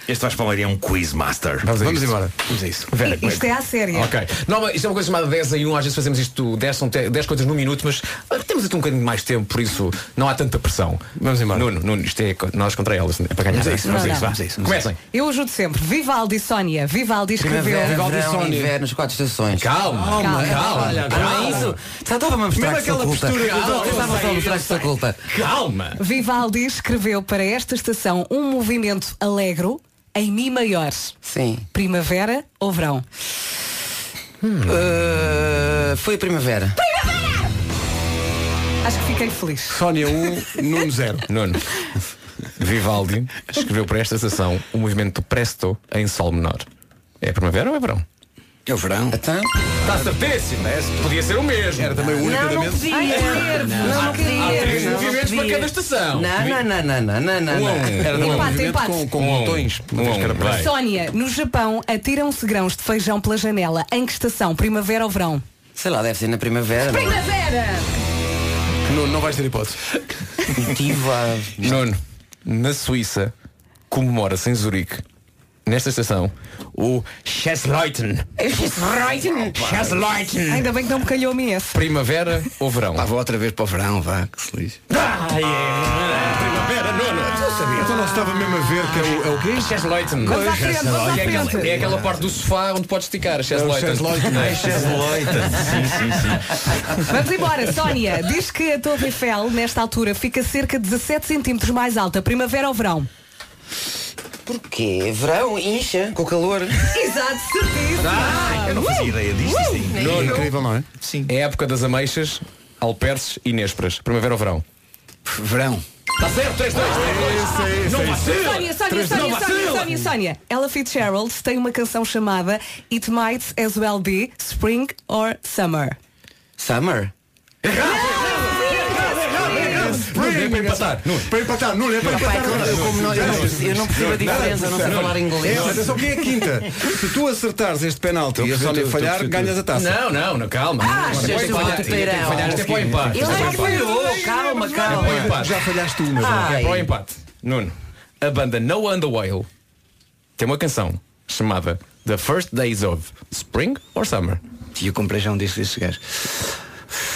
[SPEAKER 6] Este Vasco Palmeira é um quizmaster.
[SPEAKER 2] Vamos,
[SPEAKER 6] a
[SPEAKER 2] Vamos
[SPEAKER 6] isto.
[SPEAKER 2] embora.
[SPEAKER 6] Vamos a isso.
[SPEAKER 2] Vera, como
[SPEAKER 4] Isto é à séria.
[SPEAKER 2] Ok. Não, mas isto é uma coisa chamada 10 em 1, às vezes fazemos isto 10, são 10 coisas num minuto, mas ah, temos aqui um bocadinho mais tempo, por isso não há tanta pressão. Vamos embora. Nuno, Nuno isto é co- nós contra elas, é para ganhar.
[SPEAKER 15] Vamos a isso,
[SPEAKER 2] Não,
[SPEAKER 15] vamos a
[SPEAKER 2] não.
[SPEAKER 15] isso, vamos a isso, vamos a
[SPEAKER 2] Comecem.
[SPEAKER 4] Eu ajudo sempre. Vivaldi Sónia. Vivaldi escreveu.
[SPEAKER 19] Primavera, verão, inverno, as quatro estações.
[SPEAKER 2] Calma,
[SPEAKER 4] Calma, calma.
[SPEAKER 19] Ah, não é isso? Já estava-me a mostrar
[SPEAKER 4] Mesmo
[SPEAKER 19] que sou
[SPEAKER 4] aquela
[SPEAKER 19] culta.
[SPEAKER 4] postura, eu
[SPEAKER 19] Calma,
[SPEAKER 4] sei,
[SPEAKER 19] Estava só a mostrar que sou culta.
[SPEAKER 2] Calma!
[SPEAKER 4] Vivaldi escreveu para esta estação um movimento alegro em Mi maior.
[SPEAKER 19] Sim.
[SPEAKER 4] Primavera ou verão?
[SPEAKER 19] Eh, foi a primavera.
[SPEAKER 4] Acho que fiquei feliz.
[SPEAKER 1] Sónia 1, Nuno 0.
[SPEAKER 2] um, Nuno. Vivaldi escreveu para esta estação o movimento Presto em Sol menor. É primavera ou é verão?
[SPEAKER 15] É o verão.
[SPEAKER 19] Então?
[SPEAKER 2] Está certíssimo. é, Podia ser o mesmo. Era também
[SPEAKER 19] Ai, é nervo. Não, não podia.
[SPEAKER 2] Há três
[SPEAKER 19] Não, não
[SPEAKER 2] movimentos para
[SPEAKER 19] podia.
[SPEAKER 2] cada estação.
[SPEAKER 19] Não, não, não, não, não, não, não.
[SPEAKER 2] Um a um. Era
[SPEAKER 19] não.
[SPEAKER 2] um
[SPEAKER 4] Empate,
[SPEAKER 2] movimento
[SPEAKER 4] empate.
[SPEAKER 2] com- com botões. Uma vez que era para-
[SPEAKER 4] Sónia, no Japão atiram-se grãos de feijão pela janela. Em que estação? Primavera ou verão?
[SPEAKER 19] Sei lá, deve ser na primavera. não é?
[SPEAKER 4] Primavera!
[SPEAKER 1] Não, não vais ter hipótese.
[SPEAKER 2] Nuno, na Suíça, comemora-se em Zurique, nesta estação, o Chesleuten. Chesleuten.
[SPEAKER 4] Ainda bem que não me calhou-me esse.
[SPEAKER 2] Primavera ou verão?
[SPEAKER 15] Pá, vou outra vez para o verão, vá, que se lixe.
[SPEAKER 2] é. Primavera, Nuno.
[SPEAKER 1] Não sabia. Então não estava mesmo a ver que é o, é o quê?
[SPEAKER 2] Chesleuten.
[SPEAKER 1] Vamos à frente, vamos à
[SPEAKER 2] É aquela-
[SPEAKER 1] frente.
[SPEAKER 2] É aquela parte do sofá onde podes esticar, Chesleuten.
[SPEAKER 1] Chesleuten.
[SPEAKER 2] Ah, é Chesleuten. Sim, sim, sim.
[SPEAKER 4] Vamos embora,
[SPEAKER 1] *laughs*
[SPEAKER 4] Sónia. Diz que a Torre Eiffel, nesta altura, fica cerca de 17 centímetros mais alta. Primavera ou verão?
[SPEAKER 19] Porquê? Verão, incha, com *laughs* calor.
[SPEAKER 4] Exato, certíssimo.
[SPEAKER 6] Eu não fazia ideia disto. Sim.
[SPEAKER 2] Nuno.
[SPEAKER 1] Incrível, não é?
[SPEAKER 2] Sim. É a época das ameixas, alperces e nésperas. Primavera ou verão?
[SPEAKER 15] Verão.
[SPEAKER 2] Está Tá certo, 3, 2,
[SPEAKER 1] É
[SPEAKER 2] 3, 2. Não vacila.
[SPEAKER 4] Sónia, Sónia, Sónia,
[SPEAKER 2] Três, não
[SPEAKER 4] Sónia,
[SPEAKER 2] vacila.
[SPEAKER 4] Sónia, Sónia. Ella Fitzgerald tem uma canção chamada It Might As Well Be Spring or Summer.
[SPEAKER 19] Summer.
[SPEAKER 2] Nuno, é para empatar. Nuno.
[SPEAKER 1] Para empatar, Nuno, é para empatar.
[SPEAKER 19] eu, como não, eu, não, eu não percebo a diferença, não sei falar
[SPEAKER 1] É,
[SPEAKER 19] inglês.
[SPEAKER 1] atenção, quem é a quinta? Se tu acertares este penalti e a Sónia falhar, ganhas a taça.
[SPEAKER 2] Não, não, não, calma.
[SPEAKER 19] Ah,
[SPEAKER 2] Não, não,
[SPEAKER 19] seja
[SPEAKER 2] não, não, não, não,
[SPEAKER 19] batuteirão.
[SPEAKER 2] não, Falhaste é para o empate.
[SPEAKER 19] Ele
[SPEAKER 2] É
[SPEAKER 19] já
[SPEAKER 2] para o empate.
[SPEAKER 19] falhou, calma,
[SPEAKER 2] É para o
[SPEAKER 19] calma.
[SPEAKER 2] empate.
[SPEAKER 1] Já falhaste uma. já.
[SPEAKER 2] É
[SPEAKER 19] Ai.
[SPEAKER 2] para o empate. Nuno, a banda No and the Whale tem uma canção chamada The First Days of Spring or Summer.
[SPEAKER 15] E eu comprei já um disco destes gajos.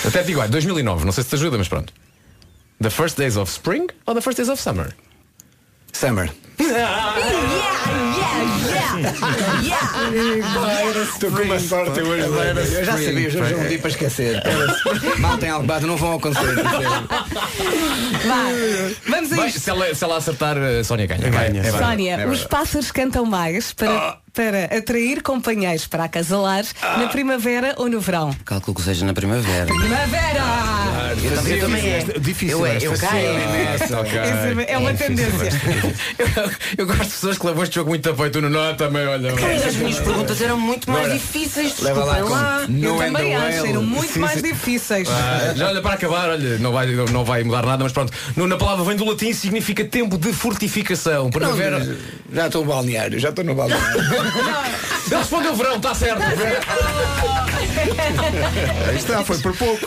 [SPEAKER 2] Até digo, ah, 2009, não sei se te ajuda, mas pronto. The First Days of Spring
[SPEAKER 1] Oh,
[SPEAKER 2] ou The First Days of Summer?
[SPEAKER 15] Summer.
[SPEAKER 1] Estou com uma sorte hoje.
[SPEAKER 15] Eu já sabia, os jogos não pedi para esquecer. Mal tem algo, não vão acontecer.
[SPEAKER 4] Vá, vamos a
[SPEAKER 2] Vai,
[SPEAKER 4] isto.
[SPEAKER 2] se, ela, se ela acertar, a Sónia ganha. Vai,
[SPEAKER 1] Ganha.
[SPEAKER 2] é verdade,
[SPEAKER 4] Sónia,
[SPEAKER 2] é
[SPEAKER 4] os
[SPEAKER 2] verdade.
[SPEAKER 1] Ah.
[SPEAKER 4] pássaros cantam mais para para atrair companheiros para acasalar na primavera ou no verão?
[SPEAKER 19] Calculo que seja na primavera.
[SPEAKER 4] Primavera!
[SPEAKER 5] Ah,
[SPEAKER 19] Eu também- eu também é. Eu é- eu caio. *laughs*
[SPEAKER 2] Essa, ok.
[SPEAKER 4] Essa é uma
[SPEAKER 2] Difícil
[SPEAKER 4] tendência.
[SPEAKER 2] esta. eu, eu gosto de pessoas que levam este jogo muito a peito no nó também, olha.
[SPEAKER 19] Mas as minhas perguntas eram muito mais
[SPEAKER 2] Bora.
[SPEAKER 19] difíceis,
[SPEAKER 2] Leva lá
[SPEAKER 19] desculpem lá.
[SPEAKER 2] com- No
[SPEAKER 4] Eu
[SPEAKER 2] and
[SPEAKER 4] também
[SPEAKER 2] the
[SPEAKER 4] acho,
[SPEAKER 2] whale.
[SPEAKER 4] eram muito
[SPEAKER 2] Sim,
[SPEAKER 4] mais
[SPEAKER 2] sim.
[SPEAKER 4] difíceis.
[SPEAKER 2] Ah, já olha, para acabar, olha, não vai, não, não vai mudar nada, mas pronto. Nuna palavra vem do latim e significa tempo de fortificação. Primavera.
[SPEAKER 15] Não, já estou no balneário, já estou no
[SPEAKER 2] *laughs*
[SPEAKER 15] balneário.
[SPEAKER 2] Ele respondeu verão, está certo.
[SPEAKER 1] Aí está, foi por pouco.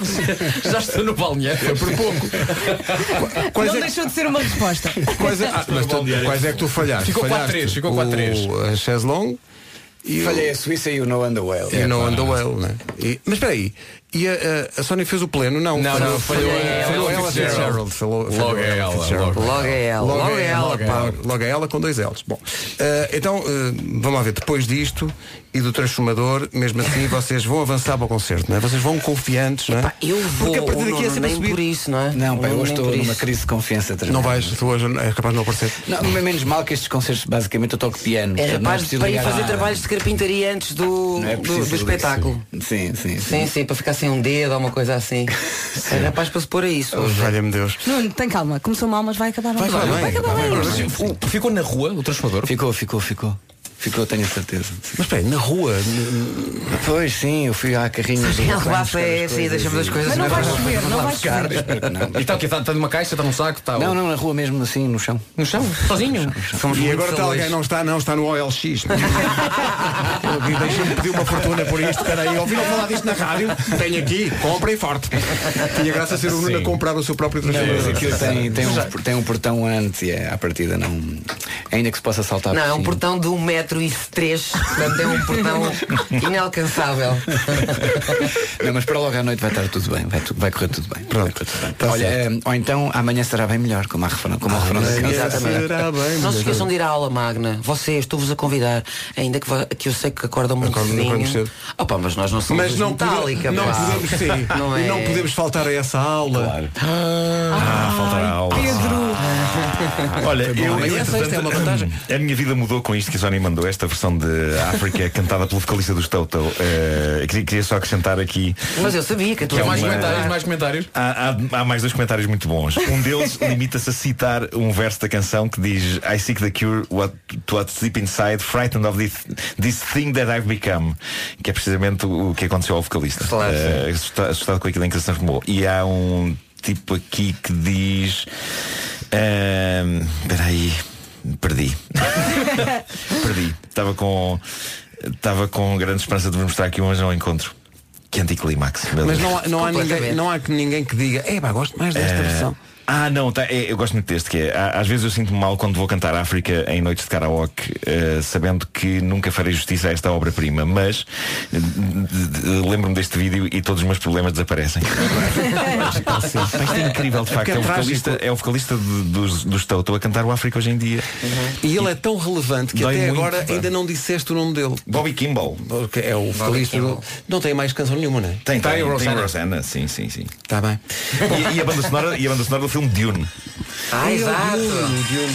[SPEAKER 2] Já estou no balneário.
[SPEAKER 1] Foi É por pouco. Quais
[SPEAKER 4] não
[SPEAKER 1] é que-
[SPEAKER 4] deixou de ser uma
[SPEAKER 1] *laughs*
[SPEAKER 4] resposta.
[SPEAKER 1] Quais é, ah, mas tu- quais é que tu falhaste?
[SPEAKER 15] Ficou
[SPEAKER 1] Falhaste
[SPEAKER 15] 4-3, ficou
[SPEAKER 1] o- eh,
[SPEAKER 15] 4-3.
[SPEAKER 1] A Cheslong e o-
[SPEAKER 15] Falhei a Suíça e o No Under Well. É
[SPEAKER 1] E não andou well, né? E- mas espera aí, e a, a- a Sony fez o pleno? Não,
[SPEAKER 2] Não,
[SPEAKER 1] falhou-
[SPEAKER 2] não, falhou
[SPEAKER 1] falhou-
[SPEAKER 2] a-
[SPEAKER 1] falhou
[SPEAKER 2] a
[SPEAKER 1] ela
[SPEAKER 2] Fitzgerald.
[SPEAKER 1] Fitzgerald. Falou- falhou
[SPEAKER 2] Logo a ela,
[SPEAKER 1] Fitzgerald.
[SPEAKER 2] logo. Logo a ela, logo a ela,
[SPEAKER 1] logo é
[SPEAKER 2] pá.
[SPEAKER 1] Logo a ela com dois L's. Bom, eh, então eh, vamos lá ver, depois disto e do transformador, mesmo assim vocês vão avançar para o concerto, não é? Vocês vão confiantes, não é?
[SPEAKER 19] Eu vou,
[SPEAKER 1] Porque a partir
[SPEAKER 19] oh,
[SPEAKER 1] daqui é
[SPEAKER 19] Nuno,
[SPEAKER 1] sempre a
[SPEAKER 19] nem
[SPEAKER 1] subir.
[SPEAKER 19] por isso, não é?
[SPEAKER 15] Não, pá, eu
[SPEAKER 19] Nem
[SPEAKER 15] hoje estou
[SPEAKER 19] por
[SPEAKER 15] numa
[SPEAKER 19] isso.
[SPEAKER 15] crise de confiança
[SPEAKER 1] Não
[SPEAKER 15] tremenda.
[SPEAKER 1] vais, tu hoje é capaz de não aparecer.
[SPEAKER 15] Não, mas menos mal que estes concertos, basicamente, eu toco piano.
[SPEAKER 19] É
[SPEAKER 15] portanto, não
[SPEAKER 19] rapaz de
[SPEAKER 15] preciso
[SPEAKER 19] para ir
[SPEAKER 15] ligar
[SPEAKER 19] fazer
[SPEAKER 15] nada.
[SPEAKER 19] trabalhos de carpintaria antes do,
[SPEAKER 15] Não é
[SPEAKER 19] do,
[SPEAKER 15] preciso
[SPEAKER 19] do espetáculo.
[SPEAKER 15] Sim, sim, sim.
[SPEAKER 19] Sim, sim, para ficar sem um dedo ou uma coisa assim. É rapaz para se pôr a isso. hoje.
[SPEAKER 1] Valha-me Deus.
[SPEAKER 4] Nuno, tem calma, começou mal, mas vai acabar bem.
[SPEAKER 15] é?
[SPEAKER 19] é
[SPEAKER 4] acabar bem.
[SPEAKER 2] Ficou na rua o transformador?
[SPEAKER 15] Ficou, ficou, ficou. Ficou, tenho certeza.
[SPEAKER 1] Mas espera, na rua?
[SPEAKER 15] Pois sim, eu fui à carrinha
[SPEAKER 19] Sim, a rebafa é assim, deixa-me as coisas.
[SPEAKER 2] E está o quê? Está está numa caixa, está num saco? tá Está
[SPEAKER 15] Não, não, na rua mesmo assim, no chão.
[SPEAKER 2] No chão? Sozinho?
[SPEAKER 1] e
[SPEAKER 15] então
[SPEAKER 1] agora está alguém, não está, não, está no OLX.
[SPEAKER 19] *laughs*
[SPEAKER 1] Deixa-me pedir uma fortuna por isto, espera aí, ouviram falar disto na rádio? Tenho aqui, comprem forte. Tinha graça a ser o Nuno a comprar o seu próprio
[SPEAKER 15] Mas
[SPEAKER 1] transformador.
[SPEAKER 15] aquilo tem, tem, um, tem um portão antes e é, à partida não. Ainda que se possa saltar
[SPEAKER 19] Não, é um
[SPEAKER 15] por cima.
[SPEAKER 19] portão de 1,3m, portanto é um portão inalcançável.
[SPEAKER 15] Não, mas para logo à noite vai estar tudo bem, vai, tu- vai correr tudo bem. Vai correr tudo bem.
[SPEAKER 1] tá
[SPEAKER 15] Olha, eh, ou então amanhã será bem melhor, como a refrão, como a refrão da canção.
[SPEAKER 19] Exatamente. Não se esqueçam de ir à aula magna. Vocês, estou-vos a convidar. Ainda que, vá- que eu sei que acordam muito
[SPEAKER 1] Acordam- acordam
[SPEAKER 19] cedinho.
[SPEAKER 1] cedo.
[SPEAKER 19] Ah pá, mas nós não somos
[SPEAKER 1] Mas não, pode-
[SPEAKER 19] metálica,
[SPEAKER 1] não
[SPEAKER 19] pá.
[SPEAKER 1] podemos sim.
[SPEAKER 19] Não é?
[SPEAKER 1] E não podemos faltar a essa aula.
[SPEAKER 6] Ah, faltará aula.
[SPEAKER 19] *laughs*
[SPEAKER 6] Olha,
[SPEAKER 1] Foi bom.
[SPEAKER 6] eu,
[SPEAKER 1] Mas
[SPEAKER 6] eu,
[SPEAKER 1] essa- esta é uma vantagem.
[SPEAKER 6] A minha vida mudou com isto que a Sony mandou esta versão de África cantada pelo vocalista dos Toto. Eh, queria, queria só acrescentar aqui.
[SPEAKER 19] Mas eu sabia que tu
[SPEAKER 6] Que é
[SPEAKER 2] mais
[SPEAKER 6] uma-
[SPEAKER 2] comentários, mais comentários.
[SPEAKER 6] Há, há- há mais dois comentários muito bons. Um
[SPEAKER 1] *laughs*
[SPEAKER 6] deles limita-se a citar um verso da canção que diz I seek the cure what, to what's deep inside, frightened of this, this thing that I've become. Que é precisamente o o que aconteceu ao vocalista. Eh, assusta- assustado com aquilo em que se transformou. E há um tipo aqui que diz. ehm, Espera aí,
[SPEAKER 1] *laughs*
[SPEAKER 6] perdi. perdi. Estava com. Estava com grande esperança de vos mostrar aqui, mas não encontro. Que anticlimax. meu
[SPEAKER 1] Mas
[SPEAKER 6] Deus.
[SPEAKER 1] não há, não há ninguém, não há que- ninguém que diga, é pá, gosto mais desta
[SPEAKER 6] Eh,
[SPEAKER 1] versão.
[SPEAKER 6] Ah, não, tá, é, eu gosto muito deste que é. "Á- Às vezes eu sinto-me mal quando vou cantar África em noites de karaoke, eh, sabendo que nunca farei justiça a esta obra-prima, mas eh, d- d- lembro-me deste vídeo e todos os meus problemas desaparecem. Pá, Isto é incrível, de facto.
[SPEAKER 1] Porque é
[SPEAKER 6] É o vocalista,
[SPEAKER 1] trágico.
[SPEAKER 6] é o vocalista de- dos, dos Toto a cantar o África hoje em dia.
[SPEAKER 19] Uhum.
[SPEAKER 1] E ele é tão relevante que
[SPEAKER 6] Dói
[SPEAKER 1] até
[SPEAKER 6] muito,
[SPEAKER 1] agora
[SPEAKER 6] pá.
[SPEAKER 1] ainda não disseste o nome dele.
[SPEAKER 6] Bobby Kimball.
[SPEAKER 1] Porque é o vocalista do... Não tem mais canção nenhuma, não é?
[SPEAKER 6] Tem, tem, tem,
[SPEAKER 1] Rosanna.
[SPEAKER 6] Rosanna. sim, sim, sim.
[SPEAKER 1] Está Tá bem.
[SPEAKER 6] E, e a banda sonora, e a banda sonora do filme Dune.
[SPEAKER 19] Ah,
[SPEAKER 1] Ai,
[SPEAKER 19] exato.
[SPEAKER 1] Diogo, Diogo.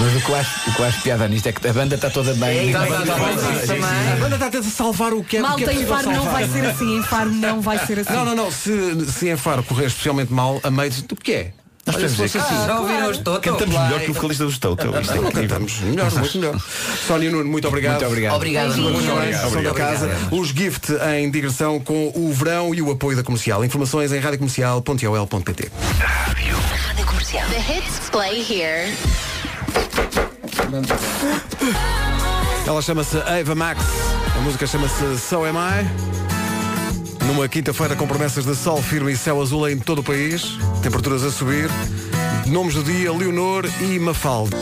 [SPEAKER 15] Mas o que, eu acho, o que eu acho piada nisto é que a banda está toda bem.
[SPEAKER 1] Tá bem, tá bem, sim, sim, sim. A banda está a tentar salvar o que é o que é
[SPEAKER 4] Malta, em
[SPEAKER 1] possível
[SPEAKER 4] Faro não
[SPEAKER 1] salvar.
[SPEAKER 4] vai ser assim, em Faro não vai ser assim.
[SPEAKER 1] Não, não, não. Se, se em Faro correr especialmente mal, a meio diz, do que é?
[SPEAKER 6] Nós
[SPEAKER 1] Olha,
[SPEAKER 6] podemos
[SPEAKER 1] se fosse
[SPEAKER 6] dizer que
[SPEAKER 1] assim.
[SPEAKER 6] sim.
[SPEAKER 19] Ah, Já ouviram os Toto?
[SPEAKER 6] Cantamos melhor que o vocalista dos Toto. Isto é
[SPEAKER 1] Não,
[SPEAKER 6] incrível.
[SPEAKER 1] então cantamos melhor, muito melhor. Sónia Nuno, muito obrigado.
[SPEAKER 15] Muito obrigado.
[SPEAKER 19] Obrigado,
[SPEAKER 1] Muito
[SPEAKER 19] Nuno.
[SPEAKER 1] obrigado. São da
[SPEAKER 19] Obrigado.
[SPEAKER 1] casa. Os gift em digressão com o verão e o apoio da comercial. Informações em radiocomercial.ol.pt.
[SPEAKER 5] Rádio Comercial. The hits play here.
[SPEAKER 1] Ela chama-se Ava Max. A música chama-se So Am I. Numa quinta-feira com promessas de sol firme e céu azul em todo o país. Temperaturas a subir. Nomes do dia, Leonor e Mafalda.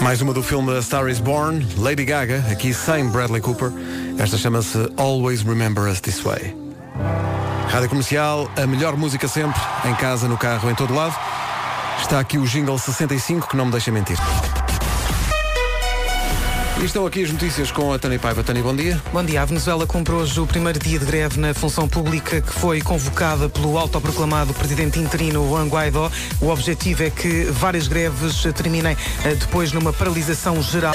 [SPEAKER 1] Mais uma do filme A Star Is Born, Lady Gaga, aqui sem Bradley Cooper. Esta chama-se Always Remember Us This Way. Rádio Comercial, a melhor música sempre, em casa, no carro, em todo lado. Está aqui o jingle 65 que não me deixa mentir. E estão aqui as notícias com a Tânia Paiva. Tânia, bom dia.
[SPEAKER 16] Bom dia. A Venezuela comprou hoje o primeiro dia de greve na função pública que foi convocada pelo autoproclamado presidente interino Juan Guaidó. O objetivo é que várias greves eh, terminem eh, depois numa paralisação geral.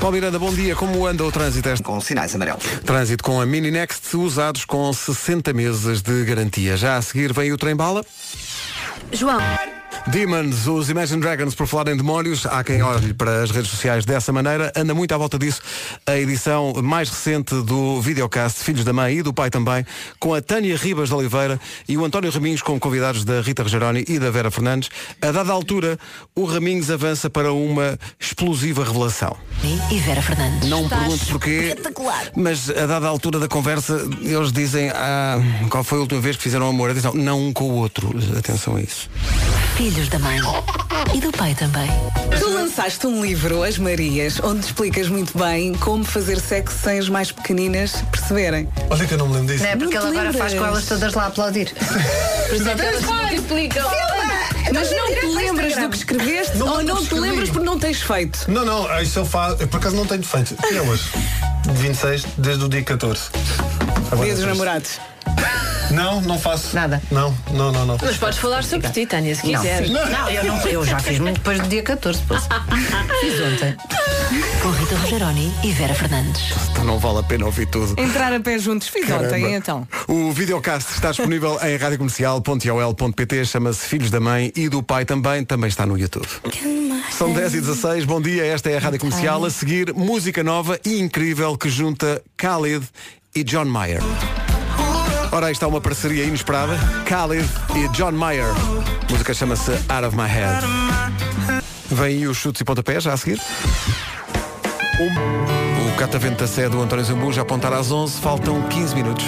[SPEAKER 1] Paulo Miranda, bom dia. Como anda o trânsito?
[SPEAKER 3] Com sinais amarelos.
[SPEAKER 1] Trânsito com a Mini Next, usados com 60 meses de garantia. Já a seguir vem o trem-bala.
[SPEAKER 20] João.
[SPEAKER 1] Demons, os Imagine Dragons, por falar em demónios, há quem olhe para as redes sociais dessa maneira, anda muito à volta disso a edição mais recente do videocast Filhos da Mãe e do Pai também, com a Tânia Ribas de Oliveira e o António Raminhos como convidados da Rita Rogeroni e da Vera Fernandes. A dada altura, o Raminhos avança para uma explosiva revelação.
[SPEAKER 5] E Vera Fernandes.
[SPEAKER 1] Não me
[SPEAKER 5] Estás
[SPEAKER 1] pergunto porquê,
[SPEAKER 5] Espetacular.
[SPEAKER 1] mas a dada altura da conversa, eles dizem ah, qual foi a última vez que fizeram amor. Atenção, não um com o outro. Atenção a isso.
[SPEAKER 5] Filhos da mãe. E do pai também.
[SPEAKER 4] Tu lançaste um livro, As Marias, onde explicas muito bem como fazer sexo sem as mais pequeninas perceberem.
[SPEAKER 1] Olha que eu não me lembro
[SPEAKER 4] disso.
[SPEAKER 21] Não é? Porque
[SPEAKER 4] Não te
[SPEAKER 21] ele agora
[SPEAKER 4] lembras?
[SPEAKER 21] faz com elas todas lá a
[SPEAKER 4] *laughs*
[SPEAKER 21] aplaudir. Por isso é que elas se multiplicam.
[SPEAKER 4] Mas não te lembras do que escreveste ou não te
[SPEAKER 22] escrevi.
[SPEAKER 4] lembras porque não tens feito?
[SPEAKER 22] Não, não, ah, isso eu faço. eu, Por acaso não tenho feito. E é hoje? De 26, desde o dia 14. Agora,
[SPEAKER 18] Dia dos namorados.
[SPEAKER 22] Não, não faço. Nada. Não, não, não, não.
[SPEAKER 21] Mas podes falar sobre ti, Tânia, se
[SPEAKER 22] Não.
[SPEAKER 21] quiseres.
[SPEAKER 22] Não. *laughs* Não, eu não- eu já fiz
[SPEAKER 21] muito depois do dia 14, posso. Fiz ontem.
[SPEAKER 5] Com Rita Rogeroni e Vera Fernandes.
[SPEAKER 1] Não vale a pena ouvir tudo.
[SPEAKER 4] Entrar a pé juntos, fiz
[SPEAKER 1] Caramba.
[SPEAKER 4] ontem então.
[SPEAKER 1] O videocast está disponível em radiocomercial.ol.pt, chama-se Filhos da Mãe e do Pai também, também está no YouTube. São 10 e 16, bom dia, esta é a Rádio Comercial. A seguir, música nova e incrível que junta Khalid e John Mayer. Ora, aí está uma parceria inesperada, Khalid e John Mayer. A música chama-se Out of My Head. Vêm aí os chutes e pontapés, já a seguir. um, O catavento da sede do António Zambu já apontar às 11, faltam 15 minutos.